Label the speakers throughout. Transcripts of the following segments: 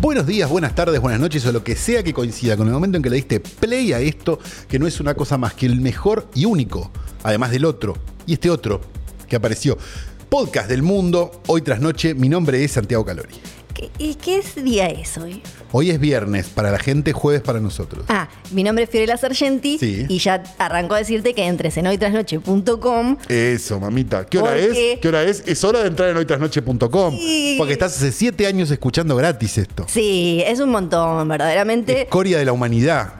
Speaker 1: Buenos días, buenas tardes, buenas noches o lo que sea que coincida con el momento en que le diste play a esto, que no es una cosa más que el mejor y único, además del otro, y este otro que apareció. Podcast del mundo, hoy tras noche, mi nombre es Santiago Calori.
Speaker 2: ¿Qué- ¿Y qué es día es hoy?
Speaker 1: Hoy es viernes para la gente, jueves para nosotros.
Speaker 2: Ah, mi nombre es Fiorella Sargenti
Speaker 1: Sí.
Speaker 2: y ya arrancó a decirte que entres en hoytrasnoche.com.
Speaker 1: Eso, mamita. ¿Qué hora
Speaker 2: Porque-
Speaker 1: es? ¿Qué hora es? Es hora de entrar en hoytrasnoche.com.
Speaker 2: Sí.
Speaker 1: Porque estás hace siete años escuchando gratis esto.
Speaker 2: Sí, es un montón, verdaderamente.
Speaker 1: Escoria de la humanidad.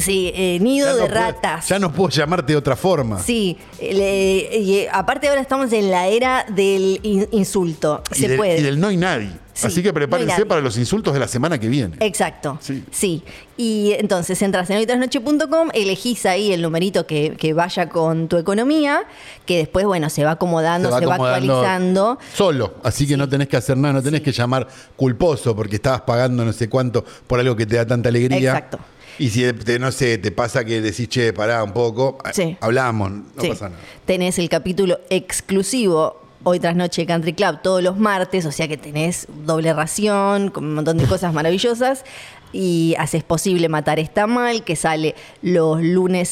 Speaker 2: Sí, eh, nido
Speaker 1: Ya
Speaker 2: de
Speaker 1: no puedo-
Speaker 2: ratas.
Speaker 1: ya no puedo llamarte de otra forma.
Speaker 2: Sí, le- y, eh, aparte ahora estamos en la era del in- insulto.
Speaker 1: Y
Speaker 2: Se
Speaker 1: del-
Speaker 2: puede.
Speaker 1: Y del no hay nadie.
Speaker 2: Sí,
Speaker 1: Así que
Speaker 2: no hay
Speaker 1: prepárense
Speaker 2: nadie.
Speaker 1: para los insultos de la semana que viene.
Speaker 2: Exacto.
Speaker 1: Sí.
Speaker 2: Sí. Y entonces entras en hoytrasnoche.com, elegís ahí el numerito que, que vaya con tu economía, que después, bueno, se va acomodando, se va,
Speaker 1: acomodando
Speaker 2: actualizando.
Speaker 1: Solo, así que no tenés que hacer nada, no tenés que llamar culposo porque estabas pagando no sé cuánto por algo que te da tanta alegría.
Speaker 2: Exacto.
Speaker 1: Y si, te- no sé, te pasa que decís, che, pará un poco, eh,
Speaker 2: Sí.
Speaker 1: hablamos, no
Speaker 2: Sí.
Speaker 1: pasa nada.
Speaker 2: Tenés el capítulo exclusivo. Hoy tras noche Country Club todos los martes, o sea que tenés doble ración, con un montón de cosas maravillosas. Y haces posible Matar Está Mal, que sale los lunes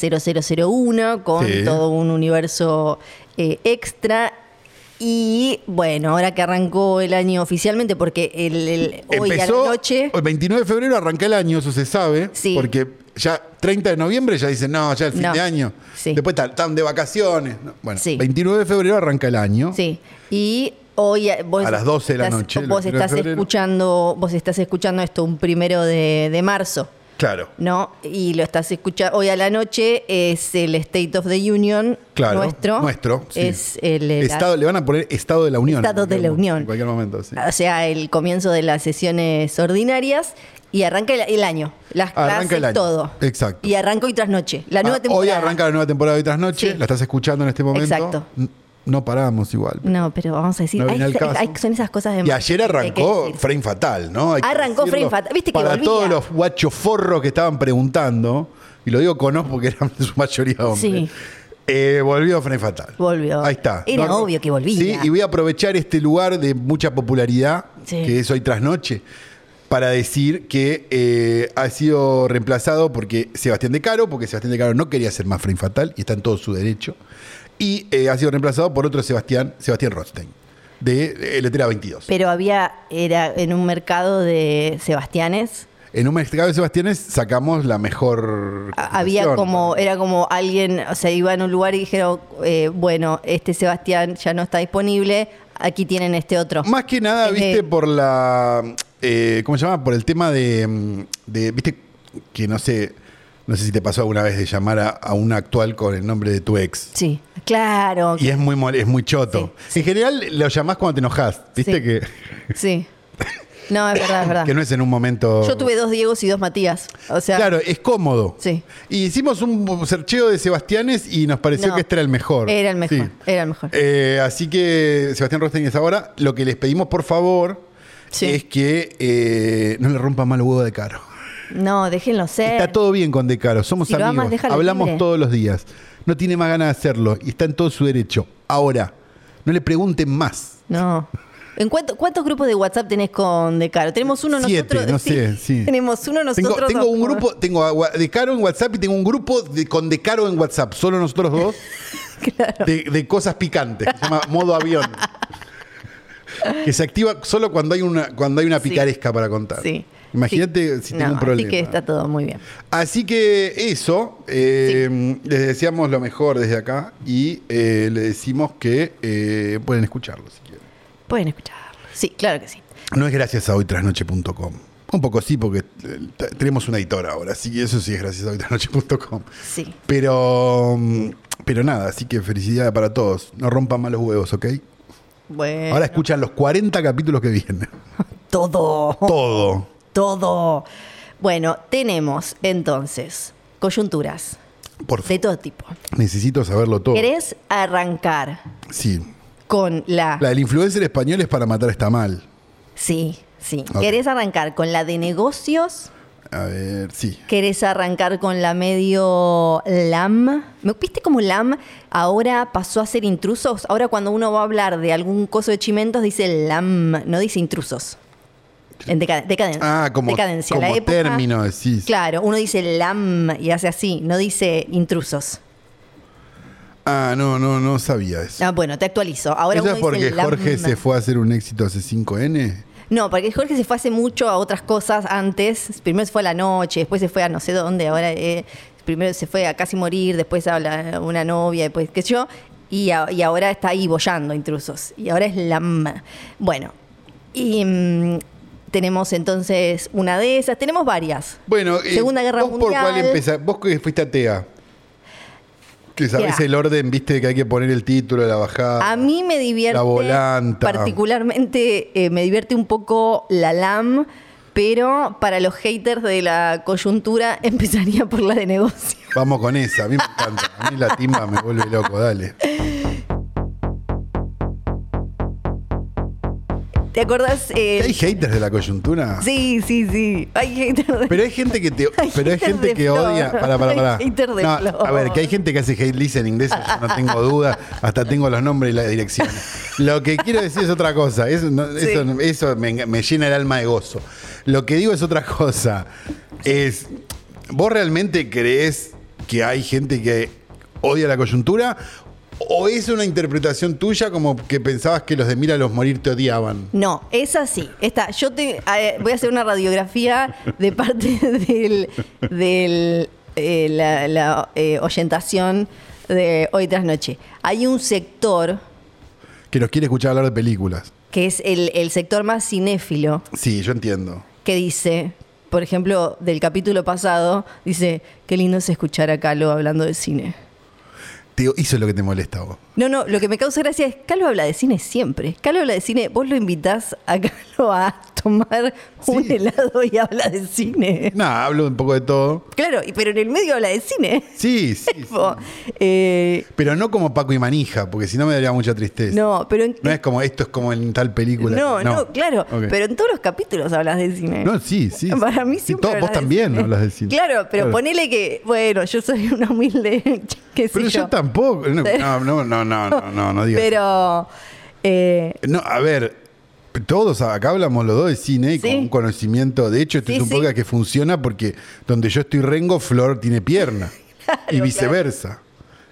Speaker 2: 0001 con
Speaker 1: Sí.
Speaker 2: todo un universo eh, extra. Y bueno, ahora que arrancó el año oficialmente, porque el, el- hoy a
Speaker 1: Empezó
Speaker 2: la noche.
Speaker 1: el 29 de febrero arranca el año, eso se sabe,
Speaker 2: Sí.
Speaker 1: porque ya 30 de noviembre ya dicen, no, ya el fin
Speaker 2: No.
Speaker 1: de año.
Speaker 2: Sí.
Speaker 1: Después están- están de vacaciones. No, Bueno,
Speaker 2: Sí.
Speaker 1: 29 de febrero arranca el año.
Speaker 2: Sí. Y hoy eh, vos
Speaker 1: A las 12 de la
Speaker 2: estás-
Speaker 1: noche, el
Speaker 2: Vos
Speaker 1: 21 de
Speaker 2: estás
Speaker 1: febrero.
Speaker 2: escuchando, vos estás escuchando esto un primero de, de marzo,
Speaker 1: Claro.
Speaker 2: ¿no? Y lo estás escuchando hoy a la noche es el State of the Union
Speaker 1: Claro,
Speaker 2: nuestro.
Speaker 1: Nuestro. sí.
Speaker 2: Es el, el-
Speaker 1: Estado, le van a poner Estado de la Unión. en
Speaker 2: Estado de
Speaker 1: cualquier
Speaker 2: la
Speaker 1: mo-
Speaker 2: Unión.
Speaker 1: En cualquier momento, sí.
Speaker 2: o sea, el comienzo de las sesiones ordinarias y arranca el, el año, las
Speaker 1: Arranca
Speaker 2: clases,
Speaker 1: el año,
Speaker 2: todo.
Speaker 1: exacto.
Speaker 2: Y arranca hoy tras noche, la nueva
Speaker 1: Ah, Hoy
Speaker 2: temporada.
Speaker 1: arranca la nueva temporada de Tras Noche,
Speaker 2: Sí.
Speaker 1: la estás escuchando en este momento.
Speaker 2: Exacto.
Speaker 1: N- No paramos igual.
Speaker 2: No, pero vamos a decir,
Speaker 1: No viene
Speaker 2: hay-
Speaker 1: al caso.
Speaker 2: hay- son esas cosas de
Speaker 1: Y ayer
Speaker 2: marketing que hay que
Speaker 1: arrancó
Speaker 2: Em, eh, decir.
Speaker 1: Frame Fatal, ¿no? Hay que
Speaker 2: Arrancó
Speaker 1: decirlo.
Speaker 2: Frame Fatal. Viste que
Speaker 1: Para
Speaker 2: volvía.
Speaker 1: todos los guachoforros que estaban preguntando, y lo digo con os porque eran en su mayoría hombres.
Speaker 2: Sí.
Speaker 1: eh, volvió Frame Fatal.
Speaker 2: Volvió.
Speaker 1: Ahí está.
Speaker 2: Era obvio que volvía.
Speaker 1: Sí, y voy a aprovechar este lugar de mucha popularidad,
Speaker 2: Sí.
Speaker 1: que es hoy tras noche, para decir que eh, ha sido reemplazado porque Sebastián de Caro, porque Sebastián de Caro no quería ser más Frame Fatal, y está en todo su derecho, y eh, ha sido reemplazado por otro Sebastián, Sebastián Rothstein, de eh, Letera 22.
Speaker 2: Pero había, era en un mercado de Sebastianes,
Speaker 1: En un mercado de Sebastianes sacamos la mejor.
Speaker 2: a- Ah, había
Speaker 1: cotización.
Speaker 2: como, era como alguien, o sea, iba en un lugar y dijeron, eh, bueno, este Sebastián ya no está disponible, aquí tienen este otro.
Speaker 1: Más que nada,
Speaker 2: Es de-
Speaker 1: viste, por la. eh, ¿Cómo se llama? Por el tema de, mm, de- Viste, que no sé. No sé si te pasó alguna vez de llamar a, a un actual con el nombre de tu ex.
Speaker 2: Sí, claro.
Speaker 1: Y es muy mol- es muy choto.
Speaker 2: Sí,
Speaker 1: En general lo llamás cuando te enojás. Viste
Speaker 2: Sí.
Speaker 1: que,
Speaker 2: Sí. No, es verdad, es verdad.
Speaker 1: que no es en un momento.
Speaker 2: Yo tuve dos Diegos y dos Matías. O sea,
Speaker 1: Claro, es cómodo.
Speaker 2: Sí.
Speaker 1: Y hicimos un searcheo de Sebastianes y nos pareció
Speaker 2: No.
Speaker 1: que este era el mejor.
Speaker 2: Era el mejor,
Speaker 1: Sí.
Speaker 2: era el mejor.
Speaker 1: Eh, así que, Sebastián Rostein es ahora. Lo que les pedimos, por favor,
Speaker 2: Sí.
Speaker 1: es que eh, no le rompa mal huevo de caro.
Speaker 2: no, déjenlo ser.
Speaker 1: Está todo bien con De Caro, somos
Speaker 2: Si lo
Speaker 1: amigos,
Speaker 2: amas, déjalo
Speaker 1: hablamos
Speaker 2: libre.
Speaker 1: todos los días. No tiene más ganas de hacerlo y está en todo su derecho. Ahora, no le pregunten más.
Speaker 2: No. ¿En cuánto- ¿Cuántos grupos de WhatsApp tenés con Decaro? Tenemos uno
Speaker 1: Siete,
Speaker 2: nosotros.
Speaker 1: no sé, sí.
Speaker 2: Tenemos uno
Speaker 1: Tengo,
Speaker 2: nosotros.
Speaker 1: tengo
Speaker 2: dos.
Speaker 1: un grupo, tengo a Gua- De Caro en WhatsApp y tengo un grupo de- con De Caro en WhatsApp, solo nosotros dos, de, de cosas picantes, que se llama modo avión. que se activa solo cuando hay una, cuando hay una
Speaker 2: Sí.
Speaker 1: picaresca para contar.
Speaker 2: Sí.
Speaker 1: Imagínate
Speaker 2: Sí.
Speaker 1: si tengo
Speaker 2: No,
Speaker 1: un problema.
Speaker 2: Así que está todo muy bien.
Speaker 1: Así que eso, eh, les deseamos lo mejor desde acá y eh, le decimos que eh, pueden escucharlo si quieren.
Speaker 2: Pueden escucharlo. Sí, claro que sí.
Speaker 1: No es gracias a hoytrasnoche.com. Un poco sí, porque eh, t- tenemos una editora ahora, así que eso sí es gracias a hoytrasnoche.com.
Speaker 2: Sí.
Speaker 1: Pero, mm, pero nada, así que felicidades para todos. No rompan malos huevos,
Speaker 2: Eh,
Speaker 1: ¿ok?
Speaker 2: Bueno.
Speaker 1: Ahora
Speaker 2: Oh.
Speaker 1: escuchan los 40 capítulos que vienen.
Speaker 2: Todo.
Speaker 1: Todo.
Speaker 2: Todo. Bueno, tenemos entonces coyunturas
Speaker 1: Por
Speaker 2: de
Speaker 1: favor,
Speaker 2: todo tipo.
Speaker 1: necesito saberlo todo.
Speaker 2: ¿Querés arrancar
Speaker 1: Sí.
Speaker 2: con la...
Speaker 1: La del influencer español es para matar está mal.
Speaker 2: Sí, sí.
Speaker 1: Ok.
Speaker 2: ¿Querés arrancar con la de negocios?
Speaker 1: A ver, sí.
Speaker 2: ¿Querés arrancar con la medio LAM? ¿Me viste como LAM ahora pasó a ser intrusos? Ahora cuando uno va a hablar de algún coso de chimentos dice LAM, no dice intrusos. En deca- decadencia.
Speaker 1: Ah, como,
Speaker 2: decadencia. La
Speaker 1: como
Speaker 2: época-
Speaker 1: término, sí. sí.
Speaker 2: Claro, uno dice LAM y hace así, no dice intrusos.
Speaker 1: Ah, no, no, no sabía eso.
Speaker 2: Ah, bueno, te actualizo. Ahora
Speaker 1: ¿Eso
Speaker 2: uno
Speaker 1: es porque
Speaker 2: dice LAM.
Speaker 1: Jorge se fue a hacer un éxito hace 5N?
Speaker 2: No, porque Jorge se fue hace mucho a otras cosas antes. Primero se fue a la noche, después se fue a no sé dónde, ahora eh, primero se fue a casi morir, después a la- una novia, después qué sé yo. Y, a- y ahora está ahí bollando intrusos. Y ahora es la... ma- Bueno, y mm, tenemos entonces una de esas. Tenemos varias.
Speaker 1: Bueno, eh,
Speaker 2: Segunda Guerra
Speaker 1: ¿vos por cuál
Speaker 2: Mundial.
Speaker 1: empezás? Vos que fuiste atea. Que sabés
Speaker 2: Mirá.
Speaker 1: el orden, viste, que hay que poner el título, la bajada.
Speaker 2: A mí me divierte.
Speaker 1: Ah, La volanta.
Speaker 2: Particularmente eh, me divierte un poco la LAM, pero para los haters de la coyuntura empezaría por la de negocio.
Speaker 1: Vamos con esa, a mí me encanta. A mí la timba me vuelve loco, dale.
Speaker 2: ¿Te acordás? eh,
Speaker 1: ¿Hay haters de la coyuntura?
Speaker 2: sí, sí, sí. Hay haters de-
Speaker 1: Pero hay gente que te,
Speaker 2: Hay
Speaker 1: pero hay
Speaker 2: haters
Speaker 1: gente
Speaker 2: de
Speaker 1: que
Speaker 2: Flor.
Speaker 1: odia. Pará, pará,
Speaker 2: Hay
Speaker 1: pará.
Speaker 2: haters de
Speaker 1: No,
Speaker 2: Flor.
Speaker 1: a ver, que hay gente que hace hate listening de eso, yo no tengo duda. Hasta tengo los nombres y la dirección. Lo que quiero decir es otra cosa. Eso, no- eso, eso me, enga- me llena el alma de gozo. Lo que digo es otra cosa. Es. ¿Vos realmente crees que hay gente que odia la coyuntura? ¿O es una interpretación tuya como que pensabas que los de Mira los Morir te odiaban?
Speaker 2: No, es así. Está, yo te eh, voy a hacer una radiografía de parte del, del eh, la, la, eh, oyentación de hoy tras noche. Hay un sector
Speaker 1: Que los quiere escuchar hablar de películas.
Speaker 2: que es el, el sector más cinéfilo,
Speaker 1: Sí, yo entiendo.
Speaker 2: que dice, por ejemplo, del capítulo pasado, dice, qué lindo es escuchar a Calo hablando de cine.
Speaker 1: Te, hizo lo que te molesta a vos.
Speaker 2: No, no, lo que me causa gracia es, Calo habla de cine siempre. Calo habla de cine, vos lo invitás a Calo a tomar un
Speaker 1: Sí.
Speaker 2: helado y habla de cine.
Speaker 1: Nada, hablo un poco de todo.
Speaker 2: Claro, y- pero en el medio habla de cine.
Speaker 1: Sí, sí. sí.
Speaker 2: Tipo, eh,
Speaker 1: Pero no como Paco y Manija, porque si no me daría mucha tristeza.
Speaker 2: no, pero en-
Speaker 1: No es como esto es como en tal película.
Speaker 2: no, no, claro,
Speaker 1: Ok.
Speaker 2: pero en todos los capítulos hablas de cine.
Speaker 1: No, sí, sí.
Speaker 2: Para mí
Speaker 1: Sí,
Speaker 2: siempre.
Speaker 1: todo-
Speaker 2: hablas
Speaker 1: vos
Speaker 2: de
Speaker 1: también
Speaker 2: cine.
Speaker 1: hablas de cine.
Speaker 2: Claro, pero
Speaker 1: Claro.
Speaker 2: ponele que, bueno, yo soy una humilde. qué sé
Speaker 1: Pero yo tampoco. No, no, no, no, no, no, no, no digas.
Speaker 2: Pero. eh,
Speaker 1: No, a ver, todos acá hablamos los dos de cine y
Speaker 2: Sí.
Speaker 1: con un conocimiento. De hecho, este
Speaker 2: Sí,
Speaker 1: es un
Speaker 2: sí.
Speaker 1: podcast que funciona porque donde yo estoy rengo, Flor tiene pierna. y viceversa.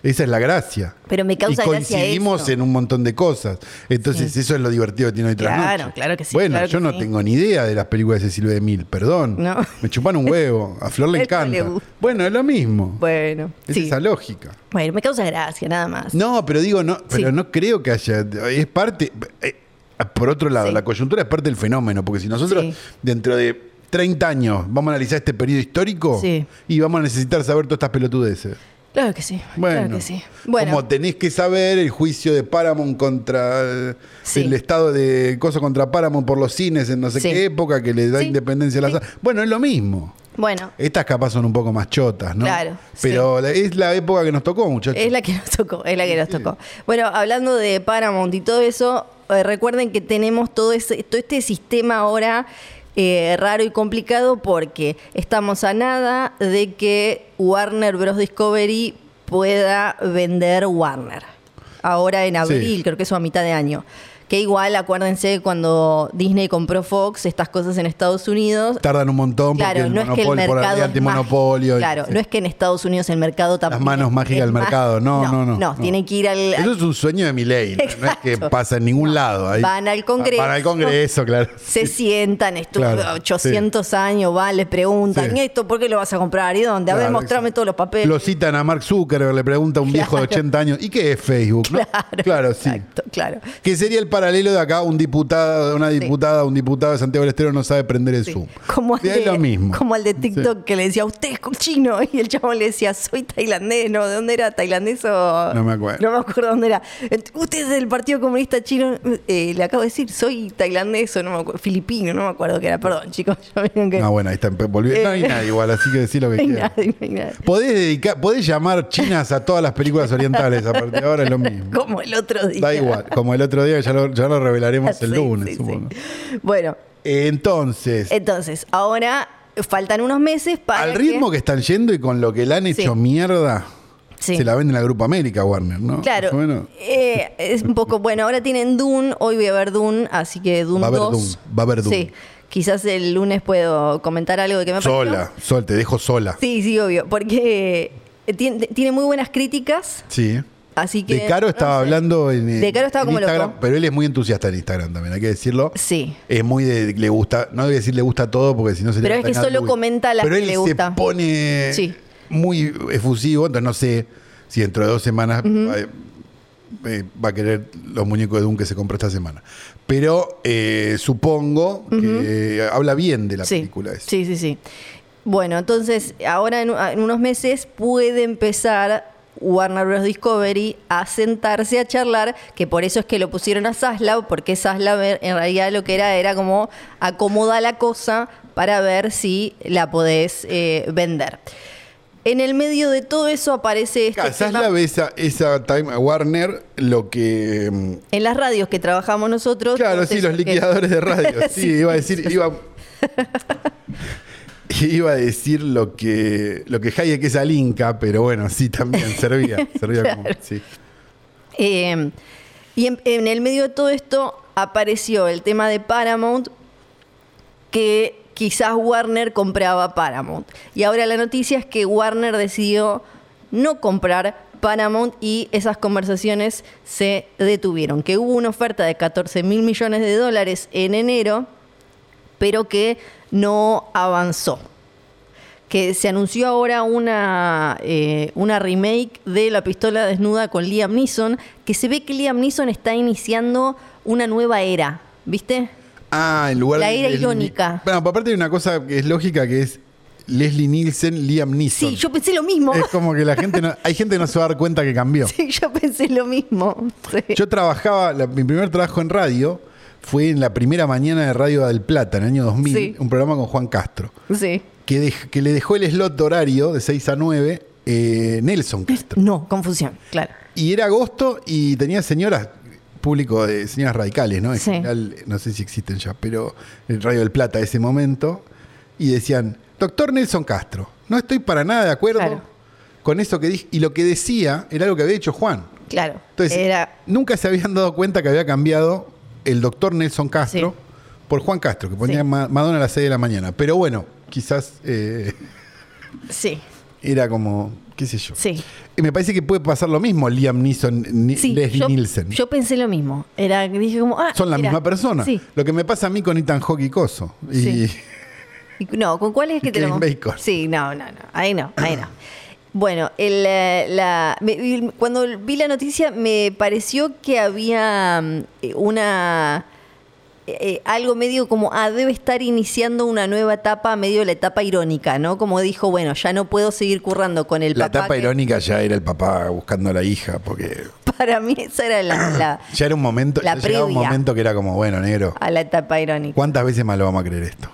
Speaker 1: Esa es la gracia.
Speaker 2: Pero me causa
Speaker 1: y
Speaker 2: gracia
Speaker 1: coincidimos
Speaker 2: eso.
Speaker 1: en un montón de cosas. Entonces, eso es lo divertido que tiene hoy tras
Speaker 2: Claro,
Speaker 1: noche.
Speaker 2: claro que sí,
Speaker 1: Bueno,
Speaker 2: claro que
Speaker 1: yo no
Speaker 2: sí.
Speaker 1: tengo ni idea de las películas de Cecilio de Mil, perdón.
Speaker 2: No.
Speaker 1: Me chupan un huevo. A Flor le
Speaker 2: Eso le
Speaker 1: encanta.
Speaker 2: gusta.
Speaker 1: bueno, es lo mismo.
Speaker 2: bueno,
Speaker 1: es
Speaker 2: sí.
Speaker 1: esa lógica.
Speaker 2: Bueno, me causa gracia, nada más.
Speaker 1: No, pero digo, no, pero
Speaker 2: Sí.
Speaker 1: no creo que haya. Es parte. eh, por otro lado,
Speaker 2: Sí.
Speaker 1: la coyuntura es parte del fenómeno, porque si nosotros
Speaker 2: Sí.
Speaker 1: dentro de 30 años vamos a analizar este periodo histórico
Speaker 2: Sí.
Speaker 1: y vamos a necesitar saber todas estas pelotudeces.
Speaker 2: Claro que sí.
Speaker 1: Bueno,
Speaker 2: claro que sí. Bueno,
Speaker 1: como tenés que saber el juicio de Paramount contra el,
Speaker 2: Sí.
Speaker 1: el estado de cosa contra Paramount por los cines en no sé
Speaker 2: Sí.
Speaker 1: qué época que le da
Speaker 2: Sí,
Speaker 1: independencia a las. Bueno, es lo mismo.
Speaker 2: bueno,
Speaker 1: Estas capaz son un poco más chotas, ¿no?
Speaker 2: Claro,
Speaker 1: Pero la- es la época que nos tocó, muchachos.
Speaker 2: es la que nos tocó, es la que nos tocó. Bueno, hablando de Paramount y todo eso, eh, recuerden que tenemos todo, ese, todo este sistema ahora eh, raro y complicado porque estamos a nada de que Warner Bros. Discovery pueda vender Warner. Ahora en abril, creo que eso a mitad de año. Que igual, acuérdense, cuando Disney compró Fox, estas cosas en Estados Unidos,
Speaker 1: Tardan un montón porque
Speaker 2: Claro,
Speaker 1: el
Speaker 2: no es que
Speaker 1: monopolio,
Speaker 2: el
Speaker 1: por
Speaker 2: mercado
Speaker 1: el
Speaker 2: es
Speaker 1: antimonopolio.
Speaker 2: mágico.
Speaker 1: y-
Speaker 2: Claro,
Speaker 1: sí.
Speaker 2: no es que en Estados Unidos el mercado tampoco.
Speaker 1: Las manos mágicas del mercado. No, no, no.
Speaker 2: No, tienen que ir al.
Speaker 1: Eso es un sueño de mi ley. No, No es que
Speaker 2: Exacto.
Speaker 1: pasa en ningún lado. ahí-
Speaker 2: Van al Congreso.
Speaker 1: Van al Congreso, claro.
Speaker 2: se sientan, estuvo
Speaker 1: Claro,
Speaker 2: 800 años, va, les preguntan,
Speaker 1: Sí.
Speaker 2: ¿y esto por qué lo vas a comprar? ¿Y dónde? A ver,
Speaker 1: Claro,
Speaker 2: mostrame
Speaker 1: exacto.
Speaker 2: todos los papeles.
Speaker 1: Lo citan a Mark Zuckerberg, le pregunta a un viejo de 80 años, ¿y qué es Facebook? no?"
Speaker 2: Claro,
Speaker 1: claro sí.
Speaker 2: exacto, claro.
Speaker 1: Que sería el paralelo de acá, un diputado, una diputada, un diputado de Santiago del Estero no sabe prender el
Speaker 2: Sí.
Speaker 1: Zoom.
Speaker 2: Como al,
Speaker 1: De ahí
Speaker 2: de,
Speaker 1: lo mismo.
Speaker 2: como al de TikTok que le decía, usted es chino. Y el chabón le decía, soy tailandés. No, ¿de dónde era? ¿Tailandés o.?
Speaker 1: No me acuerdo.
Speaker 2: No me acuerdo dónde era. Ent- Usted es del Partido Comunista Chino. Eh, le acabo de decir, soy tailandés o no me acuerdo. Filipino, no me acuerdo qué era. Perdón, chicos. Ya vieron que.
Speaker 1: Ah, bueno, ahí está. volvió-
Speaker 2: Eh.
Speaker 1: No hay nada igual, así que decir lo que
Speaker 2: no hay
Speaker 1: quieras.
Speaker 2: nada, no hay nada.
Speaker 1: Podés, dedicar, podés llamar chinas a todas las películas orientales. A partir de ahora es lo mismo.
Speaker 2: Como el otro día.
Speaker 1: Da igual. Como el otro día, que ya lo, ya lo revelaremos el
Speaker 2: Sí,
Speaker 1: lunes,
Speaker 2: sí, sí.
Speaker 1: supongo.
Speaker 2: Bueno,
Speaker 1: Entonces,
Speaker 2: entonces, ahora faltan unos meses para.
Speaker 1: al ritmo que están yendo y con lo que le han hecho
Speaker 2: Sí.
Speaker 1: mierda,
Speaker 2: Sí.
Speaker 1: se la venden a Grupo América, Warner, ¿no?
Speaker 2: Claro.
Speaker 1: Más o menos.
Speaker 2: eh, es un poco. Bueno, ahora tienen Dune. Hoy voy a ver Dune, así que Dune
Speaker 1: Va a haber
Speaker 2: 2.
Speaker 1: Dune, va a haber Dune.
Speaker 2: Sí. Quizás el lunes puedo comentar algo de que me pareció.
Speaker 1: Sola, sol, te dejo sola.
Speaker 2: Sí, sí, obvio. Porque tiene, tiene muy buenas críticas.
Speaker 1: Sí.
Speaker 2: Así que.
Speaker 1: De Caro
Speaker 2: no
Speaker 1: estaba
Speaker 2: sé.
Speaker 1: hablando en, eh,
Speaker 2: De Caro estaba
Speaker 1: en
Speaker 2: como
Speaker 1: Instagram,
Speaker 2: loco.
Speaker 1: pero él es muy entusiasta en Instagram también, hay que decirlo.
Speaker 2: Sí.
Speaker 1: Es muy de, le gusta, no voy a decir le gusta todo porque si no se
Speaker 2: Pero es que solo comenta las
Speaker 1: Pero
Speaker 2: que
Speaker 1: él
Speaker 2: le
Speaker 1: se
Speaker 2: gusta.
Speaker 1: pone
Speaker 2: Sí.
Speaker 1: muy efusivo, entonces no sé si dentro de dos semanas eh, eh, va a querer los muñecos de Doom que se compró esta semana. Pero eh, supongo que eh, habla bien de la
Speaker 2: sí.
Speaker 1: película esa.
Speaker 2: Sí, sí, sí. Bueno, entonces ahora en, en unos meses puede empezar Warner Bros. Discovery a sentarse a charlar, que por eso es que lo pusieron a Zaslav, porque Zaslav er- en realidad lo que era era como acomoda la cosa para ver si la podés eh, vender. En el medio de todo eso aparece este
Speaker 1: Quizás
Speaker 2: tema-
Speaker 1: la ve esa, esa Time Warner lo que mm,
Speaker 2: en las radios que trabajamos nosotros.
Speaker 1: Claro,
Speaker 2: todos
Speaker 1: sí,
Speaker 2: esos
Speaker 1: los
Speaker 2: que-
Speaker 1: liquidadores de radio. Sí, iba a decir, iba. Iba a decir lo que, lo que Hayek es al Inca, pero bueno, sí, también servía. servía como, sí.
Speaker 2: Eh, y en, en el medio de todo esto apareció el tema de Paramount, que quizás Warner compraba Paramount. Y ahora la noticia es que Warner decidió no comprar Paramount y esas conversaciones se detuvieron. Que hubo una oferta de 14 mil millones de dólares en enero, pero que no avanzó. Que se anunció ahora una, eh, una remake de La pistola desnuda con Liam Neeson, que se ve que Liam Neeson está iniciando una nueva era, ¿viste?
Speaker 1: Ah, en lugar
Speaker 2: La
Speaker 1: de-
Speaker 2: era
Speaker 1: del-
Speaker 2: irónica.
Speaker 1: Bueno, aparte hay una cosa que es lógica que es Leslie Nielsen, Liam Neeson.
Speaker 2: Sí, yo pensé lo mismo.
Speaker 1: Es como que la gente no- hay gente que no se va a dar cuenta que cambió.
Speaker 2: Sí, yo pensé lo mismo. Sí.
Speaker 1: Yo trabajaba, la- mi primer trabajo en radio fue en la primera mañana de Radio del Plata, en el año 2000,
Speaker 2: Sí.
Speaker 1: un programa con Juan Castro.
Speaker 2: Sí.
Speaker 1: que, dej- que le dejó el slot de horario de 6 a 9 eh, Nelson Castro.
Speaker 2: No, confusión, claro.
Speaker 1: Y era agosto y tenía señoras, público de señoras radicales, ¿no? En
Speaker 2: Sí.
Speaker 1: general, no sé si existen ya, pero el Radio del Plata de ese momento. Y decían, doctor Nelson Castro, no estoy para nada de acuerdo
Speaker 2: Claro.
Speaker 1: con eso que dije. Y lo que decía era algo que había hecho Juan.
Speaker 2: Claro.
Speaker 1: Entonces,
Speaker 2: Era.
Speaker 1: nunca se habían dado cuenta que había cambiado el doctor Nelson Castro
Speaker 2: Sí.
Speaker 1: por Juan Castro, que ponía
Speaker 2: Sí.
Speaker 1: Ma- Madonna a las 6 de la mañana. Pero bueno, quizás... eh,
Speaker 2: Sí,
Speaker 1: era como, qué sé yo.
Speaker 2: sí.
Speaker 1: Y me parece que puede pasar lo mismo Liam Neeson, Ni-
Speaker 2: sí
Speaker 1: Leslie
Speaker 2: yo,
Speaker 1: Nielsen.
Speaker 2: yo pensé lo mismo. Era, dije como. Ah,
Speaker 1: Son la
Speaker 2: mira.
Speaker 1: misma persona.
Speaker 2: Sí.
Speaker 1: Lo que me pasa a mí con Ethan Hawke y Coso. Y
Speaker 2: Sí. Y- No, ¿con cuál es que
Speaker 1: Y
Speaker 2: te lo
Speaker 1: Kevin Bacon.
Speaker 2: Sí, no, no, no. Ahí no, ahí no. Bueno, el, eh, la, me- y cuando vi la noticia me pareció que había mm, eh, una eh, eh, algo medio como, ah, debe estar iniciando una nueva etapa, medio la etapa irónica, ¿no? Como dijo, bueno, ya no puedo seguir currando con el
Speaker 1: la
Speaker 2: papá.
Speaker 1: etapa
Speaker 2: que-
Speaker 1: irónica ya era el papá buscando a la hija, porque
Speaker 2: Para mí esa era la, la-
Speaker 1: ya era un momento,
Speaker 2: La
Speaker 1: ya llegaba un
Speaker 2: previa.
Speaker 1: momento que era como, bueno, negro,
Speaker 2: a la etapa irónica.
Speaker 1: ¿cuántas veces más lo vamos a creer esto?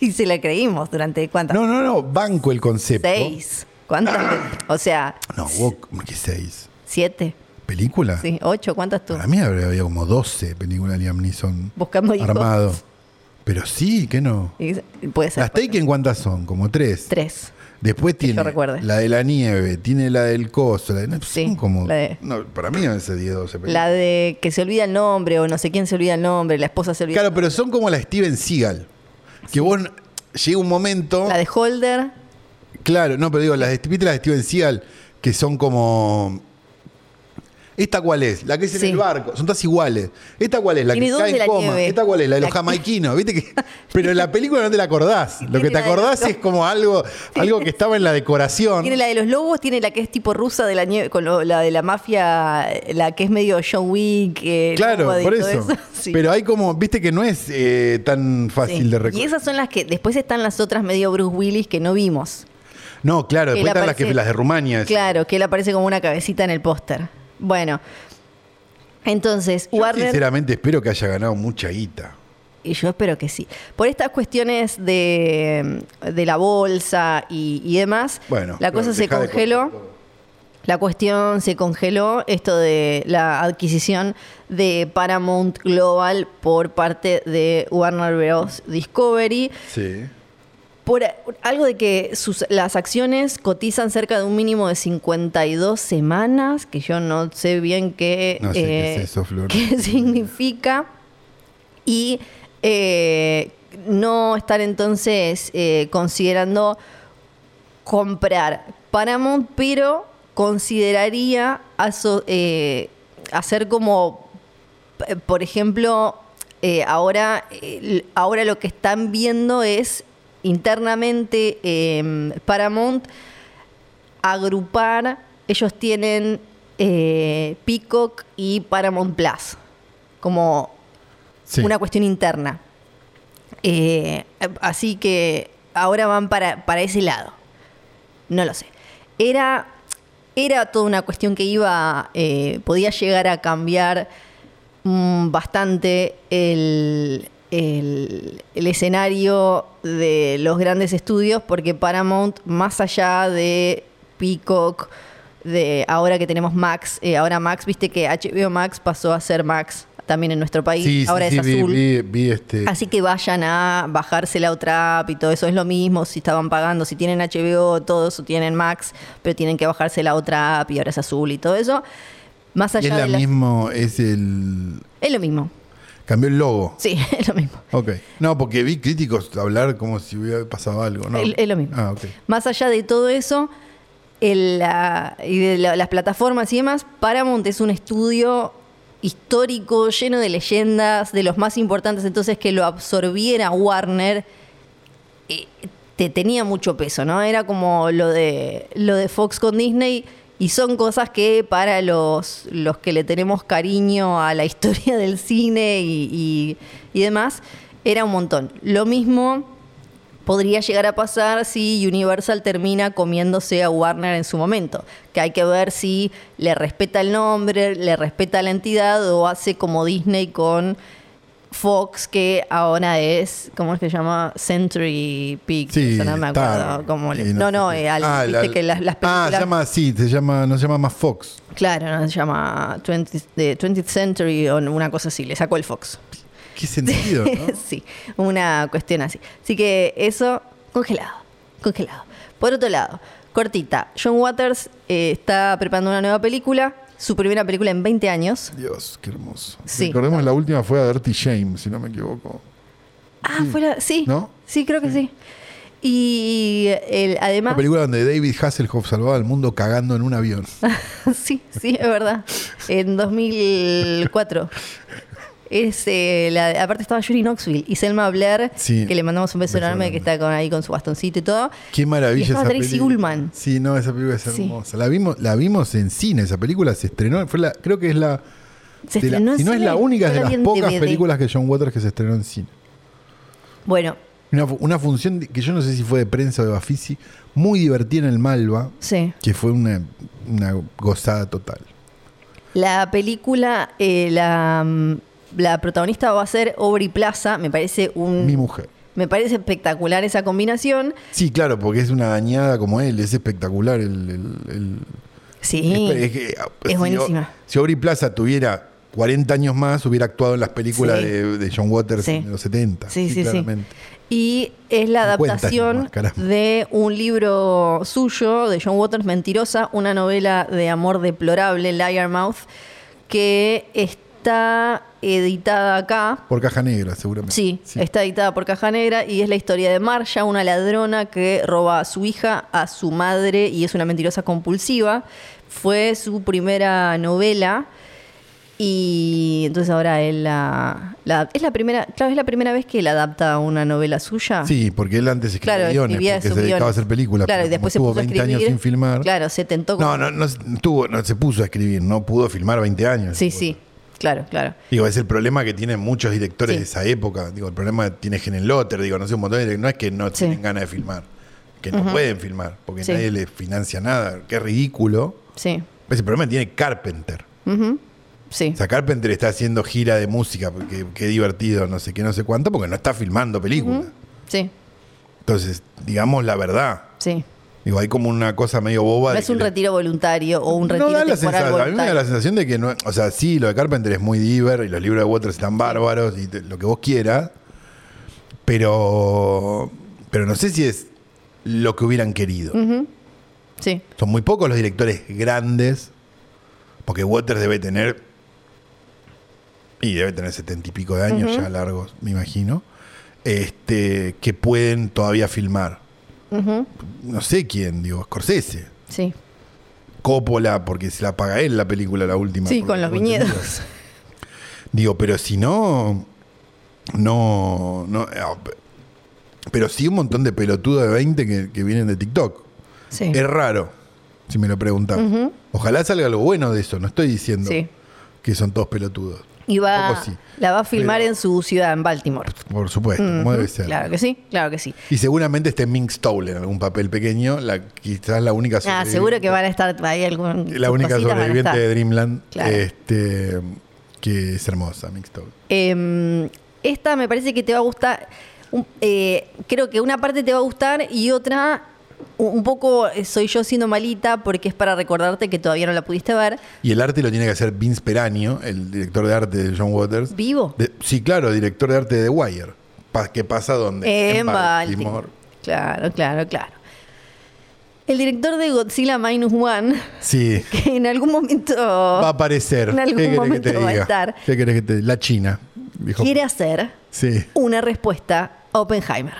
Speaker 2: Y se la creímos durante cuántas.
Speaker 1: No, no, no, banco el concepto.
Speaker 2: Seis. ¿Cuántas? veces? o sea,
Speaker 1: No, vos, ¿cómo que seis?
Speaker 2: siete,
Speaker 1: ¿Película?
Speaker 2: sí, ocho, ¿cuántas tú?
Speaker 1: Para mí habría- había como 12 películas de Liam Neeson
Speaker 2: Buscando hijos.
Speaker 1: armado. Pero sí, que no.
Speaker 2: Y Puede ser.
Speaker 1: Las Taken, ¿cuántas son? Como tres.
Speaker 2: Tres.
Speaker 1: Después tiene
Speaker 2: yo recuerde.
Speaker 1: la de la nieve, tiene la del coso, la de, no,
Speaker 2: Sí,
Speaker 1: son como,
Speaker 2: la de-
Speaker 1: no, para mí deben ser 10, 12 películas.
Speaker 2: La de que se olvida el nombre o no sé quién se olvida el nombre, la esposa se olvida.
Speaker 1: Claro, pero son como la Steven Seagal. Que vos n- llega un momento.
Speaker 2: La de Holder.
Speaker 1: Claro, no, pero digo, las de, ¿viste las de Steven Seagal, que son como. ¿Esta cuál es? La que es
Speaker 2: Sí.
Speaker 1: en el barco. Son todas iguales. ¿Esta cuál es? La
Speaker 2: Tiene
Speaker 1: que
Speaker 2: dos
Speaker 1: cae
Speaker 2: de la
Speaker 1: en coma.
Speaker 2: nieve.
Speaker 1: ¿Esta cuál es? La de los
Speaker 2: La-
Speaker 1: jamaiquinos. ¿Viste que? Pero en la película no te la acordás. Lo que
Speaker 2: Tiene
Speaker 1: te
Speaker 2: la de
Speaker 1: acordás
Speaker 2: los-
Speaker 1: es como algo, algo que estaba en la decoración.
Speaker 2: Tiene la de los lobos, tiene la que es tipo rusa de la nieve, con lo- la de la mafia, la que es medio John Wick. eh,
Speaker 1: Claro,
Speaker 2: lobo de
Speaker 1: por
Speaker 2: todo
Speaker 1: eso.
Speaker 2: Sí.
Speaker 1: Pero hay como, viste que no es eh, tan
Speaker 2: Sí.
Speaker 1: fácil de
Speaker 2: Y
Speaker 1: recordar.
Speaker 2: esas son las que después están las otras medio Bruce Willis que no vimos.
Speaker 1: No, claro,
Speaker 2: que
Speaker 1: después
Speaker 2: le
Speaker 1: están las, que,
Speaker 2: aparece-
Speaker 1: las de Rumania. esas.
Speaker 2: Claro, que él aparece como una cabecita en el póster. Bueno. Entonces,
Speaker 1: Yo
Speaker 2: Warner
Speaker 1: sinceramente espero que haya ganado mucha guita.
Speaker 2: Y yo espero que sí. Por estas cuestiones de, de la bolsa y, y demás,
Speaker 1: Bueno,
Speaker 2: la cosa
Speaker 1: pero
Speaker 2: se
Speaker 1: dejá de
Speaker 2: congeló.
Speaker 1: contar todo.
Speaker 2: La cuestión se congeló, esto de la adquisición de Paramount Global por parte de Warner Bros. Discovery.
Speaker 1: Sí.
Speaker 2: Por a- algo de que sus, las acciones cotizan cerca de un mínimo de 52 semanas, que yo no sé bien qué, eh,
Speaker 1: No sé qué es eso, Flor.
Speaker 2: qué significa, y eh, no estar entonces eh, considerando comprar Paramount, pero consideraría aso- eh, hacer como, p- por ejemplo, eh, ahora, eh, ahora lo que están viendo es internamente eh, Paramount agrupar, ellos tienen eh, Peacock y Paramount Plus, como
Speaker 1: Sí.
Speaker 2: una cuestión interna. Eh, así que ahora van para, para ese lado. No lo sé. Era, era toda una cuestión que iba, eh, podía llegar a cambiar mm, bastante el, el- el escenario de los grandes estudios, porque Paramount, más allá de Peacock, de ahora que tenemos Max, eh, ahora Max, viste que HBO Max pasó a ser Max también en nuestro país,
Speaker 1: Sí, sí,
Speaker 2: ahora
Speaker 1: sí,
Speaker 2: es
Speaker 1: vi,
Speaker 2: azul.
Speaker 1: vi- vi este.
Speaker 2: Así que vayan a bajarse la otra app y todo eso es lo mismo, si estaban pagando, si tienen HBO, todo eso tienen Max, pero tienen que bajarse la otra app y ahora es azul y todo eso. Más
Speaker 1: Y
Speaker 2: allá
Speaker 1: es la
Speaker 2: de las-
Speaker 1: mismo, es el.
Speaker 2: Es lo mismo,
Speaker 1: Cambió el logo.
Speaker 2: sí, es lo mismo.
Speaker 1: Ok. No, porque vi críticos hablar como si hubiera pasado algo, ¿no?
Speaker 2: Es- es lo mismo.
Speaker 1: Ah, ok.
Speaker 2: Más allá de todo eso el, la- y de la- las plataformas y demás, Paramount es un estudio histórico, lleno de leyendas, de los más importantes, entonces que lo absorbiera Warner eh, te tenía mucho peso, ¿no? Era como lo de, lo de Fox con Disney. Y son cosas que para los, los que le tenemos cariño a la historia del cine y, y- y demás, era un montón. Lo mismo podría llegar a pasar si Universal termina comiéndose a Warner en su momento. Que hay que ver si le respeta el nombre, le respeta la entidad o hace como Disney con Fox, que ahora es, ¿cómo es que se llama? Century Pictures,
Speaker 1: Sí,
Speaker 2: no me acuerdo
Speaker 1: Star,
Speaker 2: cómo le-
Speaker 1: y
Speaker 2: No, no,
Speaker 1: sé qué.
Speaker 2: eh, al-
Speaker 1: Ah,
Speaker 2: viste
Speaker 1: la-
Speaker 2: que las, las
Speaker 1: Ah,
Speaker 2: películas...
Speaker 1: se llama, sí, se llama, no se llama más Fox.
Speaker 2: Claro, no, se llama 20, de 20th Century o una cosa así, le sacó el Fox.
Speaker 1: Qué sentido, ¿no?
Speaker 2: sí, una cuestión así. Así que eso, congelado, congelado. Por otro lado, cortita, John Waters eh, está preparando una nueva película, su primera película en 20 años.
Speaker 1: Dios, qué hermoso.
Speaker 2: Sí.
Speaker 1: Recordemos, la última fue a Dirty Shame, si no me equivoco.
Speaker 2: Ah, fue la... Sí,
Speaker 1: ¿No?
Speaker 2: sí, creo que sí. Y el, además...
Speaker 1: Una película donde David Hasselhoff salvaba al mundo cagando en un avión.
Speaker 2: sí, sí, es verdad. En 2004. Es, eh, la- aparte estaba Yuri Knoxville y Selma Blair,
Speaker 1: Sí.
Speaker 2: que le mandamos un beso,
Speaker 1: Beso
Speaker 2: enorme,
Speaker 1: enorme.
Speaker 2: que está con, ahí con su bastoncito y todo.
Speaker 1: Qué maravilla
Speaker 2: Y estaba
Speaker 1: esa
Speaker 2: Tracy
Speaker 1: peli.
Speaker 2: Ullman.
Speaker 1: Sí, no, esa película es
Speaker 2: Sí.
Speaker 1: hermosa. La vimos, la vimos en cine, esa película se estrenó, fue la, creo que es la,
Speaker 2: Se
Speaker 1: de la-
Speaker 2: estrenó en
Speaker 1: si no es
Speaker 2: cine,
Speaker 1: la única es de
Speaker 2: solo
Speaker 1: las
Speaker 2: había en
Speaker 1: pocas
Speaker 2: DVD.
Speaker 1: películas que John Waters que se estrenó en cine.
Speaker 2: Bueno,
Speaker 1: Una, fu- una función de- que yo no sé si fue de prensa o de Bafisi, muy divertida en el Malva,
Speaker 2: sí.
Speaker 1: que fue una, una gozada total.
Speaker 2: La película, eh, la, mm, la protagonista va a ser Aubrey Plaza. Me parece un.
Speaker 1: Mi mujer.
Speaker 2: Me parece espectacular esa combinación.
Speaker 1: Sí, claro, porque es una dañada como él, es espectacular el- el- el,
Speaker 2: Sí.
Speaker 1: Es, es que, ah,
Speaker 2: Es
Speaker 1: si
Speaker 2: buenísima.
Speaker 1: o- Si Aubrey Plaza tuviera 40 años más, hubiera actuado en las películas
Speaker 2: Sí.
Speaker 1: de, de John Waters
Speaker 2: Sí.
Speaker 1: en los 70.
Speaker 2: Sí, sí, sí.
Speaker 1: claramente.
Speaker 2: Y es la
Speaker 1: 50
Speaker 2: adaptación
Speaker 1: nomás, caramba.
Speaker 2: de un libro suyo, de John Waters, Mentirosa, una novela de amor deplorable, Liar Mouth, que es- está editada acá.
Speaker 1: Por caja negra, seguramente.
Speaker 2: Sí, está editada por Caja Negra y es la historia de Marsha, una ladrona que roba a su hija, a su madre y es una mentirosa compulsiva. Fue su primera novela y entonces ahora él la, la- es la primera, claro, es la primera vez que él adapta una novela suya.
Speaker 1: Sí, porque él antes escribía
Speaker 2: Claro,
Speaker 1: guiones,
Speaker 2: escribía
Speaker 1: porque
Speaker 2: sus
Speaker 1: se dedicaba a
Speaker 2: guiones.
Speaker 1: hacer películas.
Speaker 2: Claro,
Speaker 1: pero
Speaker 2: y después se
Speaker 1: como
Speaker 2: puso
Speaker 1: estuvo
Speaker 2: a
Speaker 1: 20
Speaker 2: escribir.
Speaker 1: años sin filmar.
Speaker 2: Claro, se tentó con
Speaker 1: No, no, no, tuvo- no se puso a escribir, no pudo filmar 20 años.
Speaker 2: Sí, sí. Claro, claro.
Speaker 1: Digo, es el problema que tienen muchos directores
Speaker 2: Sí.
Speaker 1: de esa época. Digo, el problema que tiene Lotter, digo, no sé, un montón de directores. No es que no
Speaker 2: Sí.
Speaker 1: tienen ganas de filmar, que no pueden filmar, porque
Speaker 2: Sí.
Speaker 1: nadie les financia nada. Qué ridículo.
Speaker 2: Sí.
Speaker 1: Ese problema tiene Carpenter.
Speaker 2: Ujú. Sí.
Speaker 1: O sea, Carpenter está haciendo gira de música, porque qué divertido, no sé qué, no sé cuánto, porque no está filmando película.
Speaker 2: Sí.
Speaker 1: Entonces, digamos la verdad.
Speaker 2: Sí.
Speaker 1: Digo, hay como una cosa medio boba.
Speaker 2: No
Speaker 1: de
Speaker 2: es
Speaker 1: que
Speaker 2: un
Speaker 1: le-
Speaker 2: retiro voluntario o un retiro
Speaker 1: no da la
Speaker 2: temporal
Speaker 1: sensación, a mí me da
Speaker 2: voluntario.
Speaker 1: la sensación de que no, o sea, sí, lo de Carpenter es muy diver y los libros de Waters están bárbaros y te- lo que vos quieras, pero pero no sé si es lo que hubieran querido.
Speaker 2: Sí.
Speaker 1: Son muy pocos los directores grandes porque Waters debe tener y debe tener setenta y pico de años ya largos, me imagino. Este, que pueden todavía filmar.
Speaker 2: Ujú.
Speaker 1: No sé quién, digo, Scorsese.
Speaker 2: Sí.
Speaker 1: Coppola, porque se la paga él la película, la última.
Speaker 2: Sí,
Speaker 1: por
Speaker 2: con
Speaker 1: lo
Speaker 2: los
Speaker 1: que tengo
Speaker 2: viñedos.
Speaker 1: entendido. Digo, pero si no. No. no eh, pero sí un montón de pelotudos de 20 que, que vienen de TikTok.
Speaker 2: Sí.
Speaker 1: Es raro, si me lo preguntan. Ojalá salga algo bueno de eso, no estoy diciendo
Speaker 2: Sí.
Speaker 1: que son todos pelotudos.
Speaker 2: Y va,
Speaker 1: Tampoco sí.
Speaker 2: la va a filmar
Speaker 1: Pero-
Speaker 2: en su ciudad, en Baltimore.
Speaker 1: Por supuesto, como debe ser.
Speaker 2: Claro que sí, claro que sí.
Speaker 1: Y seguramente esté Mink Stowell en algún papel pequeño, la, quizás la única
Speaker 2: Ah, seguro que van a estar ahí algún.
Speaker 1: La única
Speaker 2: cositas van a
Speaker 1: sobreviviente
Speaker 2: estar.
Speaker 1: de Dreamland,
Speaker 2: Claro.
Speaker 1: este, que es hermosa, Mixto.
Speaker 2: Em, esta me parece que te va a gustar. un- eh, creo que una parte te va a gustar y otra. u- Un poco eh, soy yo siendo malita porque es para recordarte que todavía no la pudiste ver.
Speaker 1: Y el arte lo tiene que hacer Vince Peranio, el director de arte de John Waters.
Speaker 2: ¿Vivo?
Speaker 1: De- sí, claro, director de arte de The Wire. Pa- ¿Qué pasa dónde?
Speaker 2: En Baltimore. Claro, claro, claro. El director de Godzilla Minus One,
Speaker 1: Sí,
Speaker 2: que en algún momento
Speaker 1: va a aparecer.
Speaker 2: en algún
Speaker 1: ¿Qué querés que
Speaker 2: momento
Speaker 1: te
Speaker 2: va a
Speaker 1: diga?
Speaker 2: estar.
Speaker 1: ¿Qué querés que te La China. Dijo.
Speaker 2: quiere hacer
Speaker 1: Sí.
Speaker 2: una respuesta a Oppenheimer.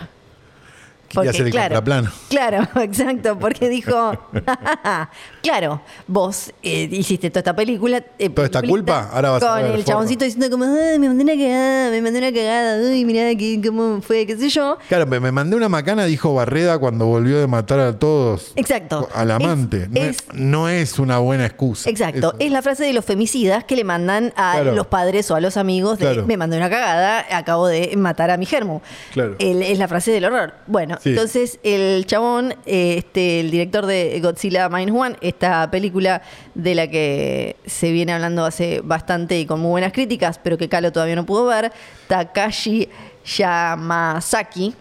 Speaker 1: Quiere hacer el contraplano.
Speaker 2: Claro, exacto, porque dijo, "Ja, ja, ja, claro, vos eh, hiciste toda esta película. eh,
Speaker 1: Toda esta
Speaker 2: peliculita
Speaker 1: culpa, ahora vas a
Speaker 2: Con
Speaker 1: ver
Speaker 2: el
Speaker 1: forma".
Speaker 2: chaboncito diciendo como, "Ay, me mandé una cagada, me mandé una cagada, uy, mirá que, cómo fue, qué sé yo.
Speaker 1: Claro, me, me mandé una macana, dijo Barreda cuando volvió de matar a todos.
Speaker 2: Exacto.
Speaker 1: Al amante.
Speaker 2: Es-
Speaker 1: no, es,
Speaker 2: es-
Speaker 1: no es una buena excusa.
Speaker 2: Exacto,
Speaker 1: Eso.
Speaker 2: es la frase de los femicidas que le mandan a
Speaker 1: Claro.
Speaker 2: los padres o a los amigos de
Speaker 1: Claro.
Speaker 2: me mandé una cagada, acabo de matar a mi germo.
Speaker 1: Claro.
Speaker 2: El- es la frase del horror. Bueno,
Speaker 1: Sí.
Speaker 2: entonces el chabón, eh, este, el director de Godzilla Minus One, esta película de la que se viene hablando hace bastante y con muy buenas críticas, pero que Calo todavía no pudo ver, Takashi Yamazaki.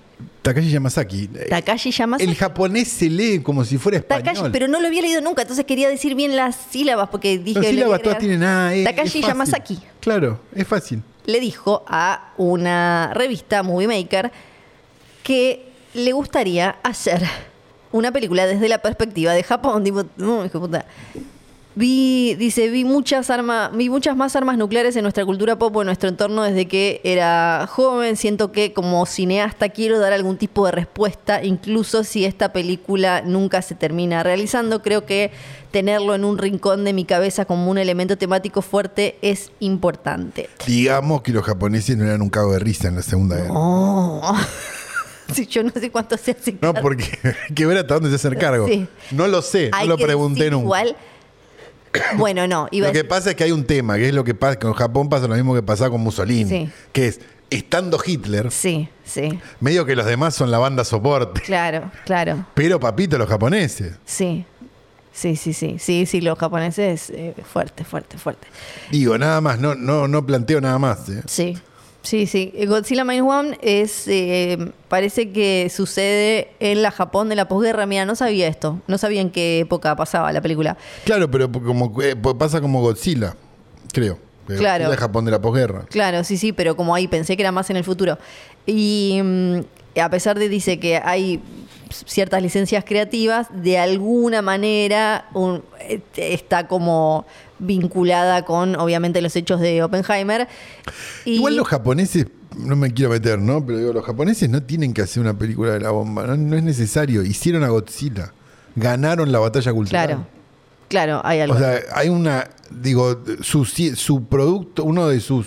Speaker 1: Takashi Yamazaki.
Speaker 2: Takashi Yamazaki.
Speaker 1: Eh, El japonés se lee como si fuera español.
Speaker 2: Takashi, pero no lo había leído nunca, entonces quería decir bien las sílabas porque dije.
Speaker 1: Las
Speaker 2: le voy a
Speaker 1: sílabas todas
Speaker 2: agregar.
Speaker 1: tienen A, E, es
Speaker 2: Takashi
Speaker 1: fácil.
Speaker 2: Yamazaki
Speaker 1: Claro, es fácil.
Speaker 2: le dijo a una revista, Movie Maker, que le gustaría hacer una película desde la perspectiva de Japón. Tipo, no, hijo de puta. Vi, dice, vi muchas armas, vi muchas más armas nucleares en nuestra cultura pop o en nuestro entorno desde que era joven. Siento que como cineasta quiero dar algún tipo de respuesta, incluso si esta película nunca se termina realizando. Creo que tenerlo en un rincón de mi cabeza como un elemento temático fuerte es importante.
Speaker 1: Digamos que los japoneses no eran un cago de risa en la Segunda Guerra. No,
Speaker 2: Oh. Sí, yo no sé cuánto se hace. cada-
Speaker 1: porque hay que ver hasta dónde se hace el cargo.
Speaker 2: Sí.
Speaker 1: No lo sé,
Speaker 2: Hay
Speaker 1: no lo
Speaker 2: que
Speaker 1: pregunté
Speaker 2: decir
Speaker 1: nunca.
Speaker 2: Igual. Bueno, no. Iba
Speaker 1: Lo
Speaker 2: a
Speaker 1: que
Speaker 2: decir-
Speaker 1: pasa es que hay un tema, que es lo que pasa, con Japón pasa lo mismo que pasaba con Mussolini,
Speaker 2: Sí.
Speaker 1: que es, estando Hitler,
Speaker 2: Sí, sí.
Speaker 1: medio que los demás son la banda soporte,
Speaker 2: Claro, claro.
Speaker 1: pero papito los japoneses.
Speaker 2: Sí. Sí, sí, sí. Sí, sí, los japoneses. eh, fuerte, fuerte, fuerte.
Speaker 1: Digo, nada más, no, no, no planteo nada más. ¿eh?
Speaker 2: Sí. Sí, sí. Eh, Godzilla Minus One es. eh, parece que sucede en la Japón de la posguerra. Mira, no sabía esto. No sabía en qué época pasaba la película.
Speaker 1: Claro, pero como, eh, pasa como Godzilla, creo. que
Speaker 2: Claro.
Speaker 1: Godzilla es Japón de la posguerra.
Speaker 2: Claro, sí, sí, pero como ahí pensé que era más en el futuro. Y mm, a pesar de dice que hay ciertas licencias creativas, de alguna manera un- eh, está como vinculada con, obviamente, los hechos de Oppenheimer. Y-
Speaker 1: Igual los japoneses, no me quiero meter, ¿no? Pero digo, los japoneses no tienen que hacer una película de la bomba, no, No es necesario. Hicieron a Godzilla, ganaron la batalla cultural.
Speaker 2: Claro, claro, hay algo.
Speaker 1: O sea, hay una, digo, su, ci- su producto, uno de sus...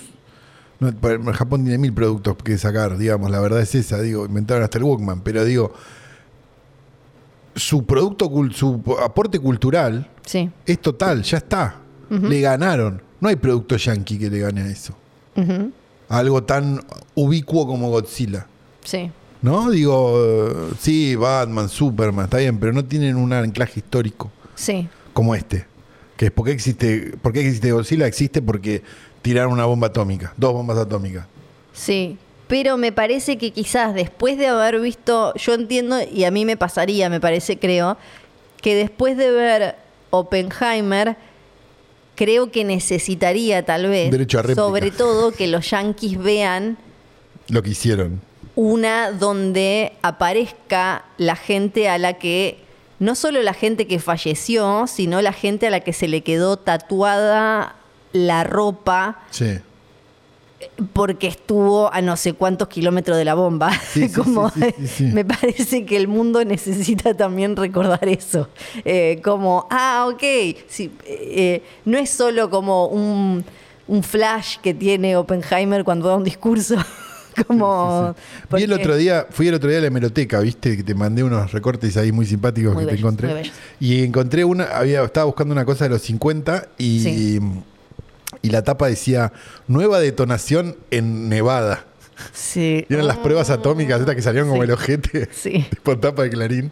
Speaker 1: no, pero Japón tiene mil productos que sacar, digamos, la verdad es esa, digo, inventaron hasta el Walkman, pero digo, su producto, cul- su aporte cultural
Speaker 2: sí.
Speaker 1: es total, ya está. Le ganaron. No hay producto yankee que le gane a eso.
Speaker 2: Ujú,
Speaker 1: A algo tan ubicuo como Godzilla.
Speaker 2: Sí.
Speaker 1: ¿No? Digo, eh, sí, Batman, Superman, está bien, pero no tienen un anclaje histórico
Speaker 2: Sí.
Speaker 1: como este. Que es por qué existe, por qué existe Godzilla, existe porque tiraron una bomba atómica, dos bombas atómicas.
Speaker 2: Sí, pero me parece que quizás después de haber visto, yo entiendo y a mí me pasaría, me parece, creo, que después de ver Oppenheimer, creo que necesitaría tal vez,
Speaker 1: Derecho a réplica.
Speaker 2: sobre todo, que los yanquis vean
Speaker 1: Lo que hicieron.
Speaker 2: una donde aparezca la gente a la que, no solo la gente que falleció, sino la gente a la que se le quedó tatuada la ropa
Speaker 1: Sí.
Speaker 2: porque estuvo a no sé cuántos kilómetros de la bomba.
Speaker 1: Sí, sí,
Speaker 2: como
Speaker 1: sí, sí, sí, sí.
Speaker 2: me parece que el mundo necesita también recordar eso. Eh, como, ah, ok. sí, eh, eh, no es solo como un, un flash que tiene Oppenheimer cuando da un discurso. como.
Speaker 1: Vi el
Speaker 2: porque-
Speaker 1: otro día, fui el otro día a la hemeroteca, viste, que te mandé unos recortes ahí muy simpáticos
Speaker 2: Muy
Speaker 1: que
Speaker 2: bellos,
Speaker 1: te encontré.
Speaker 2: muy bellos.
Speaker 1: Y encontré una, había, estaba buscando una cosa de los 50 y,
Speaker 2: Sí.
Speaker 1: y la tapa decía nueva detonación en Nevada.
Speaker 2: Sí.
Speaker 1: Y eran las pruebas
Speaker 2: Ah.
Speaker 1: atómicas estas que salieron como el ojete,
Speaker 2: Sí.
Speaker 1: tipo tapa de clarín.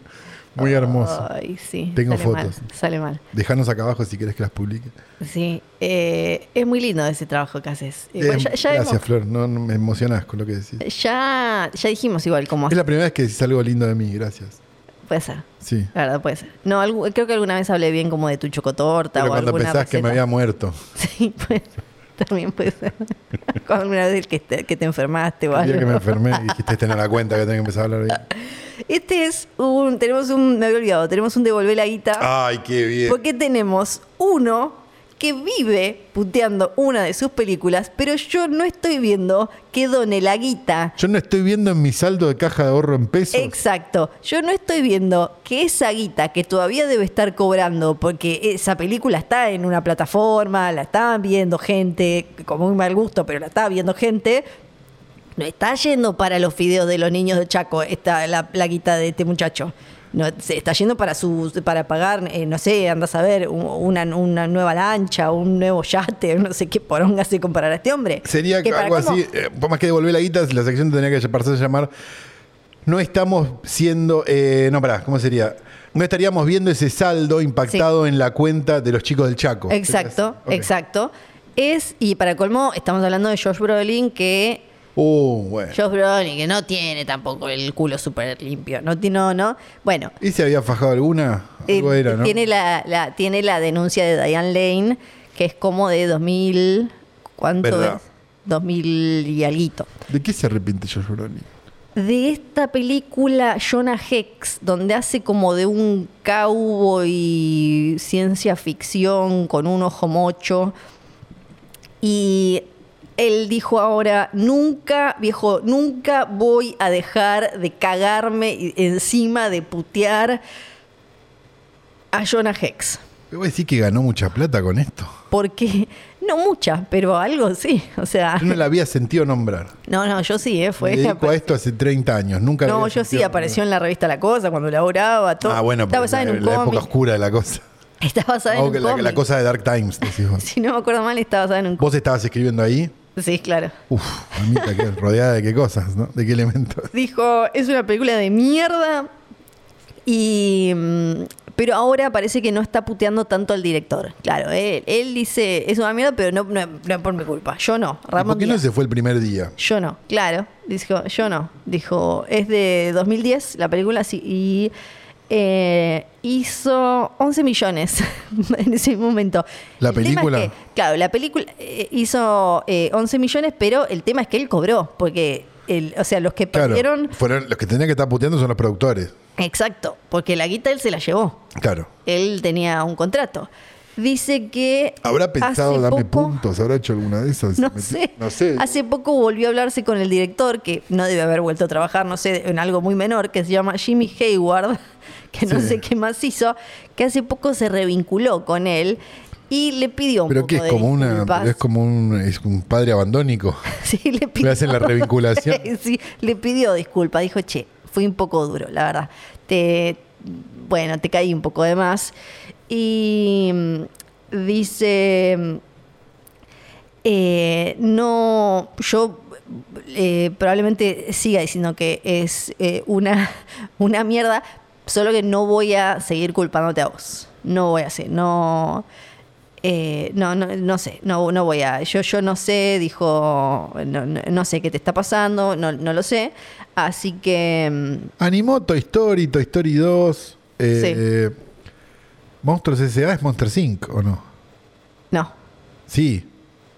Speaker 1: Muy
Speaker 2: Ah.
Speaker 1: hermoso.
Speaker 2: Ay, sí.
Speaker 1: Tengo
Speaker 2: sale mal,
Speaker 1: fotos.
Speaker 2: sale mal.
Speaker 1: Dejanos acá abajo si querés que las publique.
Speaker 2: Sí. eh, es muy lindo ese trabajo que haces. Eh,
Speaker 1: Eh,
Speaker 2: bueno, ya, ya
Speaker 1: gracias,
Speaker 2: hemos-
Speaker 1: Flor. No, no me emocionás con lo que decís.
Speaker 2: ya, ya dijimos igual cómo
Speaker 1: Es la primera vez que decís algo lindo de mí, gracias.
Speaker 2: puede ser.
Speaker 1: Sí.
Speaker 2: La verdad, puede ser. No, algu- creo que alguna vez hablé bien como de tu chocotorta
Speaker 1: Pero
Speaker 2: o
Speaker 1: cuando
Speaker 2: alguna
Speaker 1: pensás que me había
Speaker 2: receta.
Speaker 1: muerto.
Speaker 2: Sí, puede ser. También puede ser. Cuando alguna vez que te, que te enfermaste o
Speaker 1: El día
Speaker 2: algo.
Speaker 1: que me enfermé y dijiste, "Esta no la cuenta, que tengo que empezar a hablar bien.
Speaker 2: Este es un... Tenemos un... Me había olvidado. Tenemos un devolver la guita.
Speaker 1: Ay, qué Ah, bien.
Speaker 2: Porque tenemos uno que vive puteando una de sus películas, pero yo no estoy viendo que done la guita.
Speaker 1: Yo no estoy viendo en mi saldo de caja de ahorro en pesos.
Speaker 2: Exacto. Yo no estoy viendo que esa guita que todavía debe estar cobrando, porque esa película está en una plataforma, la están viendo gente, con muy mal gusto, pero la está viendo gente. No está yendo para los fideos de los niños de Chaco, está la, la guita de este muchacho. No, se está yendo para su, para pagar, eh, no sé, andas a ver, una, una nueva lancha, un nuevo yate, no sé qué poronga se comprará este hombre.
Speaker 1: Sería
Speaker 2: Que para
Speaker 1: algo
Speaker 2: cómo-
Speaker 1: así, eh, por más que devolver la guita, la sección tendría que pasarse a llamar No estamos siendo, eh, no pará, ¿cómo sería? No estaríamos viendo ese saldo impactado en la cuenta de los chicos del Chaco.
Speaker 2: Exacto,
Speaker 1: Ok.
Speaker 2: exacto. Es, y para colmo, estamos hablando de Josh Brolin, que
Speaker 1: Uh, bueno.
Speaker 2: Josh Brolin, que no tiene tampoco el culo súper limpio, no tiene, no, no. Bueno,
Speaker 1: ¿Y si había fajado alguna? Algo
Speaker 2: eh,
Speaker 1: era, ¿no?
Speaker 2: tiene, la, la- tiene la denuncia de Diane Lane, que es como de 2000, ¿cuánto
Speaker 1: Verdad.
Speaker 2: es? 2000 y alguito.
Speaker 1: ¿De qué se arrepiente Josh Brolin?
Speaker 2: De esta película Jonah Hex, donde hace como de un cowboy ciencia ficción con un ojo mocho. Y él dijo ahora, nunca, viejo, nunca voy a dejar de cagarme y- encima de putear a Jonah Hex.
Speaker 1: Te voy a decir que ganó mucha plata con esto.
Speaker 2: Porque, no mucha, pero algo sí. O sea,
Speaker 1: Yo no la había sentido nombrar.
Speaker 2: no, no, yo sí, ¿eh?
Speaker 1: Me
Speaker 2: Fue
Speaker 1: dedico a esto hace 30 años. Nunca la
Speaker 2: No,
Speaker 1: había
Speaker 2: yo sí
Speaker 1: sentido
Speaker 2: apareció en la revista La Cosa cuando laburaba, todo.
Speaker 1: nombrar. Ah, bueno,
Speaker 2: Está
Speaker 1: pero
Speaker 2: basada
Speaker 1: la,
Speaker 2: en un
Speaker 1: la época
Speaker 2: cómic.
Speaker 1: oscura de la cosa.
Speaker 2: Está basada en
Speaker 1: O
Speaker 2: un
Speaker 1: que la,
Speaker 2: cómic.
Speaker 1: la cosa de Dark Times, decís vos.
Speaker 2: Si no me acuerdo mal, está basada en un cómic.
Speaker 1: Vos estabas escribiendo ahí.
Speaker 2: Sí, claro.
Speaker 1: Uf, mamita, que rodeada de qué cosas, ¿no? ¿De qué elementos?
Speaker 2: Dijo, es una película de mierda. Y. mm, Pero ahora parece que no está puteando tanto al director. Claro, él, él dice, es una mierda, pero no, no, no es por mi culpa. Yo no.
Speaker 1: ¿Y
Speaker 2: Ramón
Speaker 1: ¿Por qué no
Speaker 2: Díaz.
Speaker 1: se fue el primer día?
Speaker 2: Yo no, claro. Dijo, yo no. Dijo, es de 2010 la película sí, y eh, hizo 11 millones en ese momento.
Speaker 1: ¿La
Speaker 2: El tema es
Speaker 1: película?
Speaker 2: que, claro, la película eh, hizo eh, 11 millones, pero el tema es que él cobró, porque el- o sea, los que
Speaker 1: Claro.
Speaker 2: perdieron.
Speaker 1: Fueron, los que tenían que estar puteando son los productores.
Speaker 2: Exacto, porque la guita él se la llevó.
Speaker 1: Claro.
Speaker 2: Él tenía un contrato. Dice que.
Speaker 1: ¿Habrá pensado
Speaker 2: hace
Speaker 1: darme
Speaker 2: poco-
Speaker 1: puntos? ¿Habrá hecho alguna de esas?
Speaker 2: No
Speaker 1: Me-
Speaker 2: sé.
Speaker 1: No sé.
Speaker 2: Hace poco volvió a hablarse con el director, que no debe haber vuelto a trabajar, no sé, en algo muy menor, que se llama Jimmy Hayward, que no
Speaker 1: Sí.
Speaker 2: sé qué más hizo, que hace poco se revinculó con él y le pidió un
Speaker 1: Pero
Speaker 2: poco
Speaker 1: que es
Speaker 2: de
Speaker 1: como una
Speaker 2: disculpas.
Speaker 1: es como un, es un padre abandónico.
Speaker 2: Sí, le pidió.
Speaker 1: Le hacen la revinculación.
Speaker 2: sí, le pidió disculpa. Dijo, che, fui un poco duro, la verdad. Te, bueno, te caí un poco de más. Y mm, dice, mm, eh, no, yo eh, probablemente siga diciendo que es eh, una, una mierda, solo que no voy a seguir culpándote a vos. No voy a hacer, no... Eh, no, no, no sé, no, no voy a. Yo, yo no sé, dijo, no, no- no sé qué te está pasando, no, no lo sé. Así que. mm,
Speaker 1: Animó Toy Story, Toy Story 2. Eh, Monstruos S.A. es Monsters Inc. ¿o no?
Speaker 2: No,
Speaker 1: Sí.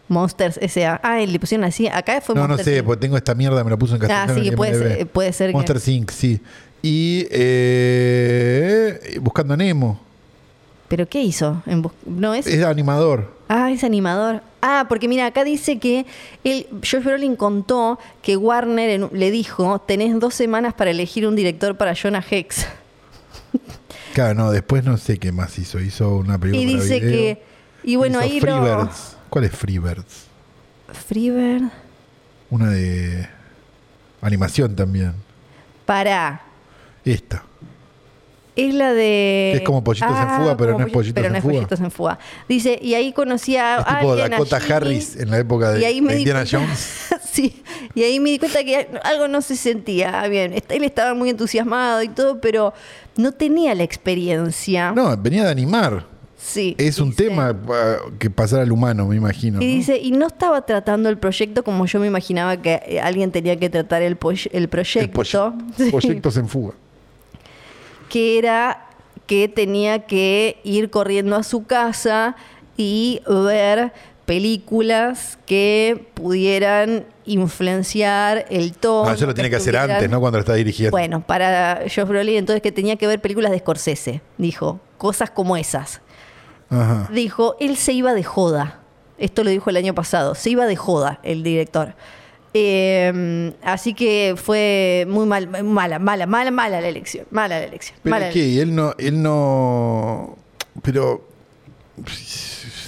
Speaker 2: Monsters S.A. Ah, le pusieron así. Acá fue
Speaker 1: no, no
Speaker 2: Monsters
Speaker 1: sé, pues.
Speaker 2: Inc. Ah,
Speaker 1: porque tengo esta mierda, me la puso en castellano.
Speaker 2: sí,
Speaker 1: en
Speaker 2: puede
Speaker 1: IMDb.
Speaker 2: ser- puede ser que-
Speaker 1: Monsters Inc., sí. Y eh, Buscando a Nemo.
Speaker 2: ¿Pero qué hizo? En bus- No es.
Speaker 1: Es animador.
Speaker 2: Ah, es animador. Ah, porque mira, acá dice que él, George Brolin contó que Warner en- le dijo: Tenés dos semanas para elegir un director para Jonah Hex.
Speaker 1: Claro, no, después no sé qué más hizo. Hizo una película
Speaker 2: Y
Speaker 1: para
Speaker 2: dice
Speaker 1: video.
Speaker 2: que. Y bueno,
Speaker 1: Hizo
Speaker 2: ahí lo.
Speaker 1: Freebirds. ¿Cuál es Freebirds?
Speaker 2: Freebird.
Speaker 1: Una de animación también.
Speaker 2: Para.
Speaker 1: Esta.
Speaker 2: Es la de. Ah,
Speaker 1: Que es como Pollitos en Fuga, pero
Speaker 2: como
Speaker 1: no es
Speaker 2: Polli-
Speaker 1: Pollitos
Speaker 2: pero
Speaker 1: en
Speaker 2: no es
Speaker 1: Fuga.
Speaker 2: Pollitos en Fuga. Dice, y ahí conocí a.
Speaker 1: Es tipo
Speaker 2: alguien, a
Speaker 1: Dakota
Speaker 2: Jimmy,
Speaker 1: Harris en la época de,
Speaker 2: ah, y ahí me
Speaker 1: de
Speaker 2: di
Speaker 1: Indiana
Speaker 2: cuenta-
Speaker 1: Jones.
Speaker 2: sí, y ahí me di cuenta que algo no se sentía bien. Est- Él estaba muy entusiasmado y todo, pero no tenía la experiencia.
Speaker 1: No, venía de animar.
Speaker 2: sí.
Speaker 1: Es un
Speaker 2: dice.
Speaker 1: tema ah, que pasará al humano, me imagino.
Speaker 2: Y
Speaker 1: ¿no?
Speaker 2: dice, y no estaba tratando el proyecto como yo me imaginaba que eh, alguien tenía que tratar el, poy- el
Speaker 1: El
Speaker 2: proyecto.
Speaker 1: proye-
Speaker 2: Sí.
Speaker 1: Proyectos en fuga.
Speaker 2: que era que tenía que ir corriendo a su casa y ver películas que pudieran influenciar el tono.
Speaker 1: No, Ah, eso lo tiene que hacer
Speaker 2: estuvieran-
Speaker 1: antes, ¿no? Cuando lo está dirigiendo.
Speaker 2: Bueno, para Josh Brolin, entonces que tenía que ver películas de Scorsese, dijo, cosas como esas.
Speaker 1: Ajá.
Speaker 2: Dijo, él se iba de joda. Esto lo dijo el año pasado. Se iba de joda el director. Eh, así que fue muy mal, mala, mala, mala, mala la elección. Mala la elección.
Speaker 1: Pero
Speaker 2: mala la
Speaker 1: es que él no, él no. Pero.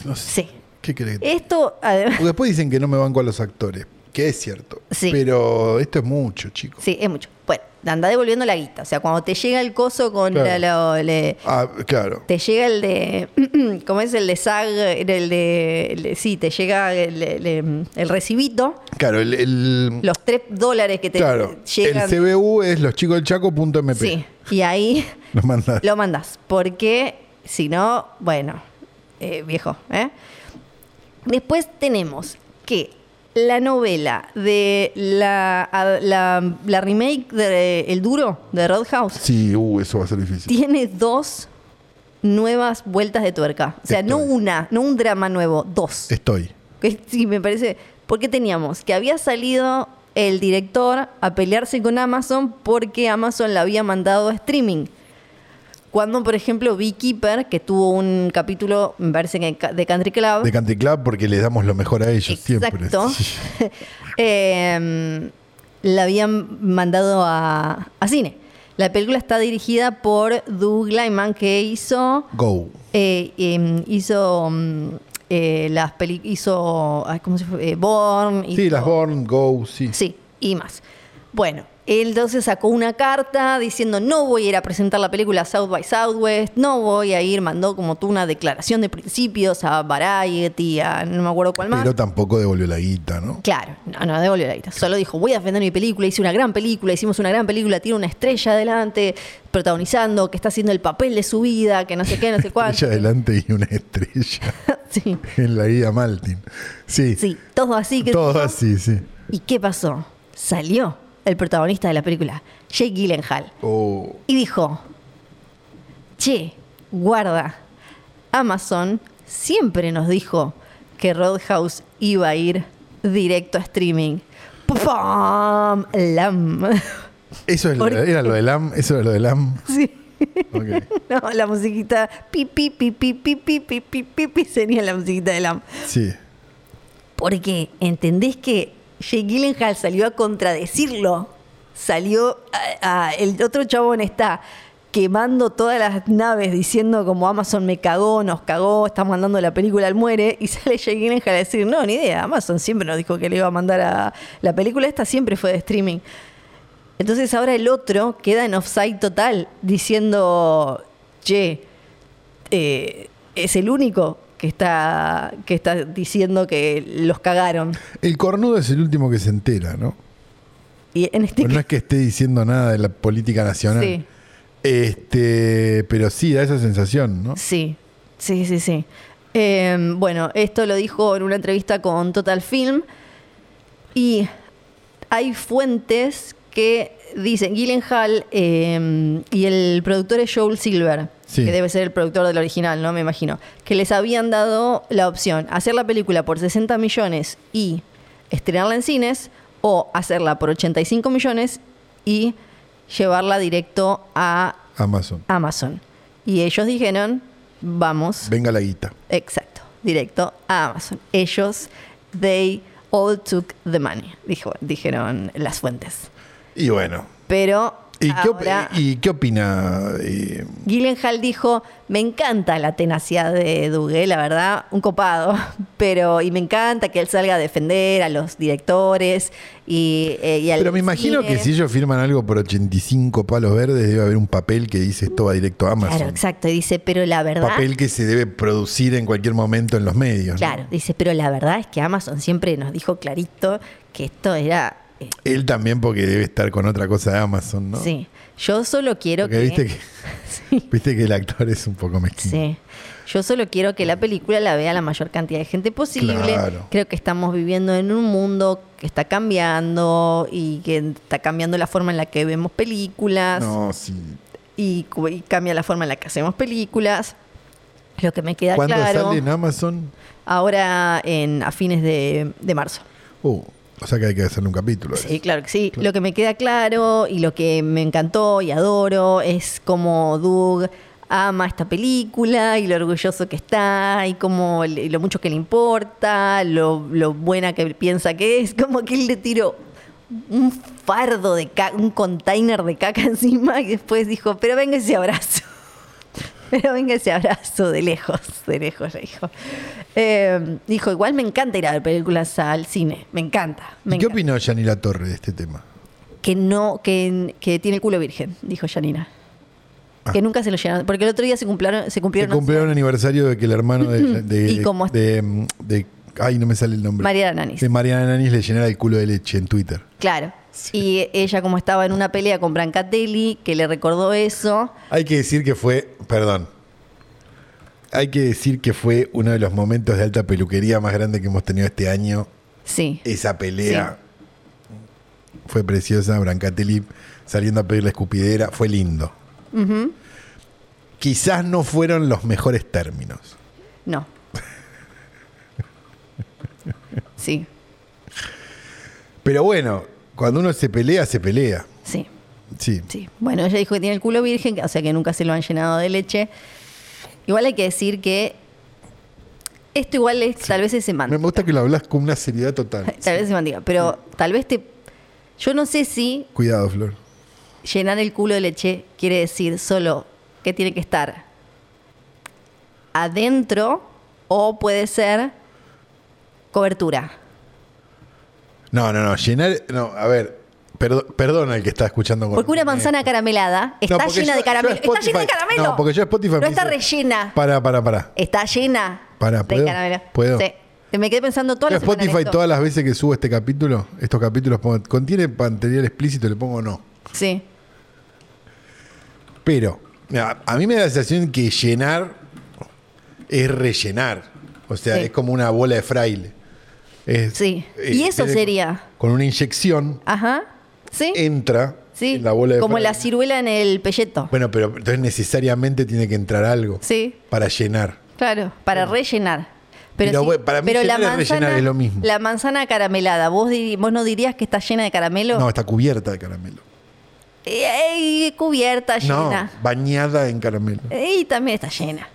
Speaker 1: No sé.
Speaker 2: Sí. Eh.
Speaker 1: ¿Qué crees?
Speaker 2: Esto, además,
Speaker 1: Porque después dicen que no me banco a los actores. Que es cierto.
Speaker 2: Sí.
Speaker 1: Pero esto es mucho, chicos.
Speaker 2: sí, es mucho. Bueno, anda devolviendo la guita. O sea, cuando te llega el coso con
Speaker 1: Claro.
Speaker 2: la- la- le-
Speaker 1: Ah, claro.
Speaker 2: te llega el de, ¿cómo es el de SAG? El de, el de- sí, te llega el, el- el recibito,
Speaker 1: Claro, el. el-
Speaker 2: los 3 dólares que te
Speaker 1: claro.
Speaker 2: llegan.
Speaker 1: El CBU es loschicosdelchaco.mp.
Speaker 2: sí, y ahí
Speaker 1: Nos mandan.
Speaker 2: lo mandas. Porque si no, bueno, eh, viejo. ¿eh? Después tenemos que la novela de la, a- la, la remake de El Duro de Roadhouse
Speaker 1: Sí, uh, eso va a ser difícil.
Speaker 2: tiene dos nuevas vueltas de tuerca. O sea, no
Speaker 1: Estoy.
Speaker 2: una, no un drama nuevo, dos.
Speaker 1: Estoy.
Speaker 2: Que Sí, me parece. Porque teníamos que había salido el director a pelearse con Amazon porque Amazon la había mandado a streaming. Cuando, por ejemplo, Beekeeper, que tuvo un capítulo, me parece que ca- de Country Club.
Speaker 1: De Country Club porque les damos lo mejor a ellos siempre.
Speaker 2: Oh. Exacto.
Speaker 1: Sí.
Speaker 2: Eh, la habían mandado a, a cine. La película está dirigida por Doug Lyman, que hizo.
Speaker 1: Go.
Speaker 2: Eh, em, hizo mm, eh, las peli hizo ay, ¿cómo se fue? Eh, Born hizo-
Speaker 1: Sí, las Born, Go, sí.
Speaker 2: sí y más bueno él entonces sacó una carta diciendo no voy a ir a presentar la película a South by Southwest no voy a ir mandó como tú una declaración de principios a Variety a no me acuerdo cuál más
Speaker 1: Pero tampoco devolvió la guita, ¿no?
Speaker 2: Claro, no, no devolvió la guita. Solo dijo, voy a defender mi película, hice una gran película, hicimos una gran película, tiene una estrella adelante, protagonizando, que está haciendo el papel de su vida, que no sé qué, no sé cuánto.
Speaker 1: Estrella adelante y una estrella
Speaker 2: Sí.
Speaker 1: en la guía Maltin. Sí.
Speaker 2: Sí, todo así. Que
Speaker 1: Todo así, sí.
Speaker 2: ¿Y qué pasó? Salió el protagonista de la película, Jake Gyllenhaal,
Speaker 1: Oh,
Speaker 2: y dijo, che, guarda, Amazon siempre nos dijo que Roadhouse iba a ir directo a streaming. ¡Pam! ¡Lam!
Speaker 1: Eso es lo-
Speaker 2: Porque-
Speaker 1: era lo de LAM, eso era lo de LAM.
Speaker 2: Sí.
Speaker 1: Ok.
Speaker 2: No, la musiquita pi pi pi pi pi pi pi pi pi pi sería la musiquita de Lam.
Speaker 1: Sí.
Speaker 2: Porque entendés que Jake Gyllenhaal salió a contradecirlo. Salió a- a- el otro chabón está quemando todas las naves diciendo como Amazon me cagó, nos cagó, está mandando la película al muere y sale Jake Gyllenhaal a decir, "No, ni idea, Amazon siempre nos dijo que le iba a mandar a la película esta siempre fue de streaming." Entonces ahora el otro queda en offside total diciendo, "Che, eh, es el único que está, que está diciendo que los cagaron.
Speaker 1: El cornudo es el último que se entera, ¿no?
Speaker 2: Y en este
Speaker 1: Pero no es que esté diciendo nada de la política nacional.
Speaker 2: Sí.
Speaker 1: Este, pero sí, da esa sensación, ¿no?
Speaker 2: Sí, sí, sí, sí. Eh, bueno, esto lo dijo en una entrevista con Total Film. Y hay fuentes que dicen, Gyllenhaal eh, y el productor es Joel Silver,
Speaker 1: Sí.
Speaker 2: que debe ser el productor del original, ¿no? Me imagino. Que les habían dado la opción, hacer la película por 60 millones y estrenarla en cines, o hacerla por 85 millones y llevarla directo a
Speaker 1: Amazon.
Speaker 2: Amazon. Y ellos dijeron, vamos,
Speaker 1: Venga la guita.
Speaker 2: exacto, directo a Amazon. Ellos, they all took the money, dijo, dijeron las fuentes.
Speaker 1: Y bueno.
Speaker 2: Pero
Speaker 1: ¿Y, qué, op-
Speaker 2: ahora,
Speaker 1: y qué opina? eh,
Speaker 2: Gyllenhaal dijo, me encanta la tenacidad de Dugue, la verdad, un copado, pero y me encanta que él salga a defender a los directores y, eh, y al
Speaker 1: pero me imagino
Speaker 2: cine".
Speaker 1: que si ellos firman algo por 85 palos verdes, debe haber un papel que dice esto va directo a Amazon.
Speaker 2: Claro, exacto, y dice, pero la verdad...
Speaker 1: Papel que se debe producir en cualquier momento en los medios. ¿no?
Speaker 2: Claro, dice, pero la verdad es que Amazon siempre nos dijo clarito que esto era... eh,
Speaker 1: Él también porque debe estar con otra cosa de Amazon, ¿no?
Speaker 2: Sí, yo solo quiero
Speaker 1: Porque
Speaker 2: que...
Speaker 1: viste que,
Speaker 2: Sí,
Speaker 1: viste que el actor es un poco mezquino.
Speaker 2: sí. Yo solo quiero que la película la vea la mayor cantidad de gente posible.
Speaker 1: Claro.
Speaker 2: Creo que estamos viviendo en un mundo que está cambiando y que está cambiando la forma en la que vemos películas.
Speaker 1: No, sí.
Speaker 2: y, cu- y cambia la forma en la que hacemos películas. Lo que me queda
Speaker 1: ¿Cuándo
Speaker 2: claro
Speaker 1: sale en Amazon?
Speaker 2: ahora en, a fines de- de marzo.
Speaker 1: Uh, o sea que hay que hacerle un capítulo. a
Speaker 2: Sí,
Speaker 1: eso.
Speaker 2: claro que sí.
Speaker 1: Claro.
Speaker 2: Lo que me queda claro y lo que me encantó y adoro es cómo Doug ama esta película y lo orgulloso que está y cómo le- y lo mucho que le importa, lo, lo buena que piensa que es, como que él le tiró un fardo de caca, un container de caca encima y después dijo, pero venga ese abrazo. Pero venga ese abrazo de lejos, de lejos, le dijo. Eh, dijo, igual me encanta ir a ver películas al cine, me encanta.
Speaker 1: ¿Y
Speaker 2: Me
Speaker 1: qué
Speaker 2: encanta
Speaker 1: opinó Yanira Torre de este tema?
Speaker 2: que no que, que tiene el culo virgen, dijo Janina.
Speaker 1: Ah.
Speaker 2: Que nunca se lo llenaron, porque el otro día se cumplieron se
Speaker 1: Se
Speaker 2: cumplieron
Speaker 1: cumplió un aniversario de que el hermano de, de-
Speaker 2: Y como-
Speaker 1: de- de- ay, no me sale el nombre.
Speaker 2: Mariana Nanis.
Speaker 1: De Mariana Nanis le llenara el culo de leche en Twitter.
Speaker 2: Claro. Y ella como estaba en una pelea con Brancatelli, que le recordó eso,
Speaker 1: Hay que decir que fue, perdón. Hay que decir que fue uno de los momentos de alta peluquería más grande que hemos tenido este año.
Speaker 2: sí.
Speaker 1: Esa pelea fue preciosa. Brancatelli saliendo a pedir la escupidera. Fue lindo.
Speaker 2: Ujú.
Speaker 1: Quizás no fueron los mejores términos.
Speaker 2: No. Sí,
Speaker 1: Pero bueno, cuando uno se pelea, se pelea.
Speaker 2: sí,
Speaker 1: Sí.
Speaker 2: sí. Bueno, ella dijo que tiene el culo virgen, que- o sea que nunca se lo han llenado de leche. Igual hay que decir que esto igual es, tal vez es semántico.
Speaker 1: Me gusta que lo hablas con una seriedad total.
Speaker 2: Tal vez se mandiga, pero tal vez te... Yo no sé si
Speaker 1: Cuidado, Flor.
Speaker 2: llenar el culo de leche quiere decir solo que tiene que estar adentro o puede ser cobertura.
Speaker 1: No, no, no. Llenar. No, a ver. Perdo- perdona el que está escuchando. con-
Speaker 2: Porque una manzana caramelada
Speaker 1: No,
Speaker 2: está
Speaker 1: porque
Speaker 2: llena
Speaker 1: yo-
Speaker 2: de caramelo.
Speaker 1: yo a
Speaker 2: Está llena de
Speaker 1: Spotify-
Speaker 2: caramelo.
Speaker 1: No, porque yo a Spotify.
Speaker 2: No
Speaker 1: me
Speaker 2: está
Speaker 1: dice-
Speaker 2: rellena.
Speaker 1: Para, para, para.
Speaker 2: Está llena
Speaker 1: Pará, ¿puedo?
Speaker 2: de caramelo.
Speaker 1: ¿Puedo?
Speaker 2: Sí. Te Me quedé pensando toda
Speaker 1: Yo
Speaker 2: la
Speaker 1: a
Speaker 2: semana en
Speaker 1: Spotify,
Speaker 2: esto.
Speaker 1: todas las veces que subo este capítulo, estos capítulos, pongo- contiene material explícito, le pongo no.
Speaker 2: Sí.
Speaker 1: Pero, mira, a mí me da la sensación que llenar es rellenar. O sea,
Speaker 2: Sí.
Speaker 1: es como una bola de fraile. Es-
Speaker 2: Sí.
Speaker 1: eh,
Speaker 2: Y eso
Speaker 1: tiene-
Speaker 2: sería.
Speaker 1: Con una inyección
Speaker 2: Ajá. Sí.
Speaker 1: entra
Speaker 2: sí.
Speaker 1: en la bola de
Speaker 2: Como
Speaker 1: fraile.
Speaker 2: la ciruela en el pelleto.
Speaker 1: Bueno, pero entonces necesariamente tiene que entrar algo
Speaker 2: Sí.
Speaker 1: para llenar.
Speaker 2: Claro, para rellenar. Pero,
Speaker 1: Mira,
Speaker 2: sí,
Speaker 1: bueno, para mí
Speaker 2: pero la
Speaker 1: llenar y rellenar
Speaker 2: manzana,
Speaker 1: es lo mismo.
Speaker 2: la manzana caramelada, ¿vos, diri- ¿vos no dirías que está llena de caramelo?
Speaker 1: No, está cubierta de caramelo.
Speaker 2: Ey, cubierta,
Speaker 1: No,
Speaker 2: llena.
Speaker 1: bañada en caramelo.
Speaker 2: Y también está llena.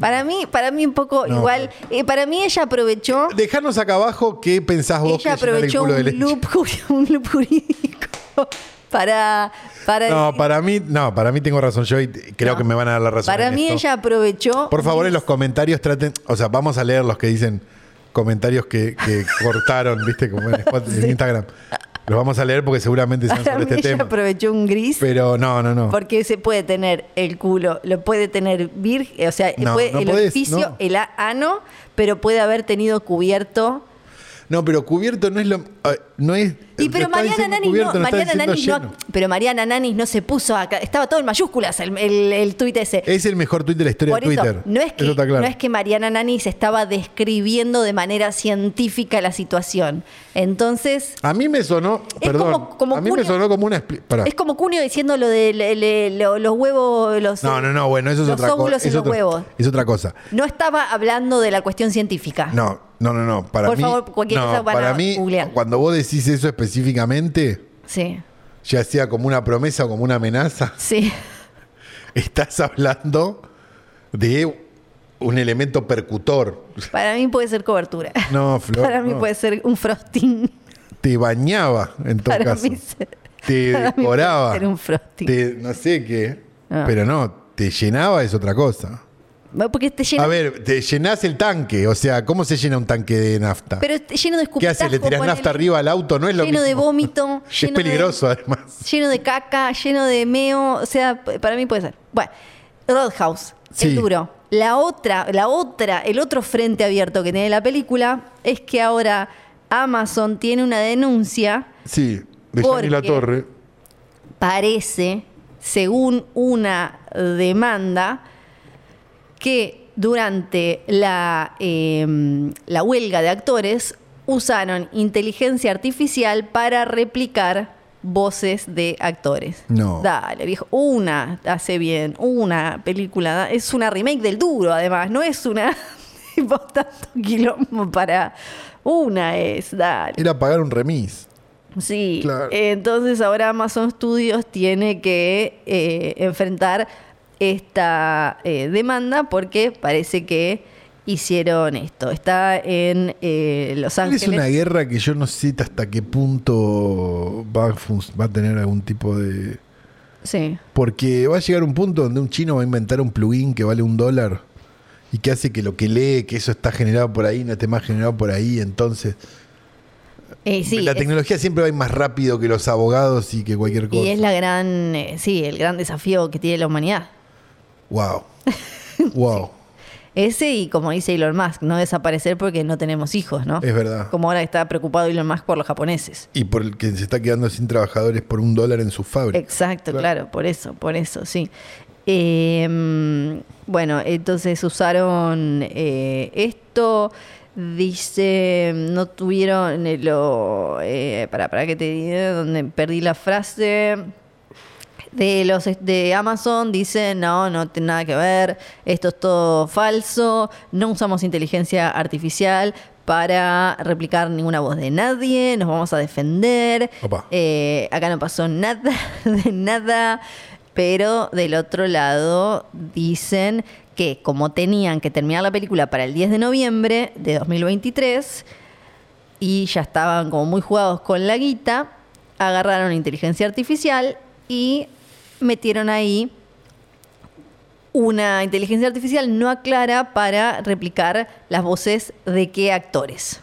Speaker 2: Para mí, para mí un poco
Speaker 1: No,
Speaker 2: igual. eh, para mí ella aprovechó,
Speaker 1: Dejanos acá abajo qué pensás vos
Speaker 2: ella
Speaker 1: que llenar el
Speaker 2: aprovechó
Speaker 1: culo de
Speaker 2: un
Speaker 1: leche.
Speaker 2: loop, ju- un loop jurídico para, para
Speaker 1: No, para mí, no, para mí tengo razón yo y t- creo
Speaker 2: No.
Speaker 1: que me van a dar la razón.
Speaker 2: para
Speaker 1: en
Speaker 2: mí
Speaker 1: esto.
Speaker 2: ella aprovechó.
Speaker 1: Por favor, en los comentarios traten, o sea, vamos a leer los que dicen comentarios que, que cortaron, viste, como en, Spotify, en Instagram. Los vamos a leer porque seguramente sean
Speaker 2: para
Speaker 1: sobre
Speaker 2: mí
Speaker 1: este
Speaker 2: ella
Speaker 1: tema.
Speaker 2: aprovechó un gris.
Speaker 1: Pero no, no, no.
Speaker 2: Porque se puede tener el culo, lo puede tener virgen, o sea,
Speaker 1: No,
Speaker 2: puede-
Speaker 1: no
Speaker 2: el
Speaker 1: podés,
Speaker 2: orificio,
Speaker 1: no.
Speaker 2: el a- ano, pero puede haber tenido cubierto.
Speaker 1: No, pero cubierto no es lo ah, no es
Speaker 2: Y
Speaker 1: lo
Speaker 2: pero
Speaker 1: está
Speaker 2: Mariana
Speaker 1: diciendo
Speaker 2: Nanis no,
Speaker 1: cubierto, lo está
Speaker 2: Mariana
Speaker 1: diciendo
Speaker 2: Nanis no,
Speaker 1: lleno.
Speaker 2: pero Mariana Nanis no se puso acá, estaba todo en mayúsculas el, el, el tuit ese.
Speaker 1: Es el mejor tuit de la historia
Speaker 2: Por
Speaker 1: de
Speaker 2: eso,
Speaker 1: Twitter.
Speaker 2: no es, que,
Speaker 1: Eso está claro.
Speaker 2: no es que Mariana Nanis estaba describiendo de manera científica la situación. Entonces,
Speaker 1: A mí me sonó, perdón,
Speaker 2: como- como
Speaker 1: a mí
Speaker 2: cuña-
Speaker 1: me sonó como una expli- pará.
Speaker 2: es como Cunio diciendo lo de le- le- lo- los huevos, los,
Speaker 1: No, no, no, bueno, eso es
Speaker 2: los
Speaker 1: otra cosa.
Speaker 2: óvulos en
Speaker 1: Es,
Speaker 2: los
Speaker 1: otra-
Speaker 2: huevos.
Speaker 1: es otra cosa.
Speaker 2: No estaba hablando de la cuestión científica.
Speaker 1: No, no, no, no. Para
Speaker 2: Por
Speaker 1: mí,
Speaker 2: favor, cualquier
Speaker 1: no,
Speaker 2: cosa van
Speaker 1: para
Speaker 2: a
Speaker 1: mí,
Speaker 2: googlear.
Speaker 1: cuando vos decís eso específicamente,
Speaker 2: Sí,
Speaker 1: ya sea como una promesa o como una amenaza,
Speaker 2: sí.
Speaker 1: estás hablando de un elemento percutor.
Speaker 2: Para mí puede ser cobertura.
Speaker 1: No, Flor.
Speaker 2: Para mí
Speaker 1: no.
Speaker 2: puede ser un frosting.
Speaker 1: Te bañaba, en todo
Speaker 2: Para
Speaker 1: caso.
Speaker 2: mí se-
Speaker 1: te
Speaker 2: para mí puede
Speaker 1: decoraba.
Speaker 2: ser un frosting.
Speaker 1: te- no sé qué.
Speaker 2: Ah.
Speaker 1: Pero no, te llenaba es otra cosa.
Speaker 2: Porque te llena,
Speaker 1: A ver, te llenás el tanque. O sea, ¿cómo se llena un tanque de nafta?
Speaker 2: pero te- lleno de
Speaker 1: ¿Qué haces? ¿Le
Speaker 2: escupitajos,
Speaker 1: tirás
Speaker 2: ponele,
Speaker 1: nafta arriba al auto? No es lo
Speaker 2: Lleno de
Speaker 1: mismo.
Speaker 2: vómito.
Speaker 1: Es
Speaker 2: lleno de-
Speaker 1: peligroso, además.
Speaker 2: lleno de caca, lleno de meo, o sea, p- para mí puede ser. Bueno, Roadhouse,
Speaker 1: Sí.
Speaker 2: el duro. La otra, la otra, el otro frente abierto que tiene la película es que ahora Amazon tiene una denuncia,
Speaker 1: Sí, de
Speaker 2: Porque-
Speaker 1: Johnny La Torre.
Speaker 2: parece, según una demanda, que durante la, eh, la huelga de actores usaron inteligencia artificial para replicar voces de actores.
Speaker 1: No.
Speaker 2: Dale, viejo. Una hace bien, una película. da- Es una remake del duro, además. No es una... tipo, tanto quilombo para... Una es, dale.
Speaker 1: Era pagar un remis.
Speaker 2: Sí.
Speaker 1: Claro.
Speaker 2: Entonces ahora Amazon Studios tiene que eh, enfrentar esta eh, demanda porque parece que hicieron esto. Está en eh, Los
Speaker 1: Es
Speaker 2: Ángeles.
Speaker 1: una guerra que yo no sé hasta qué punto va a, fun- va a tener algún tipo de...
Speaker 2: Sí.
Speaker 1: Porque va a llegar un punto donde un chino va a inventar un plugin que vale un dólar y que hace que lo que lee, que eso está generado por ahí, no esté más generado por ahí. Entonces,
Speaker 2: Eh, sí,
Speaker 1: la
Speaker 2: es-
Speaker 1: tecnología siempre va a ir más rápido que los abogados y que cualquier cosa.
Speaker 2: y es la gran, eh, sí, el gran desafío que tiene la humanidad.
Speaker 1: Wow. Wow.
Speaker 2: Ese y como dice Elon Musk, no desaparecer porque no tenemos hijos, ¿no?
Speaker 1: Es verdad.
Speaker 2: Como ahora está preocupado Elon Musk por los japoneses.
Speaker 1: Y por el que se está quedando sin trabajadores por un dólar en sus fábricas.
Speaker 2: Exacto, claro. por eso, por eso, sí. Eh, bueno, entonces usaron eh, esto, dice, no tuvieron eh, lo, para, para que te diga, donde perdí la frase. De los de Amazon dicen, no, no tiene nada que ver, esto es todo falso, no usamos inteligencia artificial para replicar ninguna voz de nadie, nos vamos a defender,
Speaker 1: Opa.
Speaker 2: eh, acá no pasó nada de nada, pero del otro lado dicen que como tenían que terminar la película para el 10 de noviembre de 2023 y ya estaban como muy jugados con la guita, agarraron inteligencia artificial y metieron ahí una inteligencia artificial no aclara para replicar las voces de qué actores.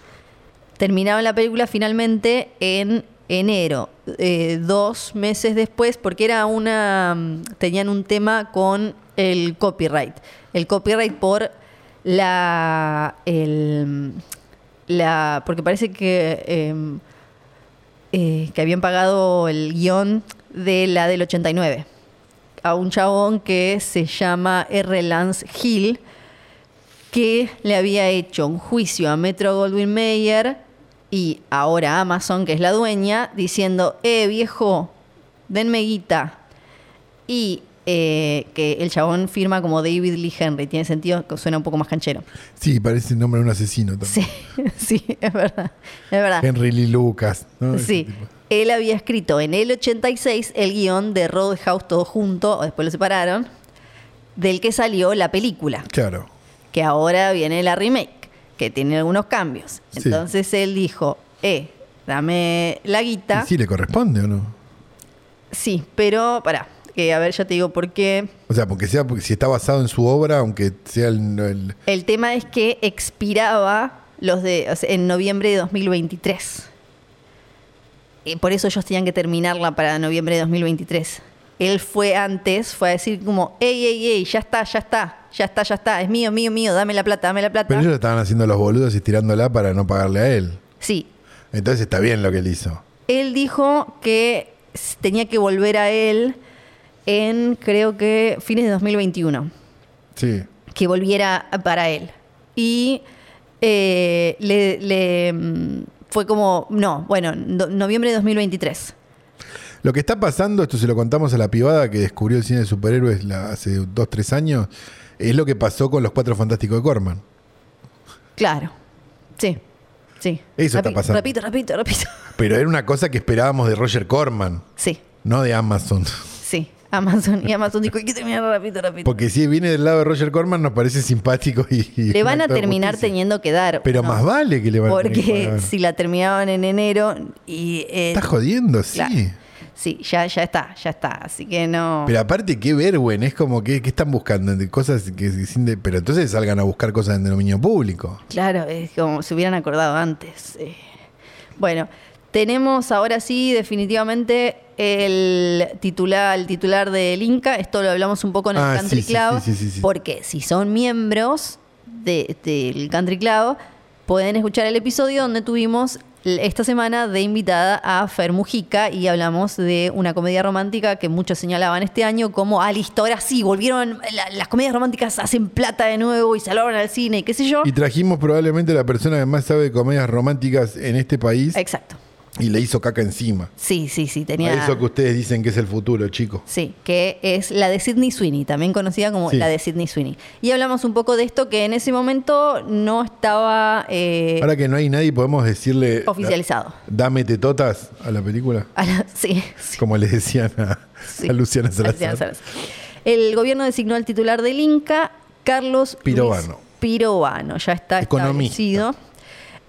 Speaker 2: Terminaron la película finalmente en enero, eh, dos meses después, porque era una. mm, tenían un tema con el copyright. El copyright por la. el, mm, la porque parece que. em, eh, que habían pagado el guión de la del 89 a un chabón que se llama R. Lance Hill, que le había hecho un juicio a Metro Goldwyn Mayer y ahora Amazon, que es la dueña, diciendo, eh, viejo, denme guita. Y eh, que el chabón firma como David Lee Henry. Tiene sentido, que suena un poco más canchero.
Speaker 1: Sí, parece el nombre de un asesino también.
Speaker 2: Sí, sí, es verdad. Es verdad.
Speaker 1: Henry Lee Lucas. ¿no? Ese
Speaker 2: Sí.
Speaker 1: tipo.
Speaker 2: Él había escrito en el 86 el guión de Roadhouse todo junto, o después lo separaron, del que salió la película,
Speaker 1: Claro.
Speaker 2: que ahora viene la remake, que tiene algunos cambios.
Speaker 1: Sí.
Speaker 2: Entonces él dijo, eh, dame la guita.
Speaker 1: ¿Y sí le corresponde o no?
Speaker 2: Sí, pero pará, que a ver, ya te digo por qué.
Speaker 1: O sea, porque sea, porque si está basado en su obra, aunque sea el, el-
Speaker 2: El tema es que expiraba los de, o sea, en noviembre de 2023. Y por eso ellos tenían que terminarla para noviembre de 2023. Él fue antes, fue a decir como, ey, ey, ey, ya está, ya está, ya está, ya está, es mío, mío, mío, dame la plata, dame la plata.
Speaker 1: Pero ellos lo estaban haciendo los boludos y estirándola para no pagarle a él.
Speaker 2: Sí,
Speaker 1: Entonces está bien lo que él hizo.
Speaker 2: Él dijo que s- tenía que volver a él en, creo que, fines de 2021,
Speaker 1: Sí.
Speaker 2: que volviera para él. Y eh, le, le, mm, fue como, no, bueno, no- noviembre de 2023.
Speaker 1: Lo que está pasando, esto se lo contamos a la pibada que descubrió el cine de superhéroes la- hace dos, tres años, es lo que pasó con los Cuatro Fantásticos de Corman.
Speaker 2: Claro, sí, sí.
Speaker 1: Eso está
Speaker 2: Repi-
Speaker 1: pasando.
Speaker 2: Repito, repito, repito.
Speaker 1: Pero era una cosa que esperábamos de Roger Corman,
Speaker 2: Sí,
Speaker 1: no de Amazon.
Speaker 2: sí. Amazon y Amazon dijo, hay que terminar rápido, rápido.
Speaker 1: Porque si viene del lado de Roger Corman nos parece simpático y... y
Speaker 2: Le
Speaker 1: un
Speaker 2: van a
Speaker 1: actor de
Speaker 2: terminar
Speaker 1: justicia.
Speaker 2: teniendo que dar.
Speaker 1: Pero
Speaker 2: uno,
Speaker 1: más vale que le van a tener que
Speaker 2: Porque
Speaker 1: pagar.
Speaker 2: si la terminaban en enero y... eh,
Speaker 1: Estás jodiendo, sí.
Speaker 2: Claro. Sí, ya, ya está, ya está. Así que no.
Speaker 1: Pero aparte, qué vergüen, es como que, ¿qué están buscando De cosas que sin de- pero entonces salgan a buscar cosas en dominio público.
Speaker 2: Claro, es como se hubieran acordado antes. eh. Bueno, tenemos ahora sí, definitivamente, el titular, el titular del Inca. Esto lo hablamos un poco en el
Speaker 1: Ah,
Speaker 2: Country
Speaker 1: sí, sí,
Speaker 2: Club.
Speaker 1: sí, sí, sí, sí.
Speaker 2: Porque si son miembros de- del Country Club, pueden escuchar el episodio donde tuvimos l- esta semana de invitada a Fer Mujica y hablamos de una comedia romántica que muchos señalaban este año como, ah, listo, ahora sí, volvieron, la- las comedias románticas hacen plata de nuevo y salieron al cine y qué sé yo.
Speaker 1: Y trajimos probablemente la persona que más sabe de comedias románticas en este país
Speaker 2: Exacto.
Speaker 1: y le hizo caca encima.
Speaker 2: Sí, sí, sí,
Speaker 1: A
Speaker 2: tenía.
Speaker 1: eso que ustedes dicen que es el futuro, chicos.
Speaker 2: Sí, que es la de Sidney Sweeney, también conocida como
Speaker 1: Sí.
Speaker 2: la de Sidney Sweeney. Y hablamos un poco de esto que en ese momento no estaba eh,
Speaker 1: Ahora que no hay nadie, podemos decirle...
Speaker 2: oficializado.
Speaker 1: Dame tetotas a la película.
Speaker 2: A la- sí, sí,
Speaker 1: Como le decían a,
Speaker 2: sí.
Speaker 1: a Luciana
Speaker 2: A
Speaker 1: Salazar.
Speaker 2: Luciana Salazar. El gobierno designó al titular del Inca, Carlos Luis
Speaker 1: Pirovano.
Speaker 2: Pirovano, ya está
Speaker 1: Economista.
Speaker 2: establecido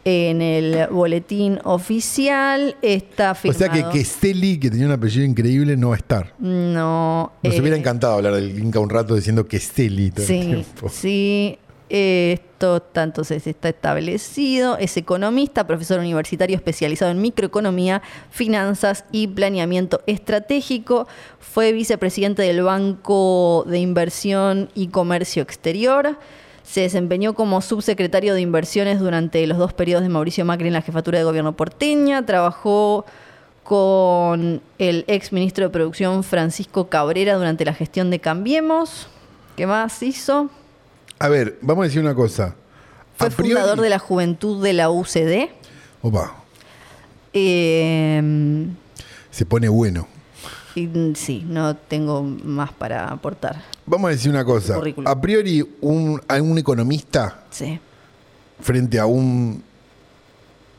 Speaker 2: en el boletín oficial. Está
Speaker 1: O sea
Speaker 2: firmado.
Speaker 1: que, que Steli, que tenía un apellido increíble, no va a estar.
Speaker 2: No.
Speaker 1: Nos
Speaker 2: eh,
Speaker 1: hubiera encantado hablar del Inca un rato diciendo que Steli todo el
Speaker 2: Sí,
Speaker 1: tiempo.
Speaker 2: sí. eh, Esto está, entonces está establecido. Es economista, profesor universitario especializado en microeconomía, finanzas y planeamiento estratégico. Fue vicepresidente del Banco de Inversión y Comercio Exterior. Se desempeñó como subsecretario de inversiones durante los dos periodos de Mauricio Macri en la jefatura de gobierno porteña. Trabajó con el ex ministro de Producción Francisco Cabrera durante la gestión de Cambiemos. ¿Qué más hizo?
Speaker 1: A ver, vamos a decir una cosa.
Speaker 2: Fue
Speaker 1: A priori-
Speaker 2: fundador de la Juventud de la UCD.
Speaker 1: Opa,
Speaker 2: Eh,
Speaker 1: se pone bueno.
Speaker 2: y, mm, sí, no tengo más para aportar.
Speaker 1: Vamos a decir una cosa.
Speaker 2: Currículum.
Speaker 1: A priori, un, a un economista
Speaker 2: Sí.
Speaker 1: frente a un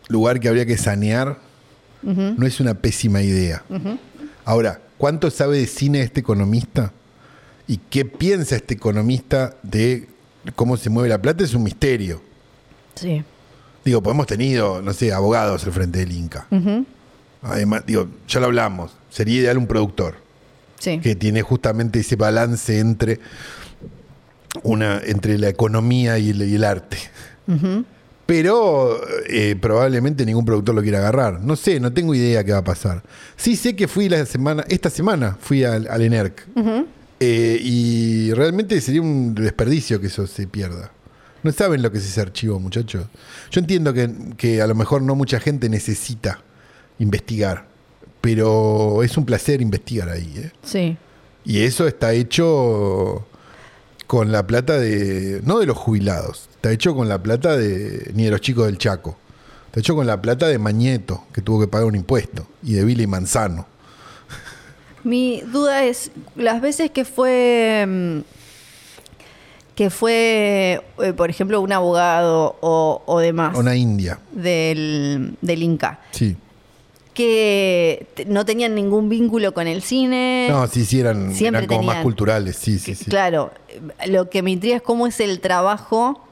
Speaker 1: lugar que habría que sanear no es una pésima idea. Ahora, ¿cuánto sabe de cine este economista? ¿Y qué piensa este economista de cómo se mueve la plata? Es un misterio.
Speaker 2: Sí.
Speaker 1: Digo, pues hemos tenido, no sé, abogados al frente del Inca.
Speaker 2: Ujú.
Speaker 1: Además, digo, ya lo hablamos. Sería ideal un productor.
Speaker 2: Sí.
Speaker 1: que tiene justamente ese balance entre una entre la economía y el, y el arte.
Speaker 2: Ujú.
Speaker 1: Pero eh, probablemente ningún productor lo quiera agarrar. No sé, no tengo idea qué va a pasar. Sí sé que fui la semana, esta semana fui al, al ENERC. Eh, y realmente sería un desperdicio que eso se pierda. No saben lo que es ese archivo, muchachos. Yo entiendo que, que a lo mejor no mucha gente necesita investigar. Pero es un placer investigar ahí, ¿eh?
Speaker 2: Sí.
Speaker 1: Y eso está hecho con la plata de. no de los jubilados, está hecho con la plata de. ni de los chicos del Chaco. Está hecho con la plata de Mañeto, que tuvo que pagar un impuesto, y de Billy Manzano.
Speaker 2: Mi duda es, las veces que fue, mm, que fue, eh, por ejemplo, un abogado o, o demás
Speaker 1: Una india.
Speaker 2: del, del Inca,
Speaker 1: Sí.
Speaker 2: que te- no tenían ningún vínculo con el cine.
Speaker 1: No, sí, sí, eran,
Speaker 2: Eh, Siempre
Speaker 1: eran como más
Speaker 2: tenían.
Speaker 1: culturales. Sí, sí, sí.
Speaker 2: Claro, eh, lo que me intriga es cómo es el trabajo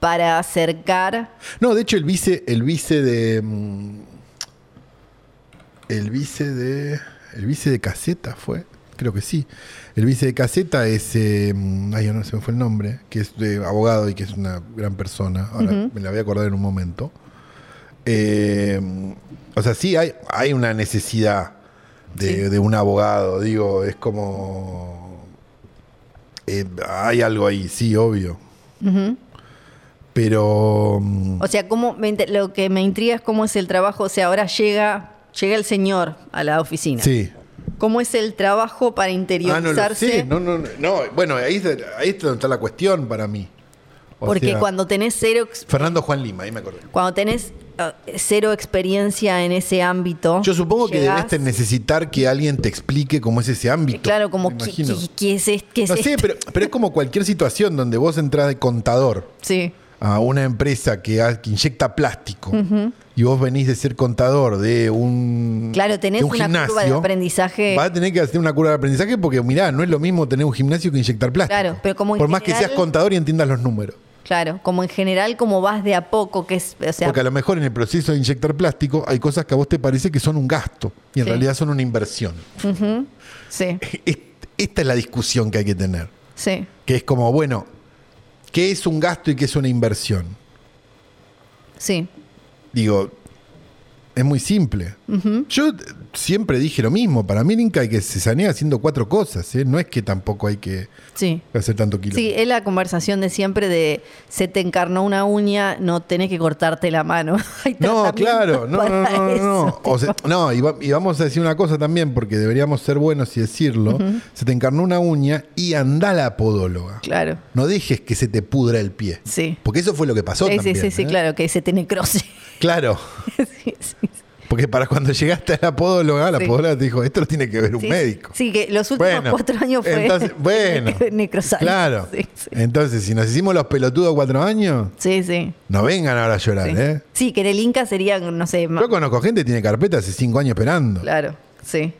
Speaker 2: para acercar
Speaker 1: No, de hecho, el vice, el vice de. mm, El vice de. El vice de caseta fue. Creo que sí. El vice de caseta es. eh, mm, ay, no se me fue el nombre. Que es de abogado y que es una gran persona. Ahora me la voy a acordar en un momento. Eh, o sea, sí hay, hay una necesidad de, de un abogado. Digo, es como. eh, hay algo ahí, sí, obvio. Pero. mm,
Speaker 2: O sea, cómo me inter- lo que me intriga es cómo es el trabajo. O sea, ahora llega, llega el señor a la oficina.
Speaker 1: Sí.
Speaker 2: ¿Cómo es el trabajo para
Speaker 1: Ah, no lo
Speaker 2: interiorizarse?
Speaker 1: sé. No, no, no, no. Bueno, ahí, es- ahí es donde está la cuestión para mí. O
Speaker 2: Porque
Speaker 1: sea,
Speaker 2: cuando tenés cero ex-
Speaker 1: Fernando Juan Lima, ahí me acordé.
Speaker 2: cuando tenés ah, cero experiencia en ese ámbito.
Speaker 1: Yo supongo que
Speaker 2: llegás- eh,
Speaker 1: debes te necesitar que alguien te explique cómo es ese ámbito.
Speaker 2: Claro, como
Speaker 1: me
Speaker 2: ¿qué,
Speaker 1: imagino.
Speaker 2: qué- qué es, est- qué es este?
Speaker 1: No sé,
Speaker 2: esto?
Speaker 1: pero, pero es como cualquier situación donde vos entras de contador
Speaker 2: Sí.
Speaker 1: a una empresa que, ha- que inyecta plástico y vos venís de ser contador de un
Speaker 2: Claro, tenés
Speaker 1: de un
Speaker 2: una
Speaker 1: gimnasio,
Speaker 2: curva de aprendizaje.
Speaker 1: Vas a tener que hacer una curva de aprendizaje porque mirá, no es lo mismo tener un gimnasio que inyectar plástico.
Speaker 2: Claro, pero como en
Speaker 1: Por más que
Speaker 2: general-
Speaker 1: seas contador y entiendas los números.
Speaker 2: Claro, como en general, como vas de a poco, que es, o sea,
Speaker 1: Porque a lo mejor en el proceso de inyectar plástico hay cosas que a vos te parece que son un gasto y en
Speaker 2: Sí.
Speaker 1: realidad son una inversión.
Speaker 2: sí,
Speaker 1: Es- Esta es la discusión que hay que tener,
Speaker 2: sí.
Speaker 1: que es como, bueno, ¿qué es un gasto y qué es una inversión?
Speaker 2: Sí,
Speaker 1: Digo, es muy simple. Yo eh, siempre dije lo mismo, para mí el Inca hay que se sanea haciendo cuatro cosas, ¿eh? no es que tampoco hay que
Speaker 2: sí.
Speaker 1: hacer tanto kilo.
Speaker 2: Sí, es la conversación de siempre de se te encarnó una uña, no tenés que cortarte la mano. Hay
Speaker 1: No,
Speaker 2: tratamientos
Speaker 1: claro, no, no,
Speaker 2: para
Speaker 1: no, no,
Speaker 2: eso.
Speaker 1: no. O sea, no, y, va- y vamos a decir una cosa también, porque deberíamos ser buenos y decirlo. Se te encarnó una uña y anda la podóloga.
Speaker 2: Claro.
Speaker 1: No dejes que se te pudra el pie.
Speaker 2: Sí.
Speaker 1: Porque eso fue lo que pasó
Speaker 2: sí, sí,
Speaker 1: también.
Speaker 2: sí, sí,
Speaker 1: ¿eh?
Speaker 2: claro, que se te necrose.
Speaker 1: Claro,
Speaker 2: sí, sí, sí.
Speaker 1: porque para cuando llegaste a la podóloga, la
Speaker 2: Sí.
Speaker 1: podóloga te dijo, esto lo tiene que ver un
Speaker 2: Sí,
Speaker 1: médico.
Speaker 2: Sí, que los últimos cuatro años fue
Speaker 1: entonces, bueno,
Speaker 2: necrosal.
Speaker 1: claro.
Speaker 2: Sí, sí.
Speaker 1: Entonces, si nos hicimos los pelotudos cuatro años,
Speaker 2: Sí, sí.
Speaker 1: no vengan ahora a llorar,
Speaker 2: Sí.
Speaker 1: ¿eh?
Speaker 2: Sí, que en el Inca serían, no sé, más.
Speaker 1: Yo conozco gente que tiene carpeta hace cinco años esperando.
Speaker 2: Claro, sí.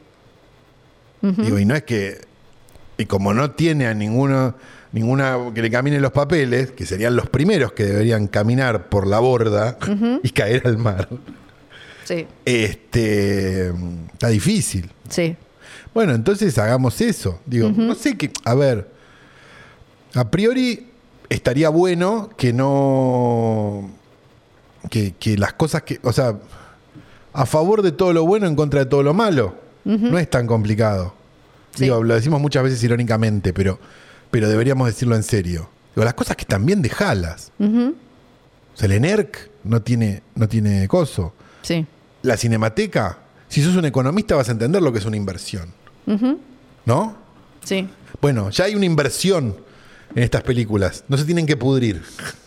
Speaker 1: Digo, y no es que. Y como no tiene a ninguno, ninguna que le caminen los papeles, que serían los primeros que deberían caminar por la borda y caer al mar,
Speaker 2: Sí,
Speaker 1: este está difícil.
Speaker 2: sí.
Speaker 1: Bueno, entonces hagamos eso. Digo, no sé qué. A ver, a priori estaría bueno que no. Que, que las cosas que. O sea, a favor de todo lo bueno, en contra de todo lo malo. No es tan complicado.
Speaker 2: Sí.
Speaker 1: Digo, lo decimos muchas veces irónicamente, pero, pero deberíamos decirlo en serio. Digo, las cosas que están bien, dejalas. O sea, el ENERC no tiene, no tiene coso.
Speaker 2: Sí.
Speaker 1: La cinemateca, si sos un economista vas a entender lo que es una inversión. ¿No?
Speaker 2: Sí.
Speaker 1: Bueno, ya hay una inversión en estas películas. No se tienen que pudrir.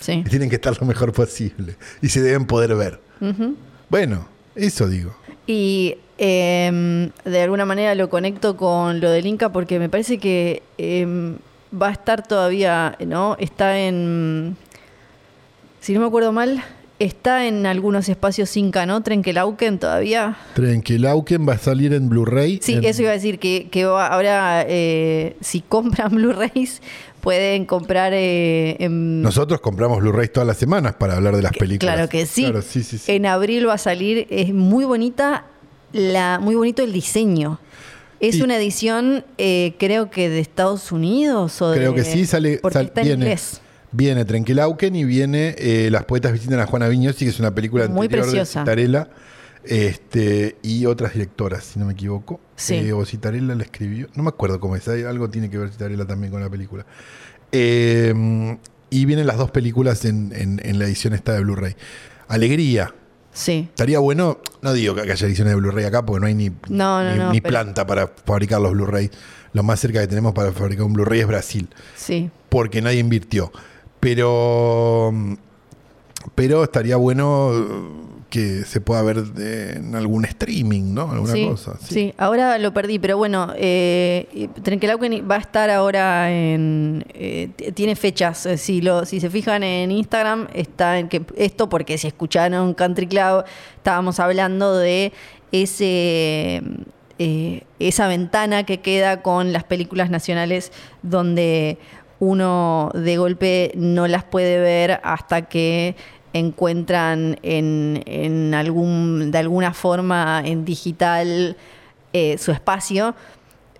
Speaker 2: Sí.
Speaker 1: Tienen que estar lo mejor posible. Y se deben poder ver. Bueno, eso digo.
Speaker 2: Y em, de alguna manera lo conecto con lo del Inca porque me parece que em, va a estar todavía, ¿no? Está en. Si no me acuerdo mal, está en algunos espacios Inca, ¿no? Trenquelauquen todavía.
Speaker 1: Trenkelauken va a salir en Blu-ray.
Speaker 2: Sí,
Speaker 1: en-
Speaker 2: eso iba a decir, que, que va- ahora eh, si compran Blu-rays pueden comprar eh, en.
Speaker 1: Nosotros compramos Blu-rays todas las semanas para hablar de las películas.
Speaker 2: Claro que sí.
Speaker 1: Claro, sí, sí, sí.
Speaker 2: En abril va a salir, es muy bonita, la, muy bonito el diseño. Es
Speaker 1: Sí.
Speaker 2: una edición, eh, creo que de Estados Unidos o de-
Speaker 1: Creo que sí, sale.
Speaker 2: porque
Speaker 1: sal-
Speaker 2: está en
Speaker 1: viene,
Speaker 2: inglés.
Speaker 1: Viene Trenquilauquen y viene eh, Las poetas visitan a Juana Viñosi, que es una película
Speaker 2: Muy
Speaker 1: anterior
Speaker 2: preciosa.
Speaker 1: de Citarella, este, y otras directoras, si no me equivoco.
Speaker 2: Sí.
Speaker 1: Eh, o Citarella la escribió. No me acuerdo cómo es, hay- algo tiene que ver Citarella también con la película. Eh, y vienen las dos películas en, en- en la edición esta de Blu-ray. Alegría.
Speaker 2: Sí.
Speaker 1: Estaría bueno, no digo que haya ediciones de Blu-ray acá porque no hay ni,
Speaker 2: No, no,
Speaker 1: ni-
Speaker 2: no,
Speaker 1: ni
Speaker 2: pero-
Speaker 1: planta para fabricar los Blu-ray. Lo más cerca que tenemos para fabricar un Blu-ray es Brasil
Speaker 2: Sí,
Speaker 1: porque nadie invirtió. Pero mm, Pero estaría bueno eh, que se pueda ver de- en algún streaming, ¿no? Alguna
Speaker 2: sí,
Speaker 1: cosa.
Speaker 2: sí. ahora lo perdí, pero bueno, eh, y Trenkelauken va a estar ahora en. eh, t- tiene fechas. eh, Si, lo, si se fijan en Instagram, está en que esto, porque si escucharon Country Club, estábamos hablando de ese. eh, esa ventana que queda con las películas nacionales donde uno de golpe no las puede ver hasta que encuentran en, en algún, de alguna forma en digital eh, su espacio,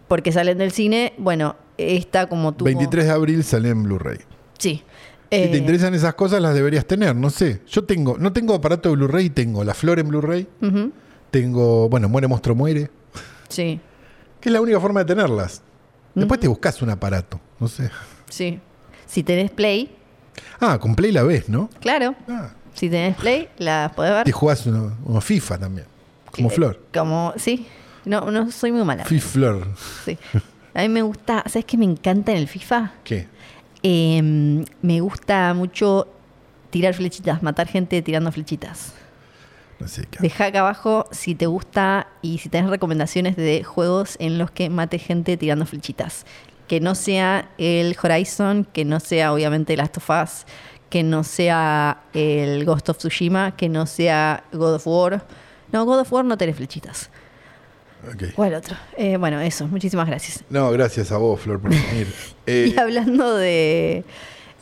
Speaker 2: porque salen del cine, bueno, esta como tú.
Speaker 1: 23 de abril sale en Blu-ray.
Speaker 2: Sí.
Speaker 1: Si te
Speaker 2: Eh,
Speaker 1: interesan esas cosas, las deberías tener, no sé. Yo tengo, no tengo aparato de Blu-ray, tengo La Flor en Blu-ray,
Speaker 2: ujú,
Speaker 1: tengo, bueno, Muere Monstruo Muere,
Speaker 2: Sí,
Speaker 1: que es la única forma de tenerlas. Después
Speaker 2: Mm.
Speaker 1: te buscas un aparato, no sé.
Speaker 2: sí. Si tenés play,
Speaker 1: Ah, con Play la ves, ¿no?
Speaker 2: claro.
Speaker 1: Ah,
Speaker 2: Si tenés play, la podés ver.
Speaker 1: te jugás uno, uno FIFA también, como
Speaker 2: Eh,
Speaker 1: Flor.
Speaker 2: Como, sí. No, no soy muy mala.
Speaker 1: FIFA Flor.
Speaker 2: Sí. A mí me gusta, ¿sabes qué me encanta en el FIFA?
Speaker 1: ¿Qué?
Speaker 2: Eh, me gusta mucho tirar flechitas, matar gente tirando flechitas.
Speaker 1: No sé qué.
Speaker 2: Deja acá abajo si te gusta y si tenés recomendaciones de juegos en los que mate gente tirando flechitas. Que no sea el Horizon, que no sea obviamente Last of Us, que no sea el Ghost of Tsushima, que no sea God of War. No, God of War no tenés flechitas.
Speaker 1: Ok.
Speaker 2: ¿Cuál otro? Eh, bueno, eso. Muchísimas gracias.
Speaker 1: No, gracias a vos, Flor, por venir. Eh,
Speaker 2: Y hablando de...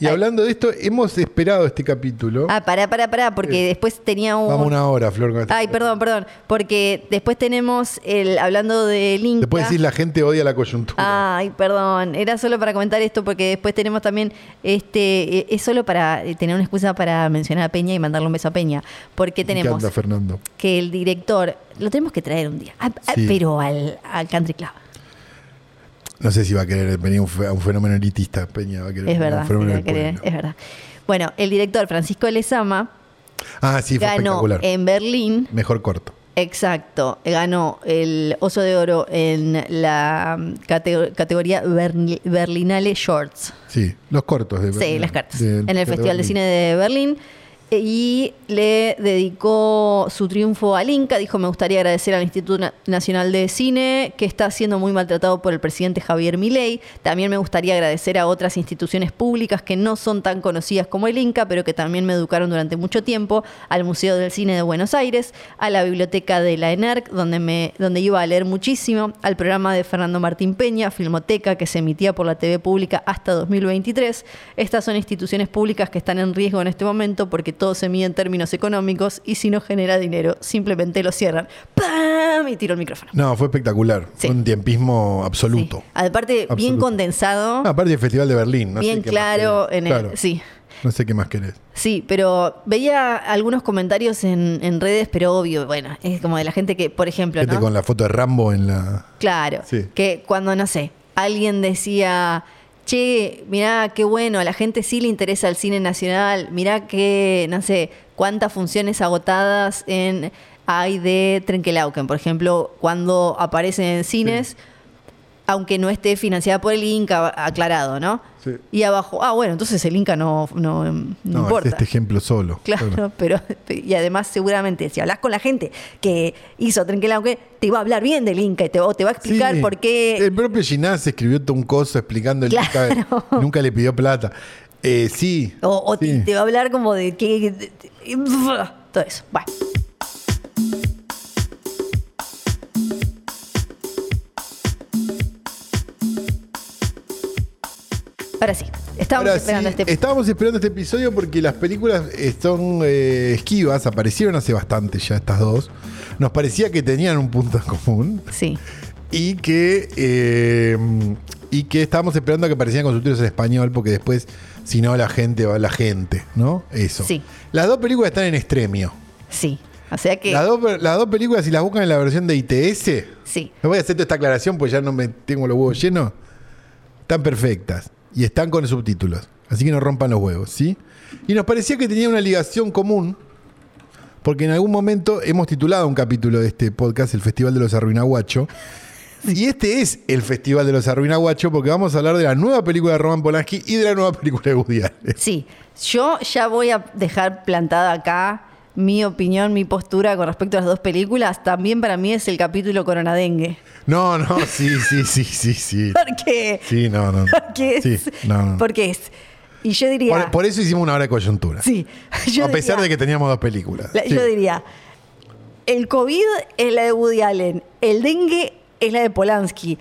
Speaker 1: y hablando de esto, hemos esperado este capítulo.
Speaker 2: Ah, pará, pará, pará, porque
Speaker 1: Eh,
Speaker 2: después tenía un...
Speaker 1: Vamos una hora, Flor. con este-
Speaker 2: Ay, perdón, perdón. Porque después tenemos el... Hablando del Inca... Ah,
Speaker 1: Después decís la gente odia la coyuntura.
Speaker 2: Ay, perdón. Era solo para comentar esto porque después tenemos también este. eh, Es solo para eh, tener una excusa para mencionar a Peña y mandarle un beso a Peña. Porque
Speaker 1: Me
Speaker 2: tenemos
Speaker 1: encanta, Fernando.
Speaker 2: que el director. Lo tenemos que traer un día. Ah, ah,
Speaker 1: Sí.
Speaker 2: Pero al, al Country Club.
Speaker 1: No sé si va a querer venir un, fe- a un fenómeno elitista, Peña. Va a querer
Speaker 2: Es
Speaker 1: venir a
Speaker 2: verdad.
Speaker 1: Un fenómeno
Speaker 2: es
Speaker 1: del
Speaker 2: verdad,
Speaker 1: pueblo.
Speaker 2: es verdad. Bueno, el director Francisco Lezama
Speaker 1: Ah, sí, fue
Speaker 2: ganó
Speaker 1: espectacular.
Speaker 2: en Berlín
Speaker 1: Mejor corto.
Speaker 2: Exacto, ganó el Oso de Oro en la mm, catego- categoría Berni- Berlinale Shorts.
Speaker 1: Sí, los cortos. De,
Speaker 2: Sí, las cartas.
Speaker 1: del-
Speaker 2: en el Festival de
Speaker 1: Berlín.
Speaker 2: Cine de Berlín. Eh, Y le dedicó su triunfo al Inca. Dijo, me gustaría agradecer al Instituto Na- Nacional de Cine, que está siendo muy maltratado por el presidente Javier Milei. También me gustaría agradecer a otras instituciones públicas que no son tan conocidas como el Inca, pero que también me educaron durante mucho tiempo. Al Museo del Cine de Buenos Aires, a la Biblioteca de la ENERC, donde, me, donde iba a leer muchísimo, al programa de Fernando Martín Peña, Filmoteca, que se emitía por la TV pública hasta 2023. Estas son instituciones públicas que están en riesgo en este momento porque todo se mide en términos económicos y si no genera dinero, simplemente lo cierran. ¡Pam! Y tiro el micrófono.
Speaker 1: No, fue espectacular.
Speaker 2: Sí.
Speaker 1: Fue un tiempismo absoluto.
Speaker 2: Sí. Aparte, bien
Speaker 1: Absoluto.
Speaker 2: condensado,
Speaker 1: Ah, aparte del Festival de Berlín. No sé
Speaker 2: bien
Speaker 1: qué más
Speaker 2: claro
Speaker 1: querés.
Speaker 2: en el.
Speaker 1: Claro.
Speaker 2: Sí.
Speaker 1: No sé qué más querés.
Speaker 2: Sí, pero veía algunos comentarios en, en redes, pero obvio, bueno, es como de la gente que, por ejemplo,
Speaker 1: Gente
Speaker 2: ¿no?
Speaker 1: con la foto de Rambo en la.
Speaker 2: Claro.
Speaker 1: Sí.
Speaker 2: Que cuando, no sé, alguien decía, che, mirá qué bueno, a la gente sí le interesa el cine nacional, mirá que, no sé, cuántas funciones agotadas en hay de Trenkelauken, por ejemplo, cuando aparecen en cines, aunque no esté financiada por el Inca, aclarado, ¿no?
Speaker 1: Sí.
Speaker 2: Y abajo, ah, bueno, entonces el Inca no, no, no
Speaker 1: No,
Speaker 2: importa.
Speaker 1: es este ejemplo solo.
Speaker 2: Claro, pero y además seguramente si hablas con la gente que hizo Trenquelauque, te va a hablar bien del Inca y te, o te va a explicar
Speaker 1: Sí, Eh,
Speaker 2: por qué.
Speaker 1: El propio Ginás escribió todo un coso explicando el
Speaker 2: Claro.
Speaker 1: nunca, nunca le pidió plata. Eh, sí.
Speaker 2: o o
Speaker 1: sí.
Speaker 2: te, te va a hablar como de que. de- de- todo eso. Bueno. Ahora sí, estábamos
Speaker 1: Ahora
Speaker 2: esperando
Speaker 1: sí,
Speaker 2: este.
Speaker 1: Estábamos esperando este episodio porque las películas eh, son eh, esquivas, aparecieron hace bastante ya estas dos. Nos parecía que tenían un punto en común
Speaker 2: Sí,
Speaker 1: y que, eh, y que estábamos esperando a que aparecieran con subtítulos en español porque después, si no, la gente va a la gente, ¿no? Eso.
Speaker 2: Sí.
Speaker 1: Las dos películas están en extremio.
Speaker 2: sí. O sea que.
Speaker 1: Las dos, las dos películas, si las buscan en la versión de ITS,
Speaker 2: Sí.
Speaker 1: me voy a hacer toda esta aclaración porque ya no me tengo los huevos llenos. Están perfectas y están con subtítulos. Así que no rompan los huevos, ¿sí? Y nos parecía que tenía una ligación común porque en algún momento hemos titulado un capítulo de este podcast, El Festival de los Arruinaguacho, Y este es el Festival de los Arruinaguachos porque vamos a hablar de la nueva película de Roman Polanski y de la nueva película de Woody Allen.
Speaker 2: Sí, yo ya voy a dejar plantada acá mi opinión, mi postura con respecto a las dos películas. También para mí es el capítulo Coronadengue.
Speaker 1: No, no, sí, sí, sí, sí, sí.
Speaker 2: Porque,
Speaker 1: Sí, no, no.
Speaker 2: porque es.
Speaker 1: Sí, no, no.
Speaker 2: Porque es. Y yo diría.
Speaker 1: Por, por eso hicimos una hora de coyuntura.
Speaker 2: sí. yo
Speaker 1: a pesar
Speaker 2: diría-
Speaker 1: de que teníamos dos películas.
Speaker 2: La-
Speaker 1: Sí.
Speaker 2: Yo diría, el COVID es la de Woody Allen, el dengue es la de Polanski.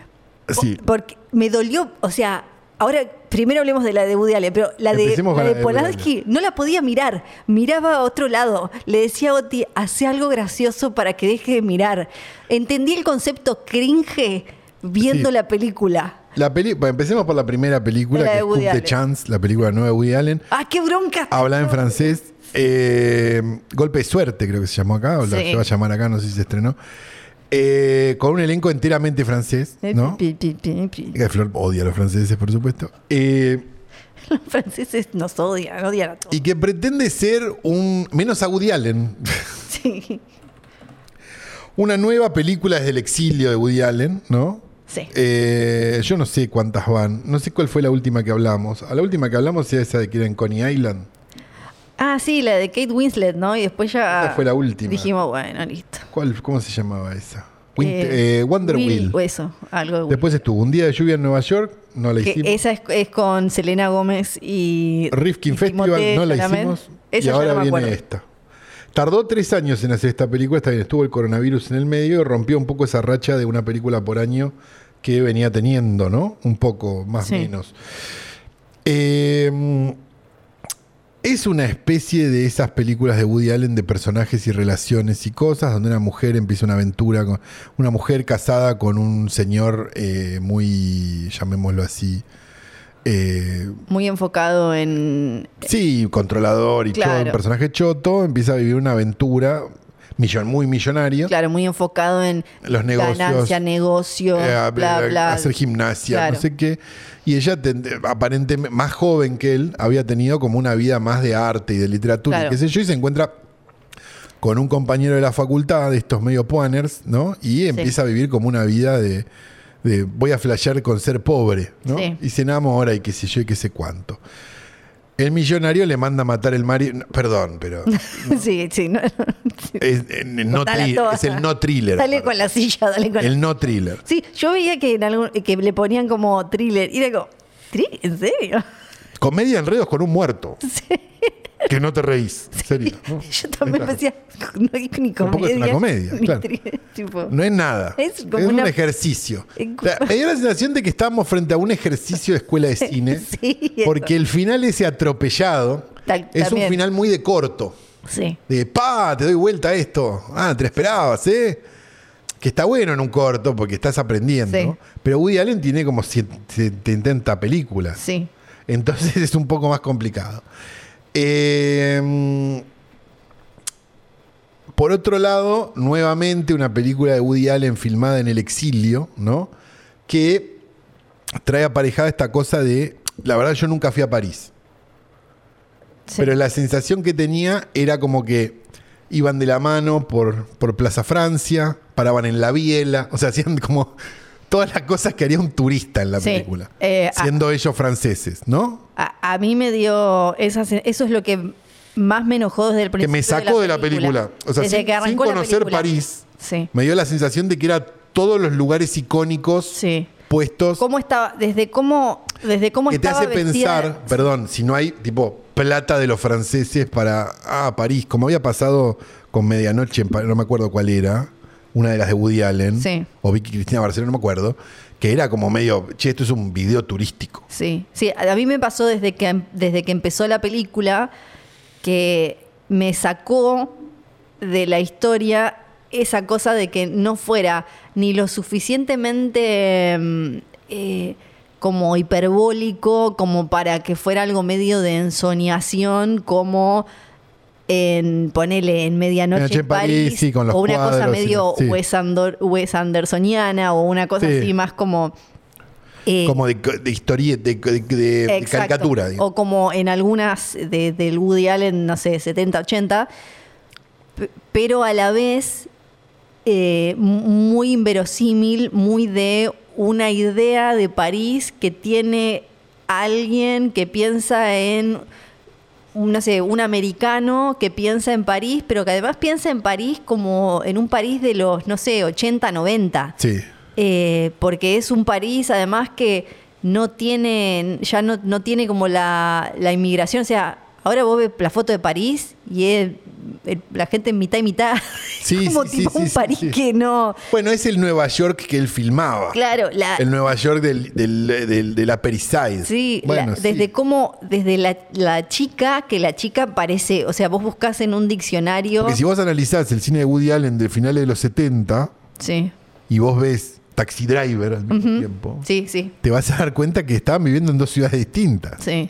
Speaker 2: Po-
Speaker 1: Sí.
Speaker 2: Porque me dolió, o sea, ahora primero hablemos de la de Woody Allen, pero la de,
Speaker 1: Empecemos con la
Speaker 2: la de
Speaker 1: de Woody
Speaker 2: Polanski no la podía mirar, miraba a otro lado, le decía a Oti, hace algo gracioso para que deje de mirar. Entendí el concepto cringe viendo
Speaker 1: Sí.
Speaker 2: la película.
Speaker 1: La peli- bueno, empecemos por la primera película,
Speaker 2: La de
Speaker 1: que es
Speaker 2: Woody
Speaker 1: Coupe de
Speaker 2: Allen.
Speaker 1: Chance, la película nueva de Woody Allen.
Speaker 2: ¡Ah, qué bronca!
Speaker 1: Habla en francés. eh, Golpe de suerte, creo que se llamó acá, o la-
Speaker 2: Sí.
Speaker 1: se va a llamar acá, no sé si se estrenó. Eh, con un elenco enteramente francés, ¿no?
Speaker 2: Pi, pi, pi, pi.
Speaker 1: Que Flor odia a los franceses, por supuesto. Eh,
Speaker 2: Los franceses nos odian, odian a todos.
Speaker 1: y que pretende ser un. menos a Woody Allen.
Speaker 2: Sí.
Speaker 1: Una nueva película desde el exilio de Woody Allen, ¿no?
Speaker 2: Sí.
Speaker 1: Eh, yo no sé cuántas van. No sé cuál fue la última que hablamos. A la última que hablamos era esa de que era en Coney Island.
Speaker 2: Ah, sí, la de Kate Winslet, ¿no? Y después ya.
Speaker 1: Esa fue la última.
Speaker 2: Dijimos, bueno, listo.
Speaker 1: ¿Cuál, ¿Cómo se llamaba esa? Winter-
Speaker 2: Eh,
Speaker 1: eh, Wonder Wheel.
Speaker 2: O eso, algo de Will.
Speaker 1: Después estuvo un día de lluvia en Nueva York, no la
Speaker 2: Que
Speaker 1: hicimos.
Speaker 2: esa es, es con Selena Gómez y.
Speaker 1: Rifkin
Speaker 2: y
Speaker 1: Festival,
Speaker 2: Timothée
Speaker 1: no la
Speaker 2: Chalamet.
Speaker 1: hicimos.
Speaker 2: Esa
Speaker 1: y ahora
Speaker 2: ya no me
Speaker 1: viene este.
Speaker 2: acuerdo.
Speaker 1: esta. Tardó tres años en hacer esta película, está bien, estuvo el coronavirus en el medio y rompió un poco esa racha de una película por año que venía teniendo, ¿no? Un poco, más o
Speaker 2: Sí.
Speaker 1: menos. Eh, es una especie de esas películas de Woody Allen de personajes y relaciones y cosas, donde una mujer empieza una aventura, con una mujer casada con un señor eh, muy, llamémoslo así, eh,
Speaker 2: Muy enfocado en.
Speaker 1: Sí, controlador y
Speaker 2: Claro.
Speaker 1: choto, un personaje choto, empieza a vivir una aventura millon, muy millonario.
Speaker 2: Claro, muy enfocado en.
Speaker 1: Los negocios.
Speaker 2: Ganancia, negocio,
Speaker 1: eh, a-
Speaker 2: bla,
Speaker 1: a-
Speaker 2: bla.
Speaker 1: Hacer gimnasia,
Speaker 2: Claro.
Speaker 1: no sé qué. Y ella, ten- aparentemente, más joven que él, había tenido como una vida más de arte y de literatura, y
Speaker 2: Claro.
Speaker 1: qué sé yo, y se encuentra con un compañero de la facultad, de estos medio puaners, ¿no? Y empieza a vivir como una vida de, de voy a flashear con ser pobre, ¿no?
Speaker 2: Sí.
Speaker 1: Y se enamora y qué sé yo y qué sé cuánto. El millonario le manda a matar el marido. no, perdón, pero
Speaker 2: sí, sí. No,
Speaker 1: es, eh, no
Speaker 2: Cortala
Speaker 1: thri-
Speaker 2: toda.
Speaker 1: es el no thriller.
Speaker 2: dale con la silla, dale con la
Speaker 1: El no thriller.
Speaker 2: Sí, yo veía que, en algún- que le ponían como thriller. Y era como, ¿tri? ¿En serio?
Speaker 1: Comedia de enredos con un muerto. Que no te reís. en serio, ¿no?
Speaker 2: Yo también
Speaker 1: Claro.
Speaker 2: decía, no es ni comedia.
Speaker 1: Tampoco es una comedia,
Speaker 2: ni
Speaker 1: claro.
Speaker 2: tri- tipo,
Speaker 1: No es nada.
Speaker 2: Es
Speaker 1: Es,
Speaker 2: como
Speaker 1: un
Speaker 2: una-
Speaker 1: ejercicio.
Speaker 2: En-
Speaker 1: O sea, me dio la sensación de que estábamos frente a un ejercicio de escuela de cine.
Speaker 2: Sí, eso.
Speaker 1: porque el final ese atropellado
Speaker 2: Tal-
Speaker 1: es
Speaker 2: también.
Speaker 1: un final muy de corto.
Speaker 2: Sí.
Speaker 1: De, pa, te doy vuelta a esto. Ah, te lo esperabas, ¿eh? Que está bueno en un corto porque estás aprendiendo.
Speaker 2: Sí.
Speaker 1: Pero Woody Allen tiene como 70 películas.
Speaker 2: Sí.
Speaker 1: Entonces es un poco más complicado. Eh, por otro lado, nuevamente una película de Woody Allen filmada en el exilio, ¿no? Que trae aparejada esta cosa de, la verdad yo nunca fui a París,
Speaker 2: sí.
Speaker 1: pero la sensación que tenía era como que iban de la mano por, por Plaza Francia, paraban en la biela, o sea, hacían como todas las cosas que haría un turista en la
Speaker 2: Sí.
Speaker 1: película,
Speaker 2: Eh, a-
Speaker 1: siendo ellos franceses, ¿no?
Speaker 2: a, a mí me dio. esa sen- eso es lo que más me enojó desde el
Speaker 1: que
Speaker 2: principio.
Speaker 1: me sacó de la película. O sea,
Speaker 2: Desde
Speaker 1: sin,
Speaker 2: que
Speaker 1: sin
Speaker 2: arrancó la
Speaker 1: conocer
Speaker 2: película.
Speaker 1: París,
Speaker 2: Sí.
Speaker 1: me dio la sensación de que era todos los lugares icónicos
Speaker 2: Sí.
Speaker 1: puestos
Speaker 2: ¿Cómo estaba? Desde cómo. Desde cómo
Speaker 1: que te
Speaker 2: estaba
Speaker 1: hace
Speaker 2: vestida-
Speaker 1: pensar, perdón, si no hay tipo plata de los franceses para ah, París, como había pasado con Medianoche, en Pa- no me acuerdo cuál era, una de las de Woody Allen,
Speaker 2: Sí.
Speaker 1: o Vicky Cristina Barcelona, no me acuerdo, que era como medio, che, esto es un video turístico.
Speaker 2: Sí, sí, a a mí me pasó desde que, em, desde que empezó la película que me sacó de la historia esa cosa de que no fuera ni lo suficientemente mm, eh, como hiperbólico, como para que fuera algo medio de ensoñación, como en, ponele, en Medianoche
Speaker 1: Medianoche
Speaker 2: en
Speaker 1: en París,
Speaker 2: París,
Speaker 1: sí, con los
Speaker 2: o una cosa
Speaker 1: cuadros y
Speaker 2: medio
Speaker 1: los- sí.
Speaker 2: Wes, Andor- Wes Andersoniana, o una cosa
Speaker 1: Sí.
Speaker 2: así más como... eh,
Speaker 1: Como de, de historieta, de, de- de- de
Speaker 2: Exacto.
Speaker 1: caricatura. digamos.
Speaker 2: O como en algunas de, del Woody Allen, no sé, 70, 80. p- Pero a la vez eh, m- muy inverosímil, muy de una idea de París que tiene alguien que piensa en no sé, un americano que piensa en París, pero que además piensa en París como en un París de los, no sé, 80, 90.
Speaker 1: Sí.
Speaker 2: Eh, porque es un París además que no tiene, ya no, no tiene como la, la inmigración, o sea, ahora vos ves la foto de París y es el- la gente en mitad y mitad,
Speaker 1: Sí,
Speaker 2: como
Speaker 1: sí, sí,
Speaker 2: tipo
Speaker 1: sí,
Speaker 2: un
Speaker 1: sí,
Speaker 2: París
Speaker 1: sí.
Speaker 2: que no,
Speaker 1: Bueno, es el Nueva York que él filmaba.
Speaker 2: claro, la,
Speaker 1: El Nueva York del, del, del- de la Periside.
Speaker 2: Sí,
Speaker 1: bueno,
Speaker 2: la-
Speaker 1: sí.
Speaker 2: desde cómo, desde la, la chica, que la chica parece, o sea, vos buscas en un diccionario.
Speaker 1: Porque si vos analizás el cine de Woody Allen de finales de los 70
Speaker 2: Sí,
Speaker 1: y vos ves Taxi Driver al mismo tiempo,
Speaker 2: sí, sí,
Speaker 1: te vas a dar cuenta que estaban viviendo en dos ciudades distintas.
Speaker 2: sí.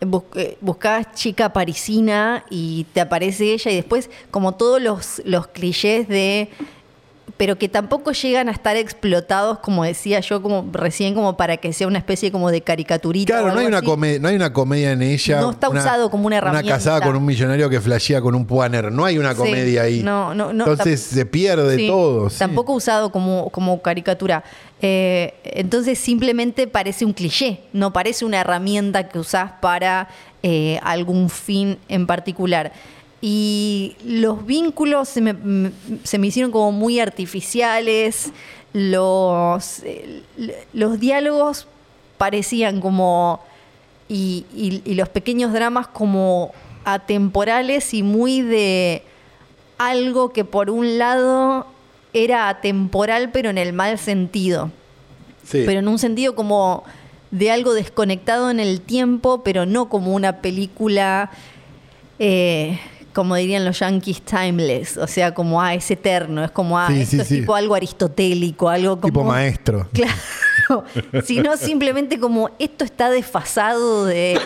Speaker 2: Bus- eh, buscás chica parisina y te aparece ella y después como todos los, los clichés de pero que tampoco llegan a estar explotados como decía yo como recién como para que sea una especie como de caricaturita o
Speaker 1: Claro, no
Speaker 2: algo
Speaker 1: hay, una
Speaker 2: así.
Speaker 1: come- no hay una comedia en ella.
Speaker 2: No está usado como una herramienta.
Speaker 1: Una casada con un millonario que flashea con un puaner. No hay una
Speaker 2: Sí,
Speaker 1: comedia ahí.
Speaker 2: no, no, no,
Speaker 1: Entonces
Speaker 2: tam-
Speaker 1: se pierde
Speaker 2: Sí,
Speaker 1: todo. sí.
Speaker 2: Tampoco usado como, como caricatura. Eh, entonces simplemente parece un cliché, no parece una herramienta que usás para eh, algún fin en particular. Y los vínculos se me, m- se me hicieron como muy artificiales, los, eh, l- los diálogos parecían como... Y, y- y los pequeños dramas como atemporales y muy de algo que por un lado era atemporal, pero en el mal sentido.
Speaker 1: Sí.
Speaker 2: Pero en un sentido como de algo desconectado en el tiempo, pero no como una película, eh, como dirían los yankees, timeless. O sea, como, ah, es eterno. Es como, ah,
Speaker 1: Sí,
Speaker 2: esto
Speaker 1: sí,
Speaker 2: es
Speaker 1: sí.
Speaker 2: tipo algo aristotélico, algo como...
Speaker 1: tipo maestro.
Speaker 2: Claro, sino simplemente como esto está desfasado de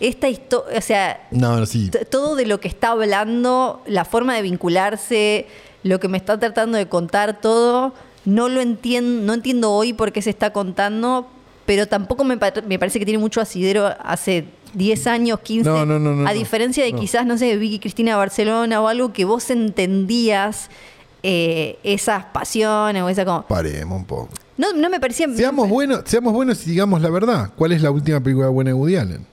Speaker 2: esta historia, o sea,
Speaker 1: No, no, sí.
Speaker 2: t- todo de lo que está hablando, la forma de vincularse, lo que me está tratando de contar, todo, no lo entiendo, no entiendo hoy por qué se está contando, pero tampoco me, pa- me parece que tiene mucho asidero hace 10 años, 15,
Speaker 1: No, no, no, no,
Speaker 2: a
Speaker 1: no,
Speaker 2: diferencia de
Speaker 1: no.
Speaker 2: quizás, no sé, Vicky Cristina Barcelona o algo que vos entendías eh, esas pasiones o esa como...
Speaker 1: Paremos un poco.
Speaker 2: No, no me parecía...
Speaker 1: Seamos buenos, seamos buenos y digamos la verdad. ¿Cuál es la última película buena de Woody Allen?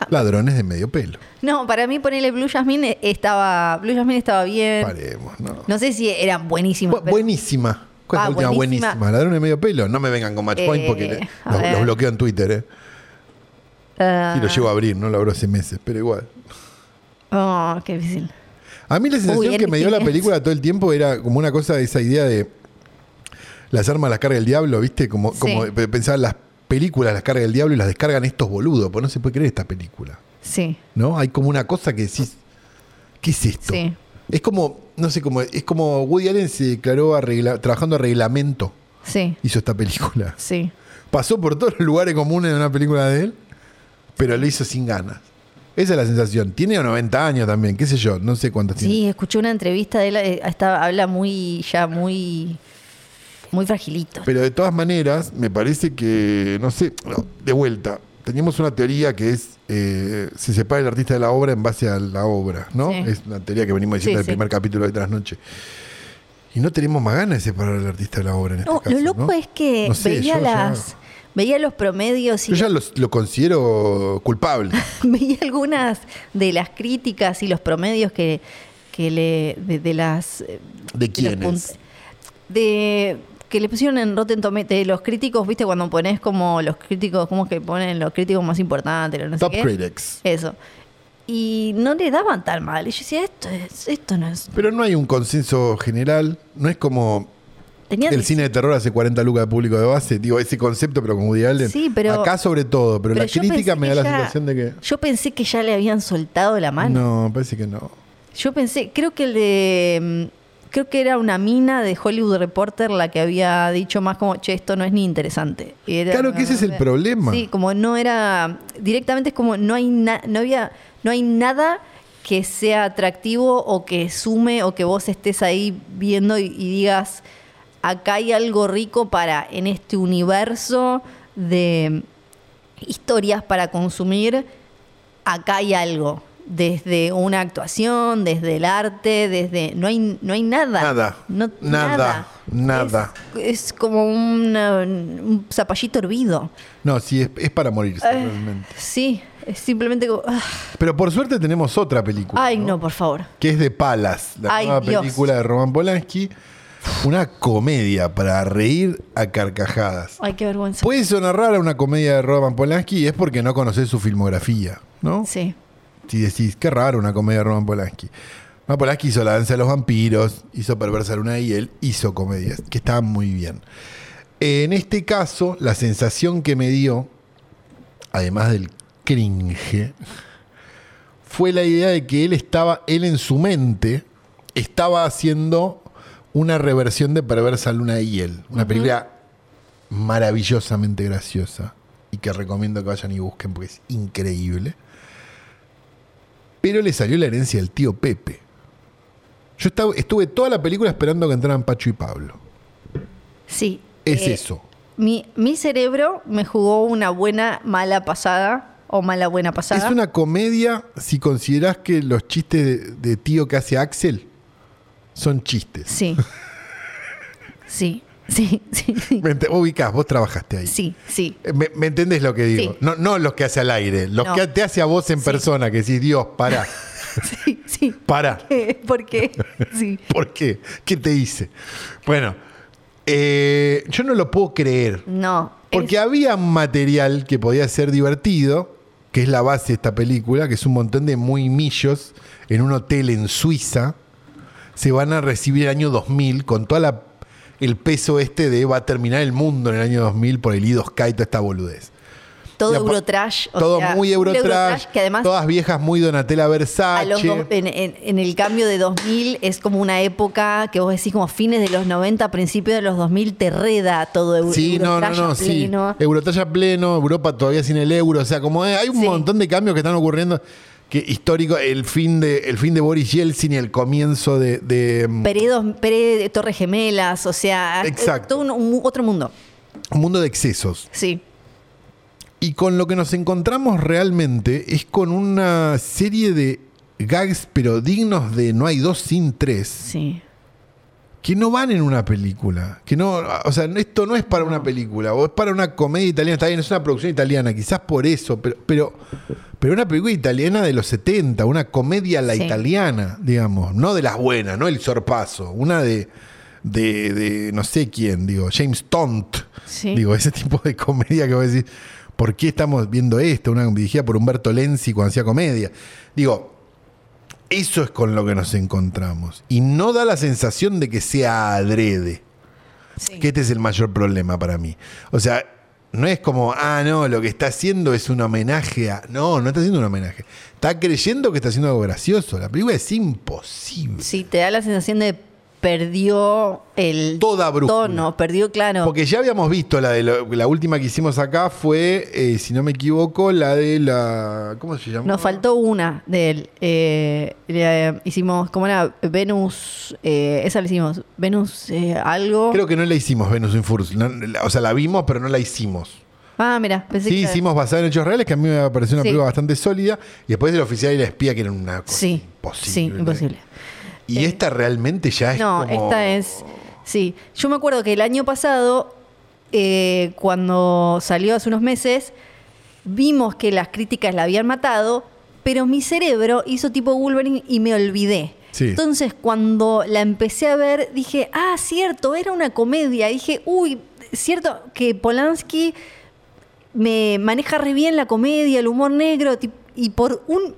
Speaker 2: Ah.
Speaker 1: Ladrones de medio pelo.
Speaker 2: No, para mí ponerle Blue Jasmine estaba, Blue Jasmine estaba bien.
Speaker 1: Paremos, no.
Speaker 2: No sé si eran buenísimas.
Speaker 1: Bu-
Speaker 2: Eh. pero-
Speaker 1: buenísima. ¿Cuál es
Speaker 2: Ah,
Speaker 1: la última
Speaker 2: buenísima.
Speaker 1: buenísima? Ladrones de medio pelo. No me vengan con Matchpoint
Speaker 2: Eh,
Speaker 1: porque le-
Speaker 2: a
Speaker 1: los,
Speaker 2: ver.
Speaker 1: los bloqueo en Twitter, eh.
Speaker 2: Ah,
Speaker 1: Y lo llevo a abrir, no lo abro hace meses, pero igual.
Speaker 2: oh, qué difícil.
Speaker 1: A mí la sensación
Speaker 2: Uy,
Speaker 1: que me dio la
Speaker 2: Enrique.
Speaker 1: película todo el tiempo era como una cosa de esa idea de las armas las carga el diablo, ¿viste? Como,
Speaker 2: Sí.
Speaker 1: como pe- pensar las películas las carga el diablo y las descargan estos boludos, porque no se puede creer esta película.
Speaker 2: Sí.
Speaker 1: ¿No? Hay como una cosa que decís, ¿qué es esto?
Speaker 2: Sí.
Speaker 1: Es como, no sé cómo, es como Woody Allen se declaró arregla- trabajando a reglamento,
Speaker 2: Sí.
Speaker 1: hizo esta película.
Speaker 2: Sí.
Speaker 1: Pasó por todos los lugares comunes de una película de él, pero lo hizo sin ganas. Esa es la sensación. Tiene 90 años también, qué sé yo, no sé cuántas tiene.
Speaker 2: Sí, escuché una entrevista de él, eh, está- habla muy, ya muy, muy fragilito.
Speaker 1: Pero de todas maneras, me parece que, no sé, no, de vuelta, teníamos una teoría que es, eh, se separa el artista de la obra en base a la obra, ¿no?
Speaker 2: Sí.
Speaker 1: Es una teoría que venimos diciendo del
Speaker 2: Sí, sí.
Speaker 1: primer capítulo de Trasnoche. Y no tenemos más ganas de separar al artista de la obra en este
Speaker 2: No,
Speaker 1: caso,
Speaker 2: lo loco
Speaker 1: ¿no?
Speaker 2: es que
Speaker 1: No sé,
Speaker 2: veía
Speaker 1: yo ya-
Speaker 2: las, veía los promedios y
Speaker 1: Yo ya los- lo considero culpable.
Speaker 2: veía algunas de las críticas y los promedios que, que le, de, de las eh,
Speaker 1: ¿De
Speaker 2: de los
Speaker 1: quiénes?
Speaker 2: punt- de que le pusieron en Rotten Tomatoes de los críticos, viste cuando pones como los críticos, ¿cómo es que ponen los críticos más importantes? los No sé
Speaker 1: Top
Speaker 2: qué?
Speaker 1: critics.
Speaker 2: Eso. Y no le daban tan mal. Y yo decía, esto, es, esto no es.
Speaker 1: Pero no hay un consenso general, no es como
Speaker 2: Tenían
Speaker 1: el cine de terror hace 40 lucas de público de base, digo, ese concepto, pero con Woody Allen.
Speaker 2: Sí, pero-
Speaker 1: Acá sobre todo, pero,
Speaker 2: pero
Speaker 1: la
Speaker 2: yo
Speaker 1: crítica
Speaker 2: pensé
Speaker 1: me da
Speaker 2: que
Speaker 1: la
Speaker 2: ya-
Speaker 1: sensación de que...
Speaker 2: Yo pensé que ya le habían soltado la mano.
Speaker 1: No, parece que no.
Speaker 2: Yo pensé, creo que el de. mm, Creo que era una mina de Hollywood Reporter la que había dicho más como, che, esto no es ni interesante. Y era-
Speaker 1: Claro que ese es el problema.
Speaker 2: Sí, como no era. Directamente es como no hay na- no había, no hay nada que sea atractivo o que sume o que vos estés ahí viendo y, y digas acá hay algo rico para en este universo de historias para consumir, acá hay algo. desde una actuación, desde el arte, desde... No hay, no hay nada.
Speaker 3: Nada.
Speaker 2: No-
Speaker 3: Nada. Nada.
Speaker 2: Es, es como una- un zapallito hervido.
Speaker 1: No, sí, es, es para morirse
Speaker 2: Eh.
Speaker 1: realmente.
Speaker 2: Sí, es simplemente como... ah.
Speaker 1: Pero por suerte tenemos otra película.
Speaker 2: Ay, no, por favor.
Speaker 1: Que es de Palas, la
Speaker 2: Ay,
Speaker 1: nueva
Speaker 2: Dios.
Speaker 1: película de Roman Polanski. Una comedia para reír a carcajadas.
Speaker 2: Ay, qué vergüenza.
Speaker 1: Puede sonar rara una comedia de Roman Polanski y es porque no conoces su filmografía, ¿no?
Speaker 2: Sí.
Speaker 1: Si decís, qué raro una comedia de Roman Polanski. Roman Polanski hizo La danza de los vampiros, hizo Perversa Luna y él hizo comedias, que estaban muy bien. En este caso, la sensación que me dio, además del cringe, fue la idea de que él estaba, él en su mente, estaba haciendo una reversión de Perversa Luna y él. Una película maravillosamente graciosa y que recomiendo que vayan y busquen porque es increíble. Pero le salió la herencia del tío Pepe. Yo estaba- estuve toda la película esperando que entraran Pacho y Pablo.
Speaker 2: Sí.
Speaker 1: Es
Speaker 2: Eh,
Speaker 1: eso.
Speaker 2: Mi, mi cerebro me jugó una buena mala pasada o mala buena pasada.
Speaker 1: Es una comedia si considerás que los chistes de, de tío que hace Axel son chistes.
Speaker 2: Sí. sí. Sí, sí, sí.
Speaker 1: Me ent- vos ubicás, vos trabajaste ahí.
Speaker 2: Sí, sí.
Speaker 1: Eh, ¿Me, me entendés lo que digo?
Speaker 2: Sí.
Speaker 1: No, no los que hace al aire, los
Speaker 2: No.
Speaker 1: que te hace a vos en persona, que decís, Dios, para,
Speaker 2: Sí, sí.
Speaker 1: para.
Speaker 2: Eh, Porque, sí.
Speaker 1: ¿Por qué? ¿Qué te hice? Bueno, eh, yo no lo puedo creer.
Speaker 2: No.
Speaker 1: Porque había un material que podía ser divertido, que es la base de esta película, que es un montón de muy millos en un hotel en Suiza. Se van a recibir el año 2000 con toda la el peso este de va a terminar el mundo en el año 2000 por el I2K y toda esta boludez.
Speaker 2: es todo
Speaker 1: Y apa-
Speaker 2: Eurotrash. o
Speaker 1: todo
Speaker 2: sea,
Speaker 1: muy
Speaker 2: un
Speaker 1: Eurotrash,
Speaker 2: Que además
Speaker 1: todas viejas muy Donatella Versace.
Speaker 2: a los dos- en, en- en el cambio de 2000 es como una época que vos decís como fines de los 90, principios de los 2000 te reda todo Eu-
Speaker 1: Sí, no, no,
Speaker 2: Eurotrash
Speaker 1: no,
Speaker 2: a
Speaker 1: sí.
Speaker 2: pleno.
Speaker 1: Eurotalla pleno, Europa todavía sin el euro, o sea, como eh, hay un
Speaker 2: Sí.
Speaker 1: montón de cambios que están ocurriendo que histórico, el fin de el fin de Boris Yeltsin y el comienzo de, de, mm,
Speaker 2: Peredos, Pere, Torres Gemelas, o sea,
Speaker 1: Exacto.
Speaker 2: eh, todo un- un- otro mundo.
Speaker 1: un mundo de excesos.
Speaker 2: Sí,
Speaker 1: Y con lo que nos encontramos realmente es con una serie de gags pero dignos de no hay dos sin tres.
Speaker 2: sí.
Speaker 1: que no van en una película. Que no, o sea, esto no es para una película, o es para una comedia italiana, está bien, es una producción italiana, quizás por eso, pero, pero, pero una película italiana de los 70, una comedia a la
Speaker 2: Sí.
Speaker 1: italiana, digamos, no de las buenas, no el sorpaso, una de, de, de no sé quién, digo, James Tont,
Speaker 2: Sí.
Speaker 1: digo, ese tipo de comedia que voy a decir, ¿por qué estamos viendo esto? Una dirigida por Humberto Lenzi cuando hacía comedia. Digo, eso es con lo que nos encontramos. Y no da la sensación de que sea adrede. Que este es el mayor problema para mí. O sea, no es como, ah, no, lo que está haciendo es un homenaje a. No, no está haciendo un homenaje. Está creyendo que está haciendo algo gracioso. La película es imposible.
Speaker 2: Sí, te da la sensación de perdió el
Speaker 1: Toda brújula.
Speaker 2: tono, perdió, claro.
Speaker 1: Porque ya habíamos visto la de lo- la última que hicimos acá fue, eh, si no me equivoco, la de la. ¿Cómo se llama?
Speaker 2: Nos faltó una de él. Eh, le- hicimos, ¿cómo era? Venus, eh, esa la hicimos. Venus eh, algo.
Speaker 1: Creo que no la hicimos, Venus in Furs. No, la- o sea, la vimos, pero no la hicimos.
Speaker 2: Ah, mira, pensé
Speaker 1: Sí,
Speaker 2: que-
Speaker 1: hicimos basada en hechos reales, que a mí me pareció una
Speaker 2: Sí.
Speaker 1: película bastante sólida. Y después el oficial y la espía, que era una cosa
Speaker 2: Sí,
Speaker 1: imposible.
Speaker 2: sí, imposible.
Speaker 1: Y esta realmente ya es
Speaker 2: no,
Speaker 1: como-
Speaker 2: esta es. Sí, yo me acuerdo que el año pasado, eh, cuando salió hace unos meses, vimos que las críticas la habían matado, pero mi cerebro hizo tipo Wolverine y me olvidé.
Speaker 1: Sí.
Speaker 2: Entonces, cuando la empecé a ver, dije, ah, cierto, era una comedia. Dije, uy, cierto que Polanski me maneja re bien la comedia, el humor negro, tip- y por un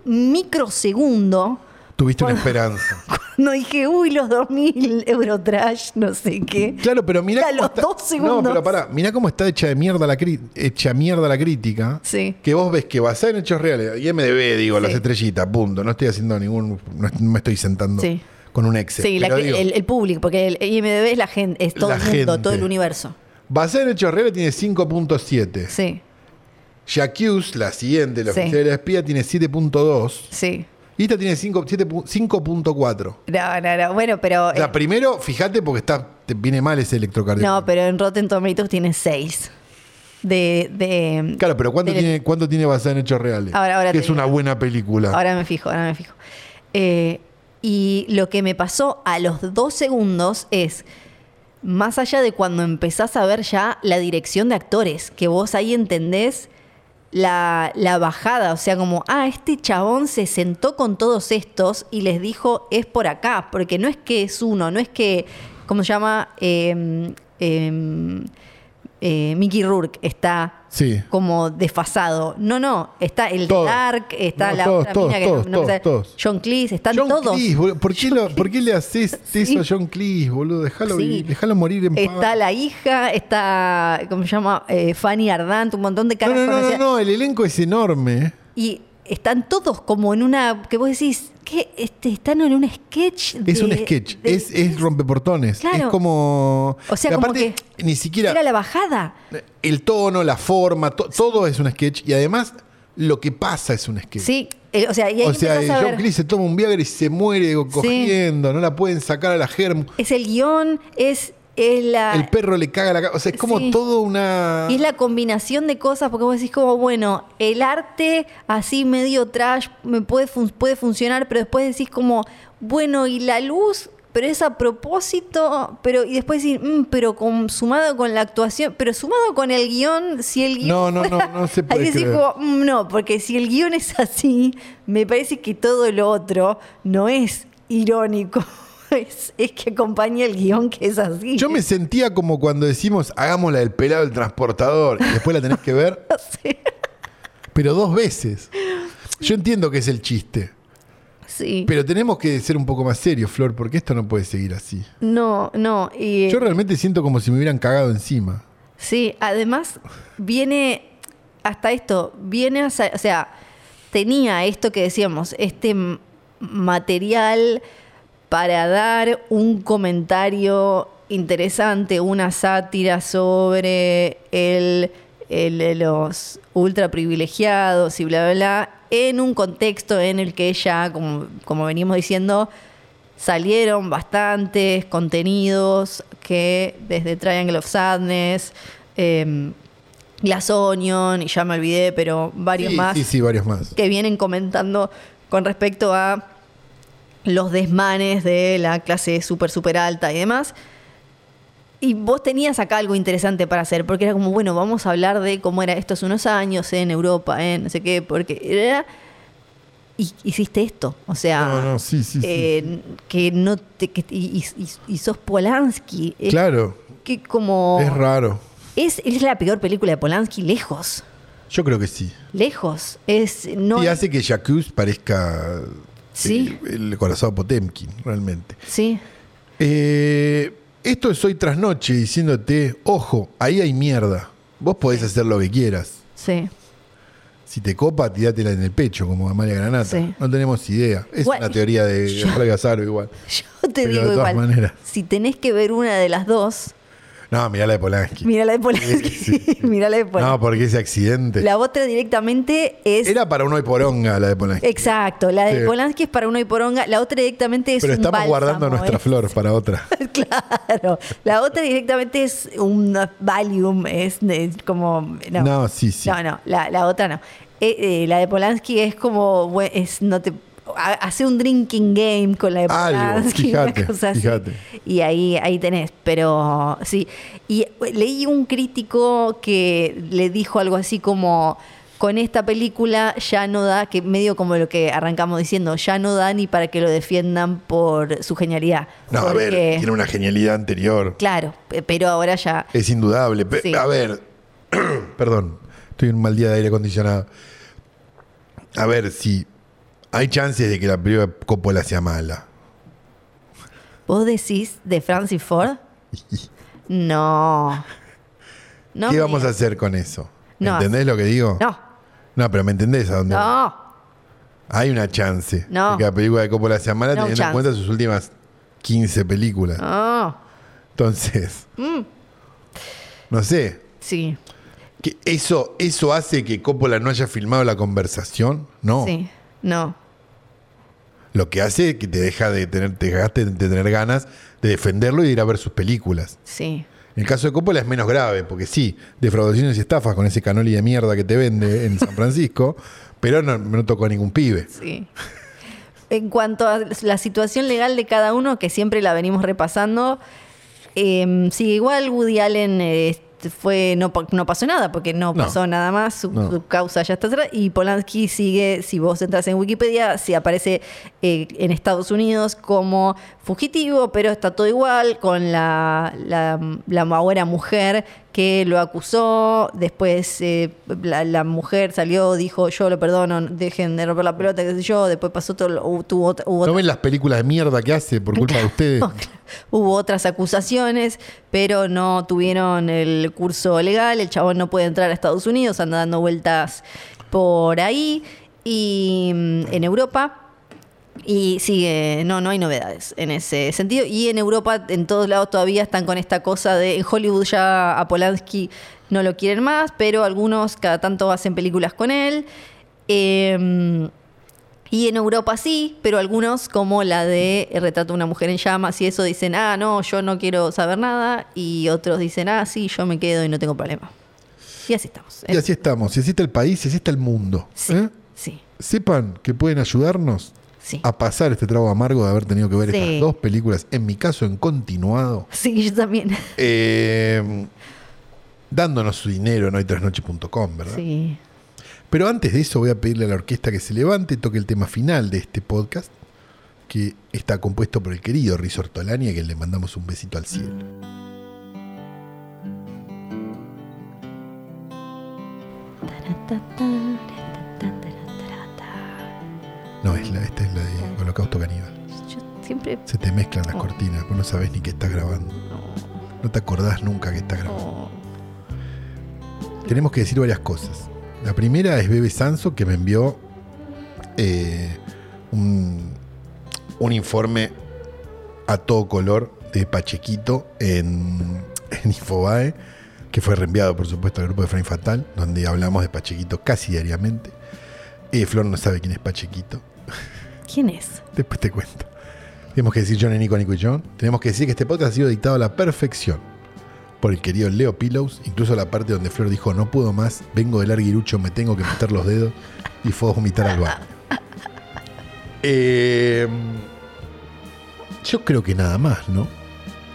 Speaker 2: microsegundo
Speaker 1: Tuviste una esperanza.
Speaker 2: no dije, uy, los 2000 Eurotrash, no sé qué.
Speaker 1: Claro, pero mira
Speaker 2: A los dos segundos.
Speaker 1: No, pero pará, mirá cómo está hecha de mierda la cri- hecha mierda la crítica.
Speaker 2: Sí.
Speaker 1: Que vos ves que basada en hechos reales, y MDB, digo, las
Speaker 2: Sí.
Speaker 1: estrellitas, punto. No estoy haciendo ningún, no, est- no me estoy sentando
Speaker 2: Sí.
Speaker 1: con un Excel.
Speaker 2: Sí, la
Speaker 1: pero
Speaker 2: que-
Speaker 1: digo,
Speaker 2: el, el público, porque el IMDB es la gente, es todo
Speaker 1: La
Speaker 2: el mundo,
Speaker 1: gente.
Speaker 2: todo el universo.
Speaker 1: basada en hechos reales tiene 5.7.
Speaker 2: Sí,
Speaker 1: Jack Hughes, la siguiente, la
Speaker 2: Sí.
Speaker 1: oficial de la espía, tiene 7.2.
Speaker 2: sí.
Speaker 1: Y esta tiene cinco- siete pu- 5.4.
Speaker 2: No, no, no. Bueno, pero.
Speaker 1: O sea,
Speaker 2: eh,
Speaker 1: primero, fíjate porque está, te viene mal ese electrocardiograma.
Speaker 2: no, pero en Rotten Tomatoes tiene 6. de, de-
Speaker 1: Claro, pero ¿cuánto,
Speaker 2: del-
Speaker 1: tiene, ¿cuánto tiene basada en hechos reales?
Speaker 2: Ahora- ahora
Speaker 3: Que
Speaker 2: te
Speaker 3: es
Speaker 2: digo.
Speaker 3: una buena película.
Speaker 2: Ahora me fijo, ahora me fijo. Eh, y lo que me pasó a los dos segundos es, más allá de cuando empezás a ver ya la dirección de actores, que vos ahí entendés la, la bajada, o sea, como, ah, este chabón se sentó con todos estos y les dijo, es por acá, porque no es que es uno, no es que, ¿cómo se llama? Eh, eh, eh, Mickey Rourke está
Speaker 1: Sí.
Speaker 2: como desfasado. No, no, está el
Speaker 1: Todos.
Speaker 2: Dark, está
Speaker 1: No,
Speaker 2: la
Speaker 1: todos,
Speaker 2: otra
Speaker 1: todos,
Speaker 2: mina que
Speaker 1: todos,
Speaker 2: no- no me sale.
Speaker 1: todos, todos.
Speaker 2: John Cleese, están
Speaker 1: John
Speaker 2: todos.
Speaker 1: Cleese, boludo. ¿Por qué, lo- por qué le haces
Speaker 2: Sí.
Speaker 1: eso a John Cleese, boludo? Déjalo
Speaker 2: Sí.
Speaker 1: vivir, déjalo morir en paz.
Speaker 2: Está la hija, está, ¿cómo se llama? Eh, Fanny Ardant, un montón de
Speaker 1: no,
Speaker 2: caras
Speaker 1: no, no, no,
Speaker 2: conocidas.
Speaker 1: no, el elenco es enorme. ¿eh?
Speaker 2: Y están todos como en una. que vos decís, ¿qué? Este, están en un sketch.
Speaker 1: Es
Speaker 2: de-
Speaker 1: un sketch,
Speaker 2: de-
Speaker 1: es, es rompeportones.
Speaker 2: Claro.
Speaker 1: Es como.
Speaker 2: O sea,
Speaker 1: y
Speaker 2: como
Speaker 1: aparte,
Speaker 2: que
Speaker 1: ni siquiera.
Speaker 2: Era la bajada.
Speaker 1: El tono, la forma, to- todo es un sketch. Y además, lo que pasa es un sketch.
Speaker 2: Sí, eh, o sea, y ahí
Speaker 1: o sea,
Speaker 2: empezás a
Speaker 1: John
Speaker 2: ver-
Speaker 1: Cleese se toma un Viagra y se muere cogiendo, no la pueden sacar a la germ.
Speaker 2: Es el guión, es, es la.
Speaker 1: El perro le caga la cara. O sea, es como
Speaker 2: Ah. Sí.
Speaker 1: todo una.
Speaker 2: Y es la combinación de cosas, porque vos decís como, bueno, el arte así medio trash me puede, fun- puede funcionar, pero después decís como, bueno, y la luz, pero es a propósito, pero y después decís, mm, pero con, sumado con la actuación, pero sumado con el guión, si el guión...
Speaker 1: No, no, no, no se puede
Speaker 2: Ahí decís
Speaker 1: creer.
Speaker 2: como, mm, no, porque si el guión es así, me parece que todo lo otro no es irónico. Es, es que acompaña el guión que es así.
Speaker 1: Yo me sentía como cuando decimos, hagamos la del pelado del transportador y después la tenés que ver,
Speaker 2: Sí.
Speaker 1: pero dos veces. Yo entiendo que es el chiste,
Speaker 2: Sí.
Speaker 1: pero tenemos que ser un poco más serios, Flor, porque esto no puede seguir así.
Speaker 2: No, no. Y,
Speaker 1: Yo realmente siento como si me hubieran cagado encima.
Speaker 2: Sí, además viene hasta esto, viene a, sa- o sea, tenía esto que decíamos, este m- material para dar un comentario interesante, una sátira sobre el, el- los ultra privilegiados y bla, bla, bla, en un contexto en el que ya, como, como venimos diciendo, salieron bastantes contenidos que desde Triangle of Sadness, eh, Glass Onion, y ya me olvidé, pero varios
Speaker 1: sí,
Speaker 2: más
Speaker 1: sí, sí, varios más.
Speaker 2: que vienen comentando con respecto a los desmanes de la clase súper, súper alta y demás. Y vos tenías acá algo interesante para hacer, porque era como, bueno, vamos a hablar de cómo era esto hace unos años en Europa, en no sé qué, porque era... Y hiciste esto, o sea,
Speaker 1: No, no, sí, sí, sí,
Speaker 2: eh, que no te, que- y, y- y- y sos Polanski, es
Speaker 1: Claro,
Speaker 2: que como
Speaker 1: es raro.
Speaker 2: es, es la peor película de Polanski lejos,
Speaker 1: Yo creo que sí.
Speaker 2: lejos, es no
Speaker 1: y hace que Jacuz parezca eh,
Speaker 2: Sí.
Speaker 1: el, corazón Potemkin, realmente.
Speaker 2: sí.
Speaker 1: Eh, esto es hoy tras noche diciéndote, ojo, ahí hay mierda. Vos podés hacer lo que quieras.
Speaker 2: Sí.
Speaker 1: Si te copa, tirátela en el pecho, como Amalia Granata.
Speaker 2: Sí.
Speaker 1: No tenemos idea. Es
Speaker 2: Igual-
Speaker 1: una teoría de
Speaker 2: Yo-
Speaker 1: Fray Gazzaro igual.
Speaker 2: Yo te
Speaker 1: Pero
Speaker 2: digo
Speaker 1: de todas
Speaker 2: igual.
Speaker 1: maneras.
Speaker 2: Si tenés que ver una de las dos,
Speaker 1: No, mirá la de Polanski.
Speaker 2: mira la de Polanski.
Speaker 1: Sí, sí.
Speaker 2: mira la de
Speaker 1: No,
Speaker 2: Polanski.
Speaker 1: porque ese accidente.
Speaker 2: la otra directamente es.
Speaker 1: Era para uno y poronga la de Polanski.
Speaker 2: Exacto. La de
Speaker 1: Sí.
Speaker 2: Polanski es para uno y poronga. La otra directamente es.
Speaker 1: Pero
Speaker 2: un
Speaker 1: estamos
Speaker 2: bálsamo,
Speaker 1: guardando nuestra
Speaker 2: ¿eh?
Speaker 1: flor para otra.
Speaker 2: claro. La otra directamente es un Valium. Es de- como. No,
Speaker 1: No, sí, sí.
Speaker 2: No, no, La, la otra no. Eh, eh, la de Polanski es como. bue- Es, no te. ha- Hace un drinking game con la de
Speaker 1: Algo,
Speaker 2: Polanski, una
Speaker 1: fíjate,
Speaker 2: cosa así.
Speaker 1: fíjate.
Speaker 2: Y ahí, ahí tenés, pero sí. Y eh, leí un crítico que le dijo algo así como, con esta película ya no da, que medio como lo que arrancamos diciendo, ya no da ni para que lo defiendan por su genialidad.
Speaker 1: No, a ver,
Speaker 2: Porque-
Speaker 1: tiene una genialidad anterior.
Speaker 2: Claro, pe- pero ahora ya...
Speaker 1: Es indudable. Pe-
Speaker 2: Sí.
Speaker 1: A ver, perdón, estoy en un mal día de aire acondicionado. A ver, si hay chances de que la película de Coppola sea mala.
Speaker 2: ¿Vos decís de Francis Ford? No. no
Speaker 1: ¿Qué
Speaker 2: me
Speaker 1: vamos a
Speaker 2: digas.
Speaker 1: hacer con eso?
Speaker 2: No.
Speaker 1: ¿Entendés lo que digo?
Speaker 2: No,
Speaker 1: No, pero ¿me entendés a dónde? voy?
Speaker 2: no.
Speaker 1: Hay una chance
Speaker 2: No.
Speaker 1: de que la película de Coppola sea mala
Speaker 2: No
Speaker 1: teniendo
Speaker 2: chance.
Speaker 1: en cuenta sus últimas 15 películas.
Speaker 2: No. Mm.
Speaker 1: Entonces, no sé.
Speaker 2: Sí,
Speaker 1: ¿que eso, ¿Eso hace que Coppola no haya filmado la conversación? No.
Speaker 2: sí, no.
Speaker 1: Lo que hace es que te deja de tener, te dejaste de tener ganas de defenderlo y de ir a ver sus películas.
Speaker 2: Sí.
Speaker 1: En el caso de Coppola es menos grave, porque sí, defraudaciones y estafas con ese canoli de mierda que te vende en San Francisco, pero no, no tocó a ningún pibe.
Speaker 2: Sí. En cuanto a la situación legal de cada uno, que siempre la venimos repasando, eh, sí, igual Woody Allen eh, fue, no, pa- no pasó nada, porque no,
Speaker 1: No.
Speaker 2: pasó nada más, su,
Speaker 1: No.
Speaker 2: su causa ya está atrás, y Polanski sigue, si vos entras en Wikipedia, si aparece eh, en Estados Unidos como fugitivo, pero está todo igual, con la, la, la ahora mujer que lo acusó, después eh, la, la mujer salió, dijo, yo lo perdono, dejen de romper la pelota, qué sé yo, después pasó todo, lo- hubo- tuvo otra- hubo otra-
Speaker 1: ¿No ven las películas de mierda que hace por culpa de ustedes?
Speaker 2: Hubo otras acusaciones, pero no tuvieron el curso legal. El chabón no puede entrar a Estados Unidos, anda dando vueltas por ahí y mm, en Europa. Y sigue, no, no hay novedades en ese sentido. Y en Europa, en todos lados todavía están con esta cosa de en Hollywood ya a Polanski no lo quieren más, pero algunos cada tanto hacen películas con él. Em, y en Europa sí, pero algunos, como la de El Retrato de una mujer en llamas y eso, dicen, ah, no, yo no quiero saber nada. Y otros dicen, ah, sí, yo me quedo y no tengo problema. Y así estamos. ¿eh?
Speaker 1: Y así estamos. Si así está el país, y así está el mundo.
Speaker 2: Sí,
Speaker 1: ¿eh?
Speaker 2: sí,
Speaker 1: Sepan que pueden ayudarnos
Speaker 2: sí.
Speaker 1: a pasar este trago amargo de haber tenido que ver
Speaker 2: Sí.
Speaker 1: estas dos películas, en mi caso en continuado,
Speaker 2: Sí, yo también.
Speaker 1: Ah. eh, dándonos su dinero en hoytrasnoche.com, ¿verdad?
Speaker 2: Sí.
Speaker 1: Pero antes de eso voy a pedirle a la orquesta que se levante y toque el tema final de este podcast, que está compuesto por el querido Riz Ortolani, a quien le mandamos un besito al cielo. No, es la, esta es la de Holocausto Caníbal.
Speaker 2: Yo siempre.
Speaker 1: Se te mezclan las cortinas, vos no sabés ni qué estás grabando. No te acordás nunca que estás grabando.
Speaker 2: Oh,
Speaker 1: Tenemos que decir varias cosas. La primera es Bebe Sanso, que me envió eh, un, un informe a todo color de Pachequito en, en Infobae, que fue reenviado, por supuesto, al grupo de Frank Fatal, donde hablamos de Pachequito casi diariamente. Eh, Flor no sabe quién es Pachequito.
Speaker 2: ¿Quién es?
Speaker 1: Después te cuento. Tenemos que decir John y Nico, Nico y John. Tenemos que decir que este podcast ha sido dictado a la perfección por el querido Leo Pillows. Incluso la parte donde Flor dijo, no puedo más, vengo del arguirucho, me tengo que meter los dedos. Y fue a vomitar al baño. Eh, yo creo que nada más, ¿no?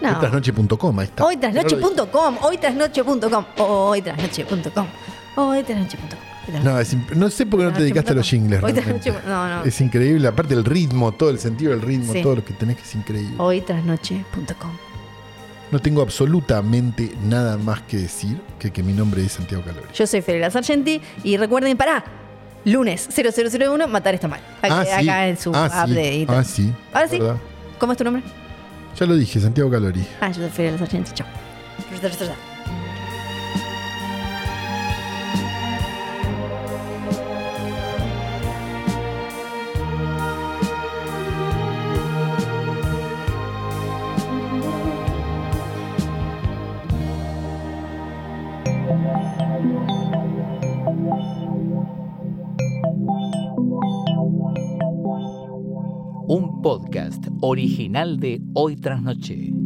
Speaker 2: No.
Speaker 1: Otrasnoche.com, ahí está.
Speaker 2: Hoytrasnoche.com, hoytrasnoche.com, hoytrasnoche.com, hoytrasnoche.com.
Speaker 1: No, es imp- no sé por qué no te dedicaste a los jingles.
Speaker 2: Hoy tras
Speaker 1: realmente.
Speaker 2: noche- no, no.
Speaker 1: Es increíble. Aparte el ritmo, todo el sentido del ritmo,
Speaker 2: Sí.
Speaker 1: todo lo que tenés que es increíble.
Speaker 2: Hoytrasnoche.com.
Speaker 1: No tengo absolutamente nada más que decir que que mi nombre es Santiago Calori.
Speaker 2: Yo soy Ferela Sargenti y recuerden, pará, lunes 0001, matar está mal. Acá, acá en su
Speaker 1: Ah,
Speaker 2: app
Speaker 1: sí.
Speaker 2: de Instagram.
Speaker 1: Ah, sí.
Speaker 2: Ahora sí.
Speaker 1: ¿Verdad?
Speaker 2: ¿Cómo es tu nombre?
Speaker 1: Ya lo dije, Santiago Calori.
Speaker 2: Ah, yo soy Ferela Sargenti, chao.
Speaker 4: Un podcast original de Hoy Tras Noche.